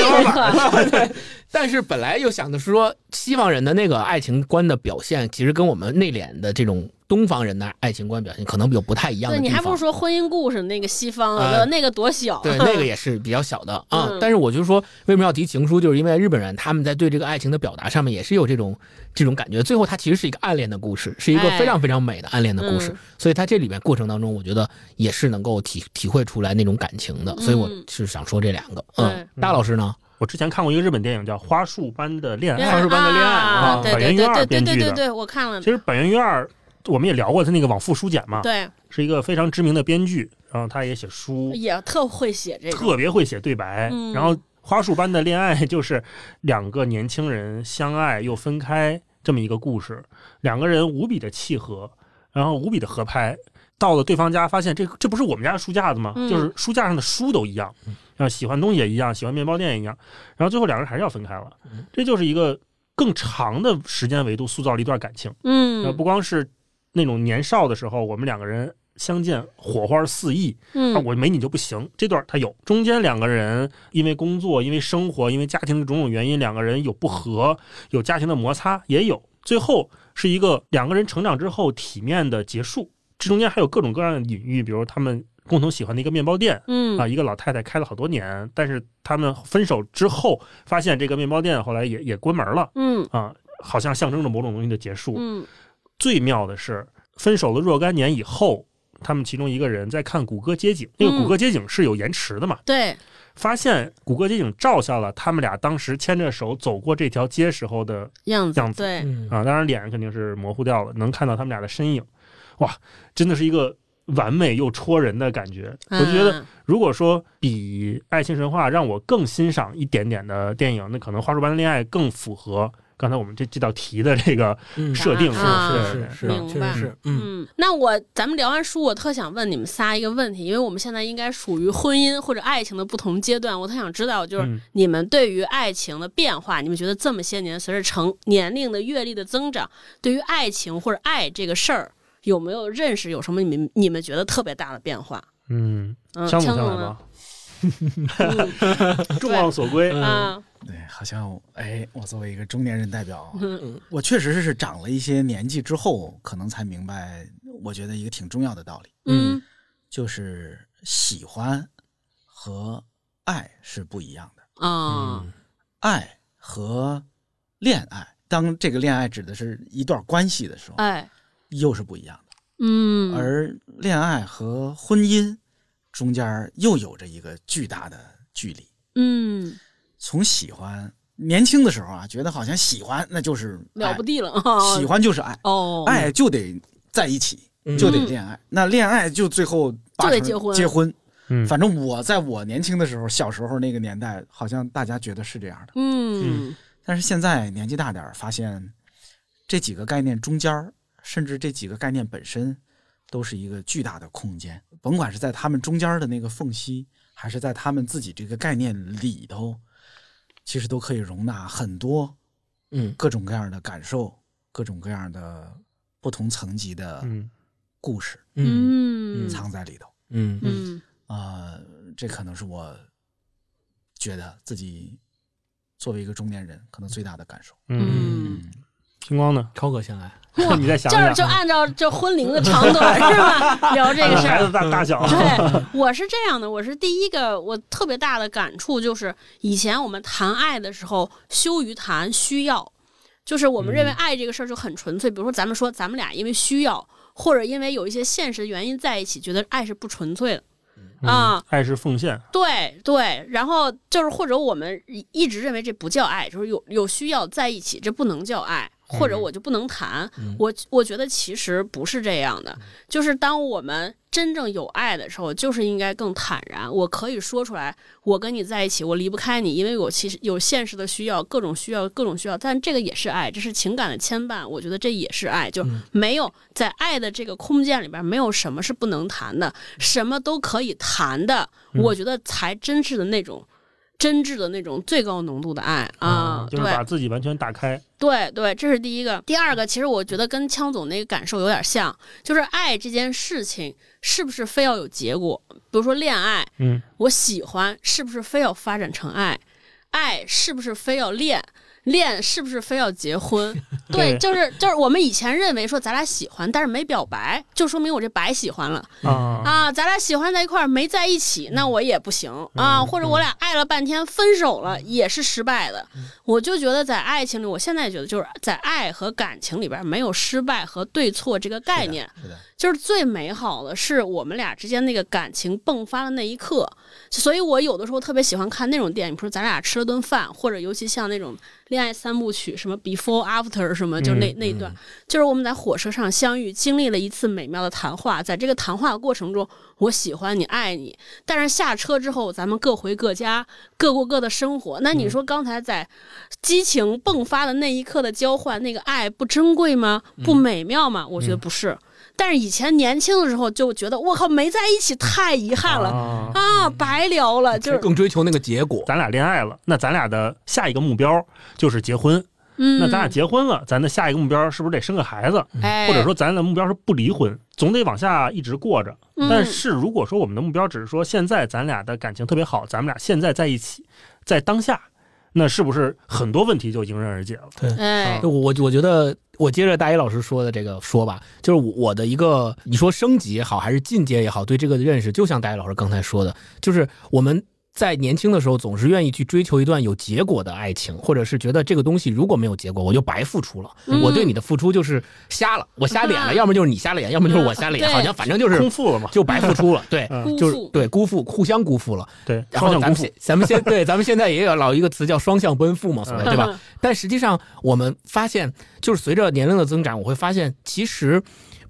B: 个
C: [laughs] 但是本来又想的是说，西方人的那个爱情观的表现，其实跟我们内敛的这种东方人的爱情观表现可能有不太一样的
B: 对
C: 地
B: 你
C: 方。
B: 还不如说婚姻故事那个西方
A: 啊
C: 呃
B: 的那个多小， [laughs]
C: 对，那个也是比较小的啊、
B: 嗯
C: 但是我就说，为什么要提情书，就是因为日本人他们在对这个爱情的表达上面也是有这种这种感觉。最后，它其实是一个暗恋的故事，是一个
B: 哎
C: 非常非常美的暗恋的故事。
B: 嗯
C: 所以，它这里面过程当中，我觉得也是能够体体会出来那种感情的。所以，我
B: 嗯
C: 是想说这两个。嗯，
A: 对
C: 大老师呢？
A: 我之前看过一个日本电影叫《花束般的恋爱》，
B: 啊啊对对对对对对对对，我看了
A: 其，实板垣瑞二我们也聊过他那个往复书简嘛，
B: 对，
A: 是一个非常知名的编剧，然后他也写书，
B: 也特会写这个，
A: 特别会写对白，
B: 嗯
A: 然后花束般的恋爱就是两个年轻人相爱又分开这么一个故事，两个人无比的契合，然后无比的合拍。到了对方家，发现这这不是我们家的书架子吗？
B: 嗯
A: 就是书架上的书都一样，然后喜欢东西也一样，喜欢面包店也一样，然后最后两个人还是要分开了。这就是一个更长的时间维度塑造了一段感情。那
B: 嗯
A: 不光是那种年少的时候，我们两个人相见火花四溢，那
B: 嗯
A: 啊我没你就不行。这段他有，中间两个人因为工作、因为生活、因为家庭的种种原因，两个人有不和，有家庭的摩擦，也有。最后是一个两个人成长之后体面的结束。这中间还有各种各样的隐喻，比如他们共同喜欢的一个面包店啊，
B: 嗯
A: 一个老太太开了好多年，但是他们分手之后发现这个面包店后来也也关门了
B: 嗯
A: 啊，好像象征着某种东西的结束。
B: 嗯
A: 最妙的是，分手了若干年以后，他们其中一个人在看谷歌街景，那个谷歌街景是有延迟的嘛，
B: 对，
A: 发现谷歌街景照下了他们俩当时牵着手走过这条街时候的
B: 样
A: 样子
B: 对，
C: 嗯
A: 啊，当然脸肯定是模糊掉了，能看到他们俩的身影，哇，真的是一个完美又戳人的感觉。嗯我就觉
B: 嗯
A: 得，如果说比《爱情神话》让我更欣赏一点点的电影，那可能《花束般的恋爱》更符合刚才我们这这道题的这个
C: 嗯
A: 设定。
B: 啊
A: 对
C: 是
A: 对
C: 是
A: 对
B: 明
C: 确
B: 白
C: 实是，嗯
B: 嗯，那我咱们聊完书，我特想问你们仨一个问题，因为我们现在应该属于婚姻或者爱情的不同阶段，我特想知道，就是
A: 嗯
B: 你们对于爱情的变化，你们觉得这么些年随着成年龄的阅历的增长，对于爱情或者爱这个事儿有没有认识，有什么你们你们觉得特别大的变化？
A: 嗯，
B: 嗯，
A: 相
B: 枪
A: 母相
B: 总
A: 来
B: 呢
A: 吧？， [laughs] 众望所归。
B: 啊，
D: 对，好像哎，我作为一个中年人代表
B: [laughs] 嗯，
D: 我确实是长了一些年纪之后，可能才明白，我觉得一个挺重要的道理，
B: 嗯
D: 就是喜欢和爱是不一样的，
B: 啊，
D: 爱和恋爱，当这个恋爱指的是一段关系的时候，
B: 哎，
D: 又是不一样的。
B: 嗯，
D: 而恋爱和婚姻中间又有着一个巨大的距离。
B: 嗯
D: 从喜欢年轻的时候啊，觉得好像喜欢那就是
B: 了
D: 爱
B: 不地了啊，
D: 喜欢就是爱，
B: 哦，
D: 爱就得在一起，
C: 嗯
D: 就得恋爱。那恋爱就最后八
B: 就得
D: 成
B: 结婚
D: 结婚。
A: 嗯
D: 反正我在我年轻的时候，小时候那个年代，好像大家觉得是这样的。
B: 嗯
D: 但是现在年纪大点儿，发现这几个概念中间儿，甚至这几个概念本身，都是一个巨大的空间，甭管是在他们中间的那个缝隙，还是在他们自己这个概念里头，其实都可以容纳很多
C: 嗯
D: 各种各样的感受，各种各样的不同层级的
A: 嗯，
D: 故事
C: 嗯
B: 嗯
D: 藏在里头。
C: 嗯嗯
B: 嗯
D: 呃，这可能是我觉得自己作为一个中年人，可能最大的感受。
A: 嗯，
B: 嗯，
A: 星光呢？
C: 超哥先来，
A: [laughs] 你再想啊想，
B: 就是就按照这婚龄的长
A: [laughs]
B: 短是吧？聊这个事
A: 孩
B: 儿
A: 子。大大小，啊
B: 对，我是这样的，我是第一个，我特别大的感触就是，以前我们谈爱的时候，羞于谈需要，就是我们认
A: 嗯
B: 为爱这个事儿就很纯粹。比如说，咱们说咱们俩因为需要，或者因为有一些现实原因在一起，觉得爱是不纯粹的。啊、
A: 嗯爱是奉献，
B: 对对，然后就是或者我们一一直认为这不叫爱，就是有有需要在一起，这不能叫爱，或
A: 嗯
B: 者我就不能谈。我我觉得其实不是这样
A: 嗯
B: 的，就是当我们真正有爱的时候，就是应该更坦然。我可以说出来，我跟你在一起，我离不开你，因为我其实有现实的需要，各种需要，各种需要，但这个也是爱，这是情感的牵绊。我觉得这也是爱，就
A: 嗯
B: 没有在爱的这个空间里边，没有什么是不能谈的，
A: 嗯
B: 什么都可以谈的。我觉得才真挚的那种，真挚的那种最高浓度的爱啊，
A: 嗯就是
B: 对
A: 把自己完全打开，
B: 对对，这是第一个。第二个，其实我觉得跟枪总那个感受有点像，就是爱这件事情是不是非要有结果？比如说恋爱，
A: 嗯，
B: 我喜欢是不是非要发展成爱？爱是不是非要恋？恋是不是非要
A: [laughs]
B: 结婚？对，
A: 对
B: 就是就是我们以前认为说咱俩喜欢，但是没表白，就说明我这白喜欢了。
A: 啊，
B: [laughs] 啊，咱俩喜欢在一块儿没在一起，那我也不行啊。或者我俩爱了半天分手了，也是失败的。我就觉得在爱情里，我现在觉得就是在爱和感情里边儿没有失败和对错这个概念，
D: 是的，
B: 就是最美好的是我们俩之间那个感情迸发的那一刻。所以我有的时候特别喜欢看那种电影，比如咱俩吃了顿饭，或者尤其像那种恋爱三部曲，什么 Before After 什么，就那、那一段，就是我们在火车上相遇，经历了一次美妙的谈话。在这个谈话的过程中，我喜欢你，爱你，但是下车之后，咱们各回各家，各过各的生活。那你
A: 嗯
B: 说刚才在激情迸发的那一刻的交换，那个爱不珍贵吗？
A: 嗯
B: 不美妙吗？我觉得不是。但是以前年轻的时候就觉得我靠没在一起太遗憾了
A: 啊嗯
B: 啊，白聊了，就是
C: 更追求那个结果。
A: 咱俩恋爱了，那咱俩的下一个目标就是结婚。
B: 嗯，
A: 那咱俩结婚了，咱的下一个目标是不是得生个孩子？
B: 哎，
A: 或者说咱的目标是不离婚，总得往下一直过着。
B: 嗯
A: 但是如果说我们的目标只是说现在咱俩的感情特别好，咱们俩现在在一起，在当下，那是不是很多问题就迎刃而解了？
B: 哎
C: 就，我我我觉得，我接着大一老师说的这个说吧，就是我我的一个，你说升级也好，还是进阶也好，对这个的认识，就像大一老师刚才说的，就是我们在年轻的时候总是愿意去追求一段有结果的爱情，或者是觉得这个东西如果没有结果，我就白付出了，
B: 嗯
C: 我对你的付出就是瞎了，我瞎脸了，
B: 啊
C: 要么就是你瞎脸，要么就是我瞎脸，
B: 对
C: 好像反正就是
A: 空腹了嘛？
C: 就白付出了，对，
A: 嗯
B: 辜
C: [laughs] 就是
B: 负
C: 对辜负，互相辜负了。
A: 对，
C: 然
A: 双
C: 后
A: 向辜
C: 咱们
A: 负
C: 现。咱们现对咱们现在也有老一个词叫双向奔赴嘛，所
A: 嗯
C: 谓对吧？但实际上我们发现，就是随着年龄的增长，我会发现其实。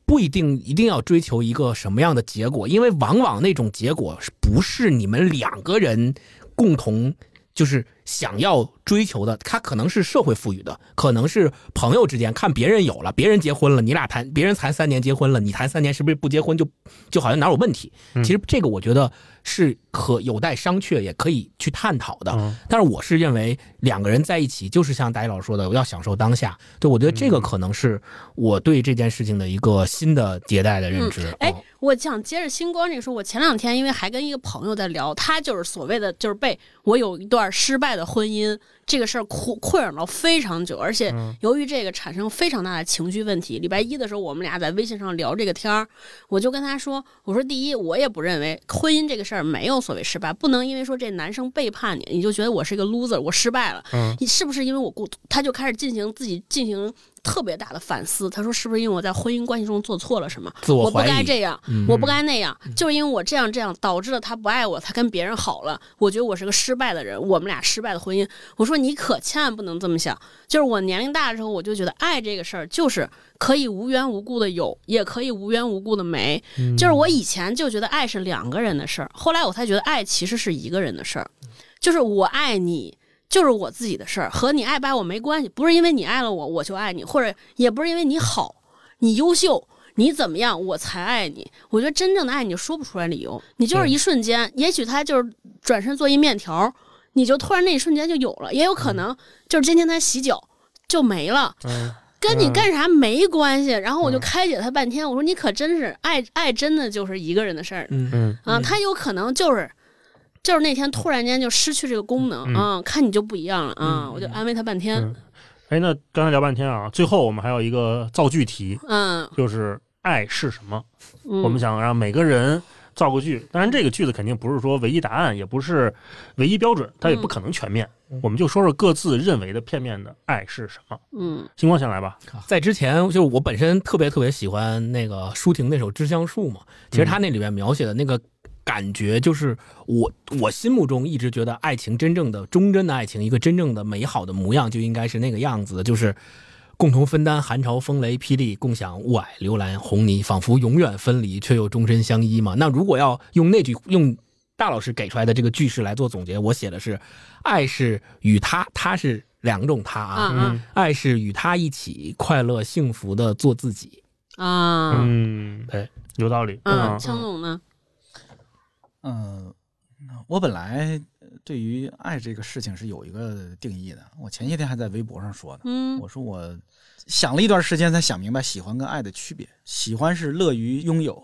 C: 不一定一定要追求一个什么样的结果，因为往往那种结果是不是你们两个人共同就是想要追求的，它可能是社会赋予的，可能是朋友之间看别人有了，别人结婚了，你俩谈，别人谈三年结婚了，你谈三年是不是不结婚就就好像哪有问题？其实这个我觉得是可有待商榷，也可以去探讨的。
A: 嗯
C: 但是我是认为两个人在一起，就是像大一老师说的，我要享受当下。对我觉得这
B: 嗯
C: 个可能是我对这件事情的一个新的迭代的认知。
B: 哎
C: 哦，
B: 我想接着星光这个说，我前两天因为还跟一个朋友在聊，他就是所谓的就是被我有一段失败的婚姻这个事儿困困扰了非常久，而且由于这个产生非常大的情绪问题。礼拜一的时候，我们俩在微信上聊这个天儿，我就跟他说，我说第一，我也不认为婚姻这个事儿没有所谓失败，不能因为说这男生背叛你，你就觉得我是一个 loser，我失败了。你是不是因为我过度？他就开始进行自己进行特别大的反思。他说是不是因为我在婚姻关系中做错了什么？
C: 自我
B: 我不
C: 怀疑嗯
B: 该这样，我不该那样，就是因为我这样这样导致了他不爱我，他跟别人好了。我觉得我是个失败的人，我们俩失败的婚姻。我说你可千万不能这么想。就是我年龄大之后，我就觉得爱这个事儿就是可以无缘无故的有，也可以无缘无故的没。
C: 嗯
B: 就是我以前就觉得爱是两个人的事儿，后来我才觉得爱其实是一个人的事儿，就是我爱你。就是我自己的事儿，和你爱不爱我没关系，不是因为你爱了我我就爱你，或者也不是因为你好，你优秀，你怎么样我才爱你。我觉得真正的爱你说不出来理由，你就是一瞬间，也许他就是转身做一面条，你就突然那一瞬间就有了，也有可能就是今天他洗脚就没了。
A: 嗯，
B: 跟你
A: 嗯
B: 干啥没关系，然后我就
A: 嗯
B: 开解他半天，我说你可真是爱爱，真的就是一个人的事儿
C: 嗯，
A: 嗯
B: 啊，他有可能就是就是那天突然间就失去这个功能
A: 嗯
B: 啊，看你就不一样了啊，
C: 嗯
B: 我就安慰他半天
A: 嗯，，哎，那刚才聊半天啊，最后我们还有一个造句题，
B: 嗯，
A: 就是爱是什么？
B: 我
A: 我
C: 嗯
A: 们想让每个人造个句，当然这个句子肯定不是说唯一答案，也不是唯一标准，
C: 嗯
A: 它也不可能全面。我们就说说各自认为的片面的爱是什么。
B: 嗯
A: 星光先来吧，
C: 在之前就是我本身特别特别喜欢那个舒婷那首《知香树》嘛，其实他那里面描写的那个感觉，就是我我心目中一直觉得爱情真正的忠贞的爱情，一个真正的美好的模样就应该是那个样子的，就是。共同分担寒潮、风雷、霹雳，共享雾霭、流岚、红泥，仿佛永远分离，却又终身相依嘛。那如果要用那句用大老师给出来的这个句式来做总结，我写的是：爱是与他，他是两种他
B: 啊
C: 啊，
A: 嗯
B: 啊
C: 爱是与他一起快乐幸福的做自己。
B: 啊
A: 嗯，
C: 对，
A: 有道理。啊
B: 嗯，强总呢？
D: 嗯，我本来对于爱这个事情是有一个定义的，我前些天还在微博上说呢，
B: 嗯
D: 我说我想了一段时间才想明白喜欢跟爱的区别，喜欢是乐于拥有，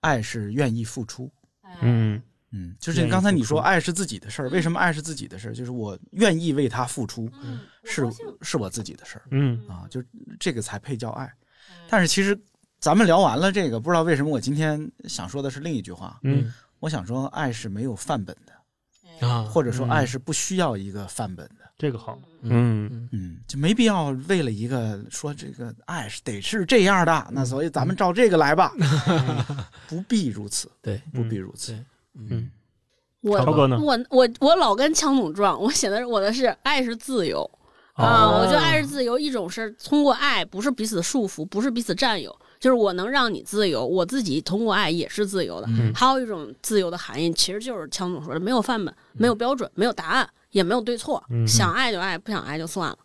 D: 爱是愿意付出。
B: 哎
A: 嗯
D: 嗯，就是
A: 愿意
D: 刚才你
A: 付出
D: 说爱是自己的事儿，为什么爱是自己的事儿？就是我愿意为他付出，
B: 嗯，
D: 是是我自己的事儿
A: 嗯
D: 啊，就这个才配叫爱。
B: 嗯
D: 但是其实咱们聊完了这个，不知道为什么我今天想说的是另一句话，
A: 嗯
D: 我想说爱是没有范本的，
C: 啊，
D: 或者说
A: 嗯
D: 爱是不需要一个范本的。
A: 这个好。嗯
D: 嗯，就没必要为了一个说这个爱是得是这样的，
A: 嗯
D: 那所以咱们照这个来吧， [laughs] 不必如此，
C: 对，
D: 不必如此
C: 对。
A: 嗯，
B: 我
A: 超哥呢？
B: 我我我老跟强总撞，我写的是我的是爱是自由。啊，我觉得爱是自由，一种是通过爱，不是彼此束缚，不是彼此占有，就是我能让你自由，我自己通过爱也是自由的。
A: 嗯
B: 还有一种自由的含义，其实就是强总说的，没有范本，没有标准，没有答案，也没有对错，
A: 嗯
B: 想爱就爱，不想爱就算了。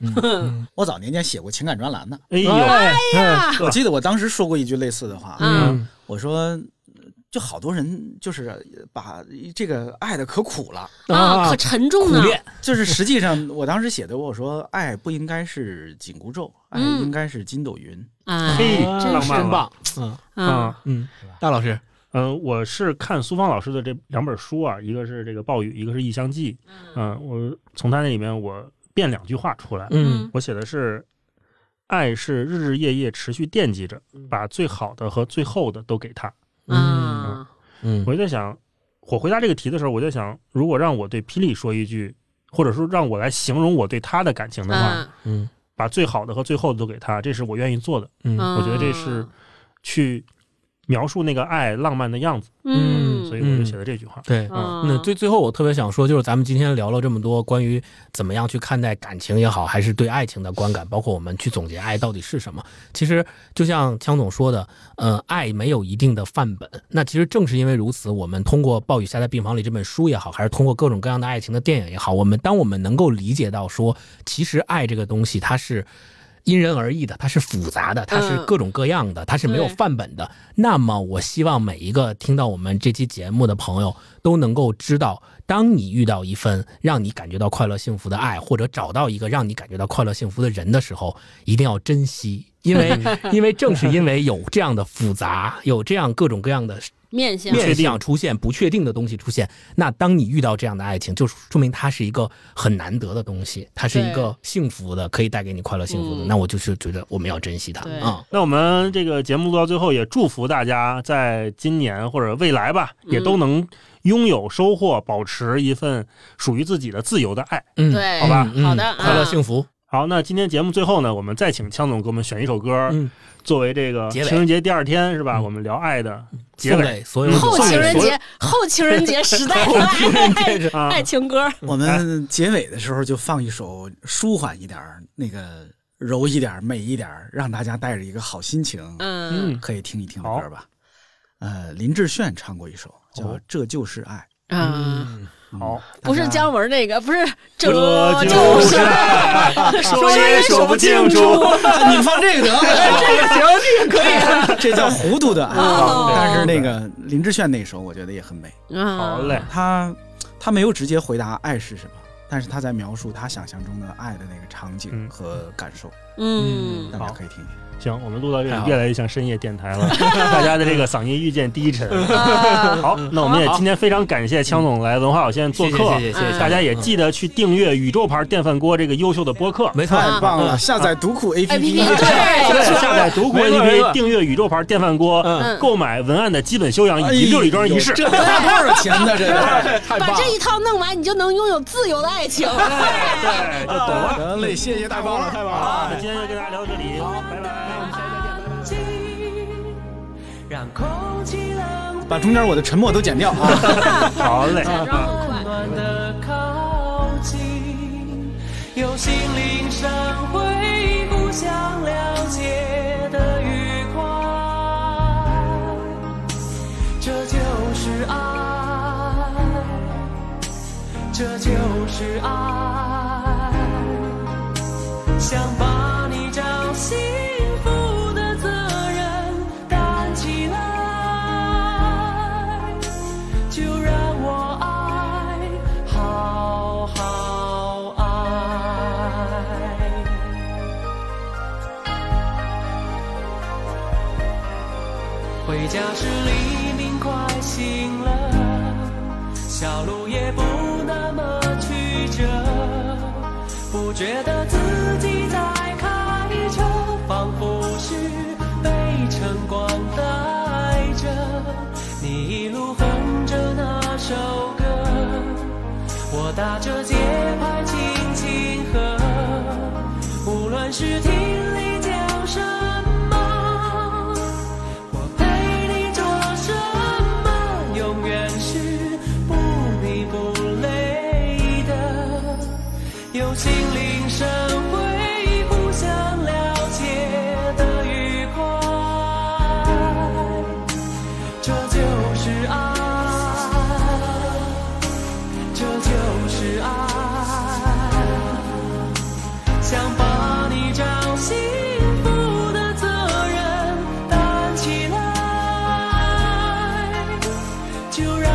D: 我早年间写过情感专栏呢，
A: 哎呦，
D: 我记得我当时说过一句类似的话，
B: 嗯
D: 我说。就好多人就是把这个爱的可苦了，
B: 啊，可沉重
C: 苦
B: 呢。
C: 练，
D: 就是实际上我当时写的，我说爱不应该是紧箍咒，爱
B: 嗯
D: 应该是筋斗云。
B: 哎，
A: 嘿，
C: 啊
A: 浪漫了。
C: 真棒。嗯
B: 嗯
A: 啊，
C: 嗯，大老师，
A: 嗯，我是看苏芳老师的这两本书啊，一个是这个《暴雨》，一个是《异乡记》。嗯，我从他那里面我变两句话出来。
C: 嗯
A: 我写的是，爱是日日夜夜持续惦记着，把最好的和最后的都给他。
B: 啊，
C: 嗯
A: 我就在想，我回答这个题的时候，我就想，如果让我对霹雳说一句，或者说让我来形容我对他的感情的话，
B: 嗯
C: 嗯
A: 把最好的和最后的都给他，这是我愿意做的。
C: 嗯
B: 嗯
A: 我觉得这是去描述那个爱浪漫的样子，
B: 嗯，
A: 所以我就写了这句话。
C: 对。
A: 嗯
C: 那最最后，我特别想说，就是咱们今天聊了这么多关于怎么样去看待感情也好，还是对爱情的观感，包括我们去总结爱到底是什么。其实就像枪总说的，呃，爱没有一定的范本。那其实正是因为如此，我们通过《暴雨下在病房里》这本书也好，还是通过各种各样的爱情的电影也好，我们当我们能够理解到说，其实爱这个东西它是。因人而异的，它是复杂的，它是
B: 嗯
C: 各种各样的，它是没有
B: 对
C: 范本的。那么，我希望每一个听到我们这期节目的朋友都能够知道，当你遇到一份让你感觉到快乐幸福的爱，或者找到一个让你感觉到快乐幸福的人的时候，一定要珍惜，因
B: [laughs]
C: 为因为正是因为有这样的复杂，有这样各种各样的
B: 面相，
C: 面向出现不确定的东西出现，那当你遇到这样的爱情，就说明它是一个很难得的东西，它是一个幸福的，可以带给你快乐幸福的。
B: 嗯
C: 那我就是觉得我们要珍惜它
B: 对
C: 啊。
A: 那我们这个节目录到最后，也祝福大家在今年或者未来吧，也都能拥有收获，保持一份属于自己的自由的爱。
C: 嗯，
B: 对，
A: 好吧
C: 嗯
B: 好的
C: 嗯快乐
B: 啊
C: 幸福。
A: 好，那今天节目最后呢，我们再请枪总给我们选一首歌，
C: 嗯，
A: 作为这个
C: 结尾
A: 情人节第二天是吧？
C: 嗯
A: 我们聊爱的结
C: 送
A: 尾。
C: 给所有的
B: 后
A: 送给
B: 情人
A: 所有
B: 节，后情人节时 [laughs] 代的爱
A: 啊
B: 爱情歌，
D: 我们结尾的时候就放一首舒缓一点儿、那个柔一点儿、美一点儿，让大家带着一个好心情，
B: 嗯
A: 嗯，
D: 可以听一听的
A: 好
D: 歌吧。呃，林志炫唱过一首叫
A: 哦
D: 《这就是爱》，
B: 啊，
A: 嗯好，
B: 不是姜文那个，不是这
A: 这
B: 就
A: 就是爱
B: 说也说不清楚。
D: [laughs] 啊你们放这个得 [laughs] 了，这个行，这个可 [laughs] 以，啊这叫糊涂的
B: 哦
D: 啊。但是那个林志炫那首，我觉得也很美。
B: 啊
A: [laughs] 好嘞，
D: 他他没有直接回答爱是什么，但是他在描述他想象中的爱的那个场景
A: 嗯
D: 和感受，
B: 嗯，
D: 大家
A: 好
D: 可以听听。
A: 行，我们录到这
C: 太好
A: 里，
C: 了
A: 越来越像深夜电台了，大家的这个嗓音遇见低沉。好，那我们也今天非常感谢枪总来文化有限做客，
C: 嗯谢谢谢谢谢谢，
A: 大家也
C: 嗯
A: 记得去订阅宇宙牌电饭锅这个优秀的播客。
C: 没
B: 嗯
C: 错，
D: 太棒了，下载读库
B: APP
A: 对，
B: 对，
A: 下载读库
C: 没错没错
A: APP，订阅宇宙牌电饭锅，
B: 嗯
A: 购买文案的基本修养以及六里庄仪
D: [laughs]
A: 式。
D: 这花多少钱呢？这 [laughs] 个。
C: 太
B: 把
C: 棒
B: 这
C: 了，
B: 一套弄完，你就能拥有自由的爱情。哎 [laughs]
A: 对，就懂了。
D: 人类，谢谢大伙儿。
C: 太棒
A: 好，那今天就跟大家聊到这里，拜拜。
G: 让空气冷
D: 把中间我的沉默都剪掉啊。
A: 好嘞。
B: 假装不管
G: 暖的靠近，有心灵上回不想了解的愉快，这就是爱，这就是爱，想把你找幸福的责任担起来。就让我爱，好好爱。回家时黎明快醒了，小路也不那么曲折，不觉得自己在开车，仿佛是被晨光带着，你一路哼着那首歌，我打着节拍轻轻和，无论是听你讲什么。我陪你做什么，永远是不疲不累的，有心灵上会互相了解的愉快，这就是爱，这就是爱。想把你找幸福的责任担起来，就让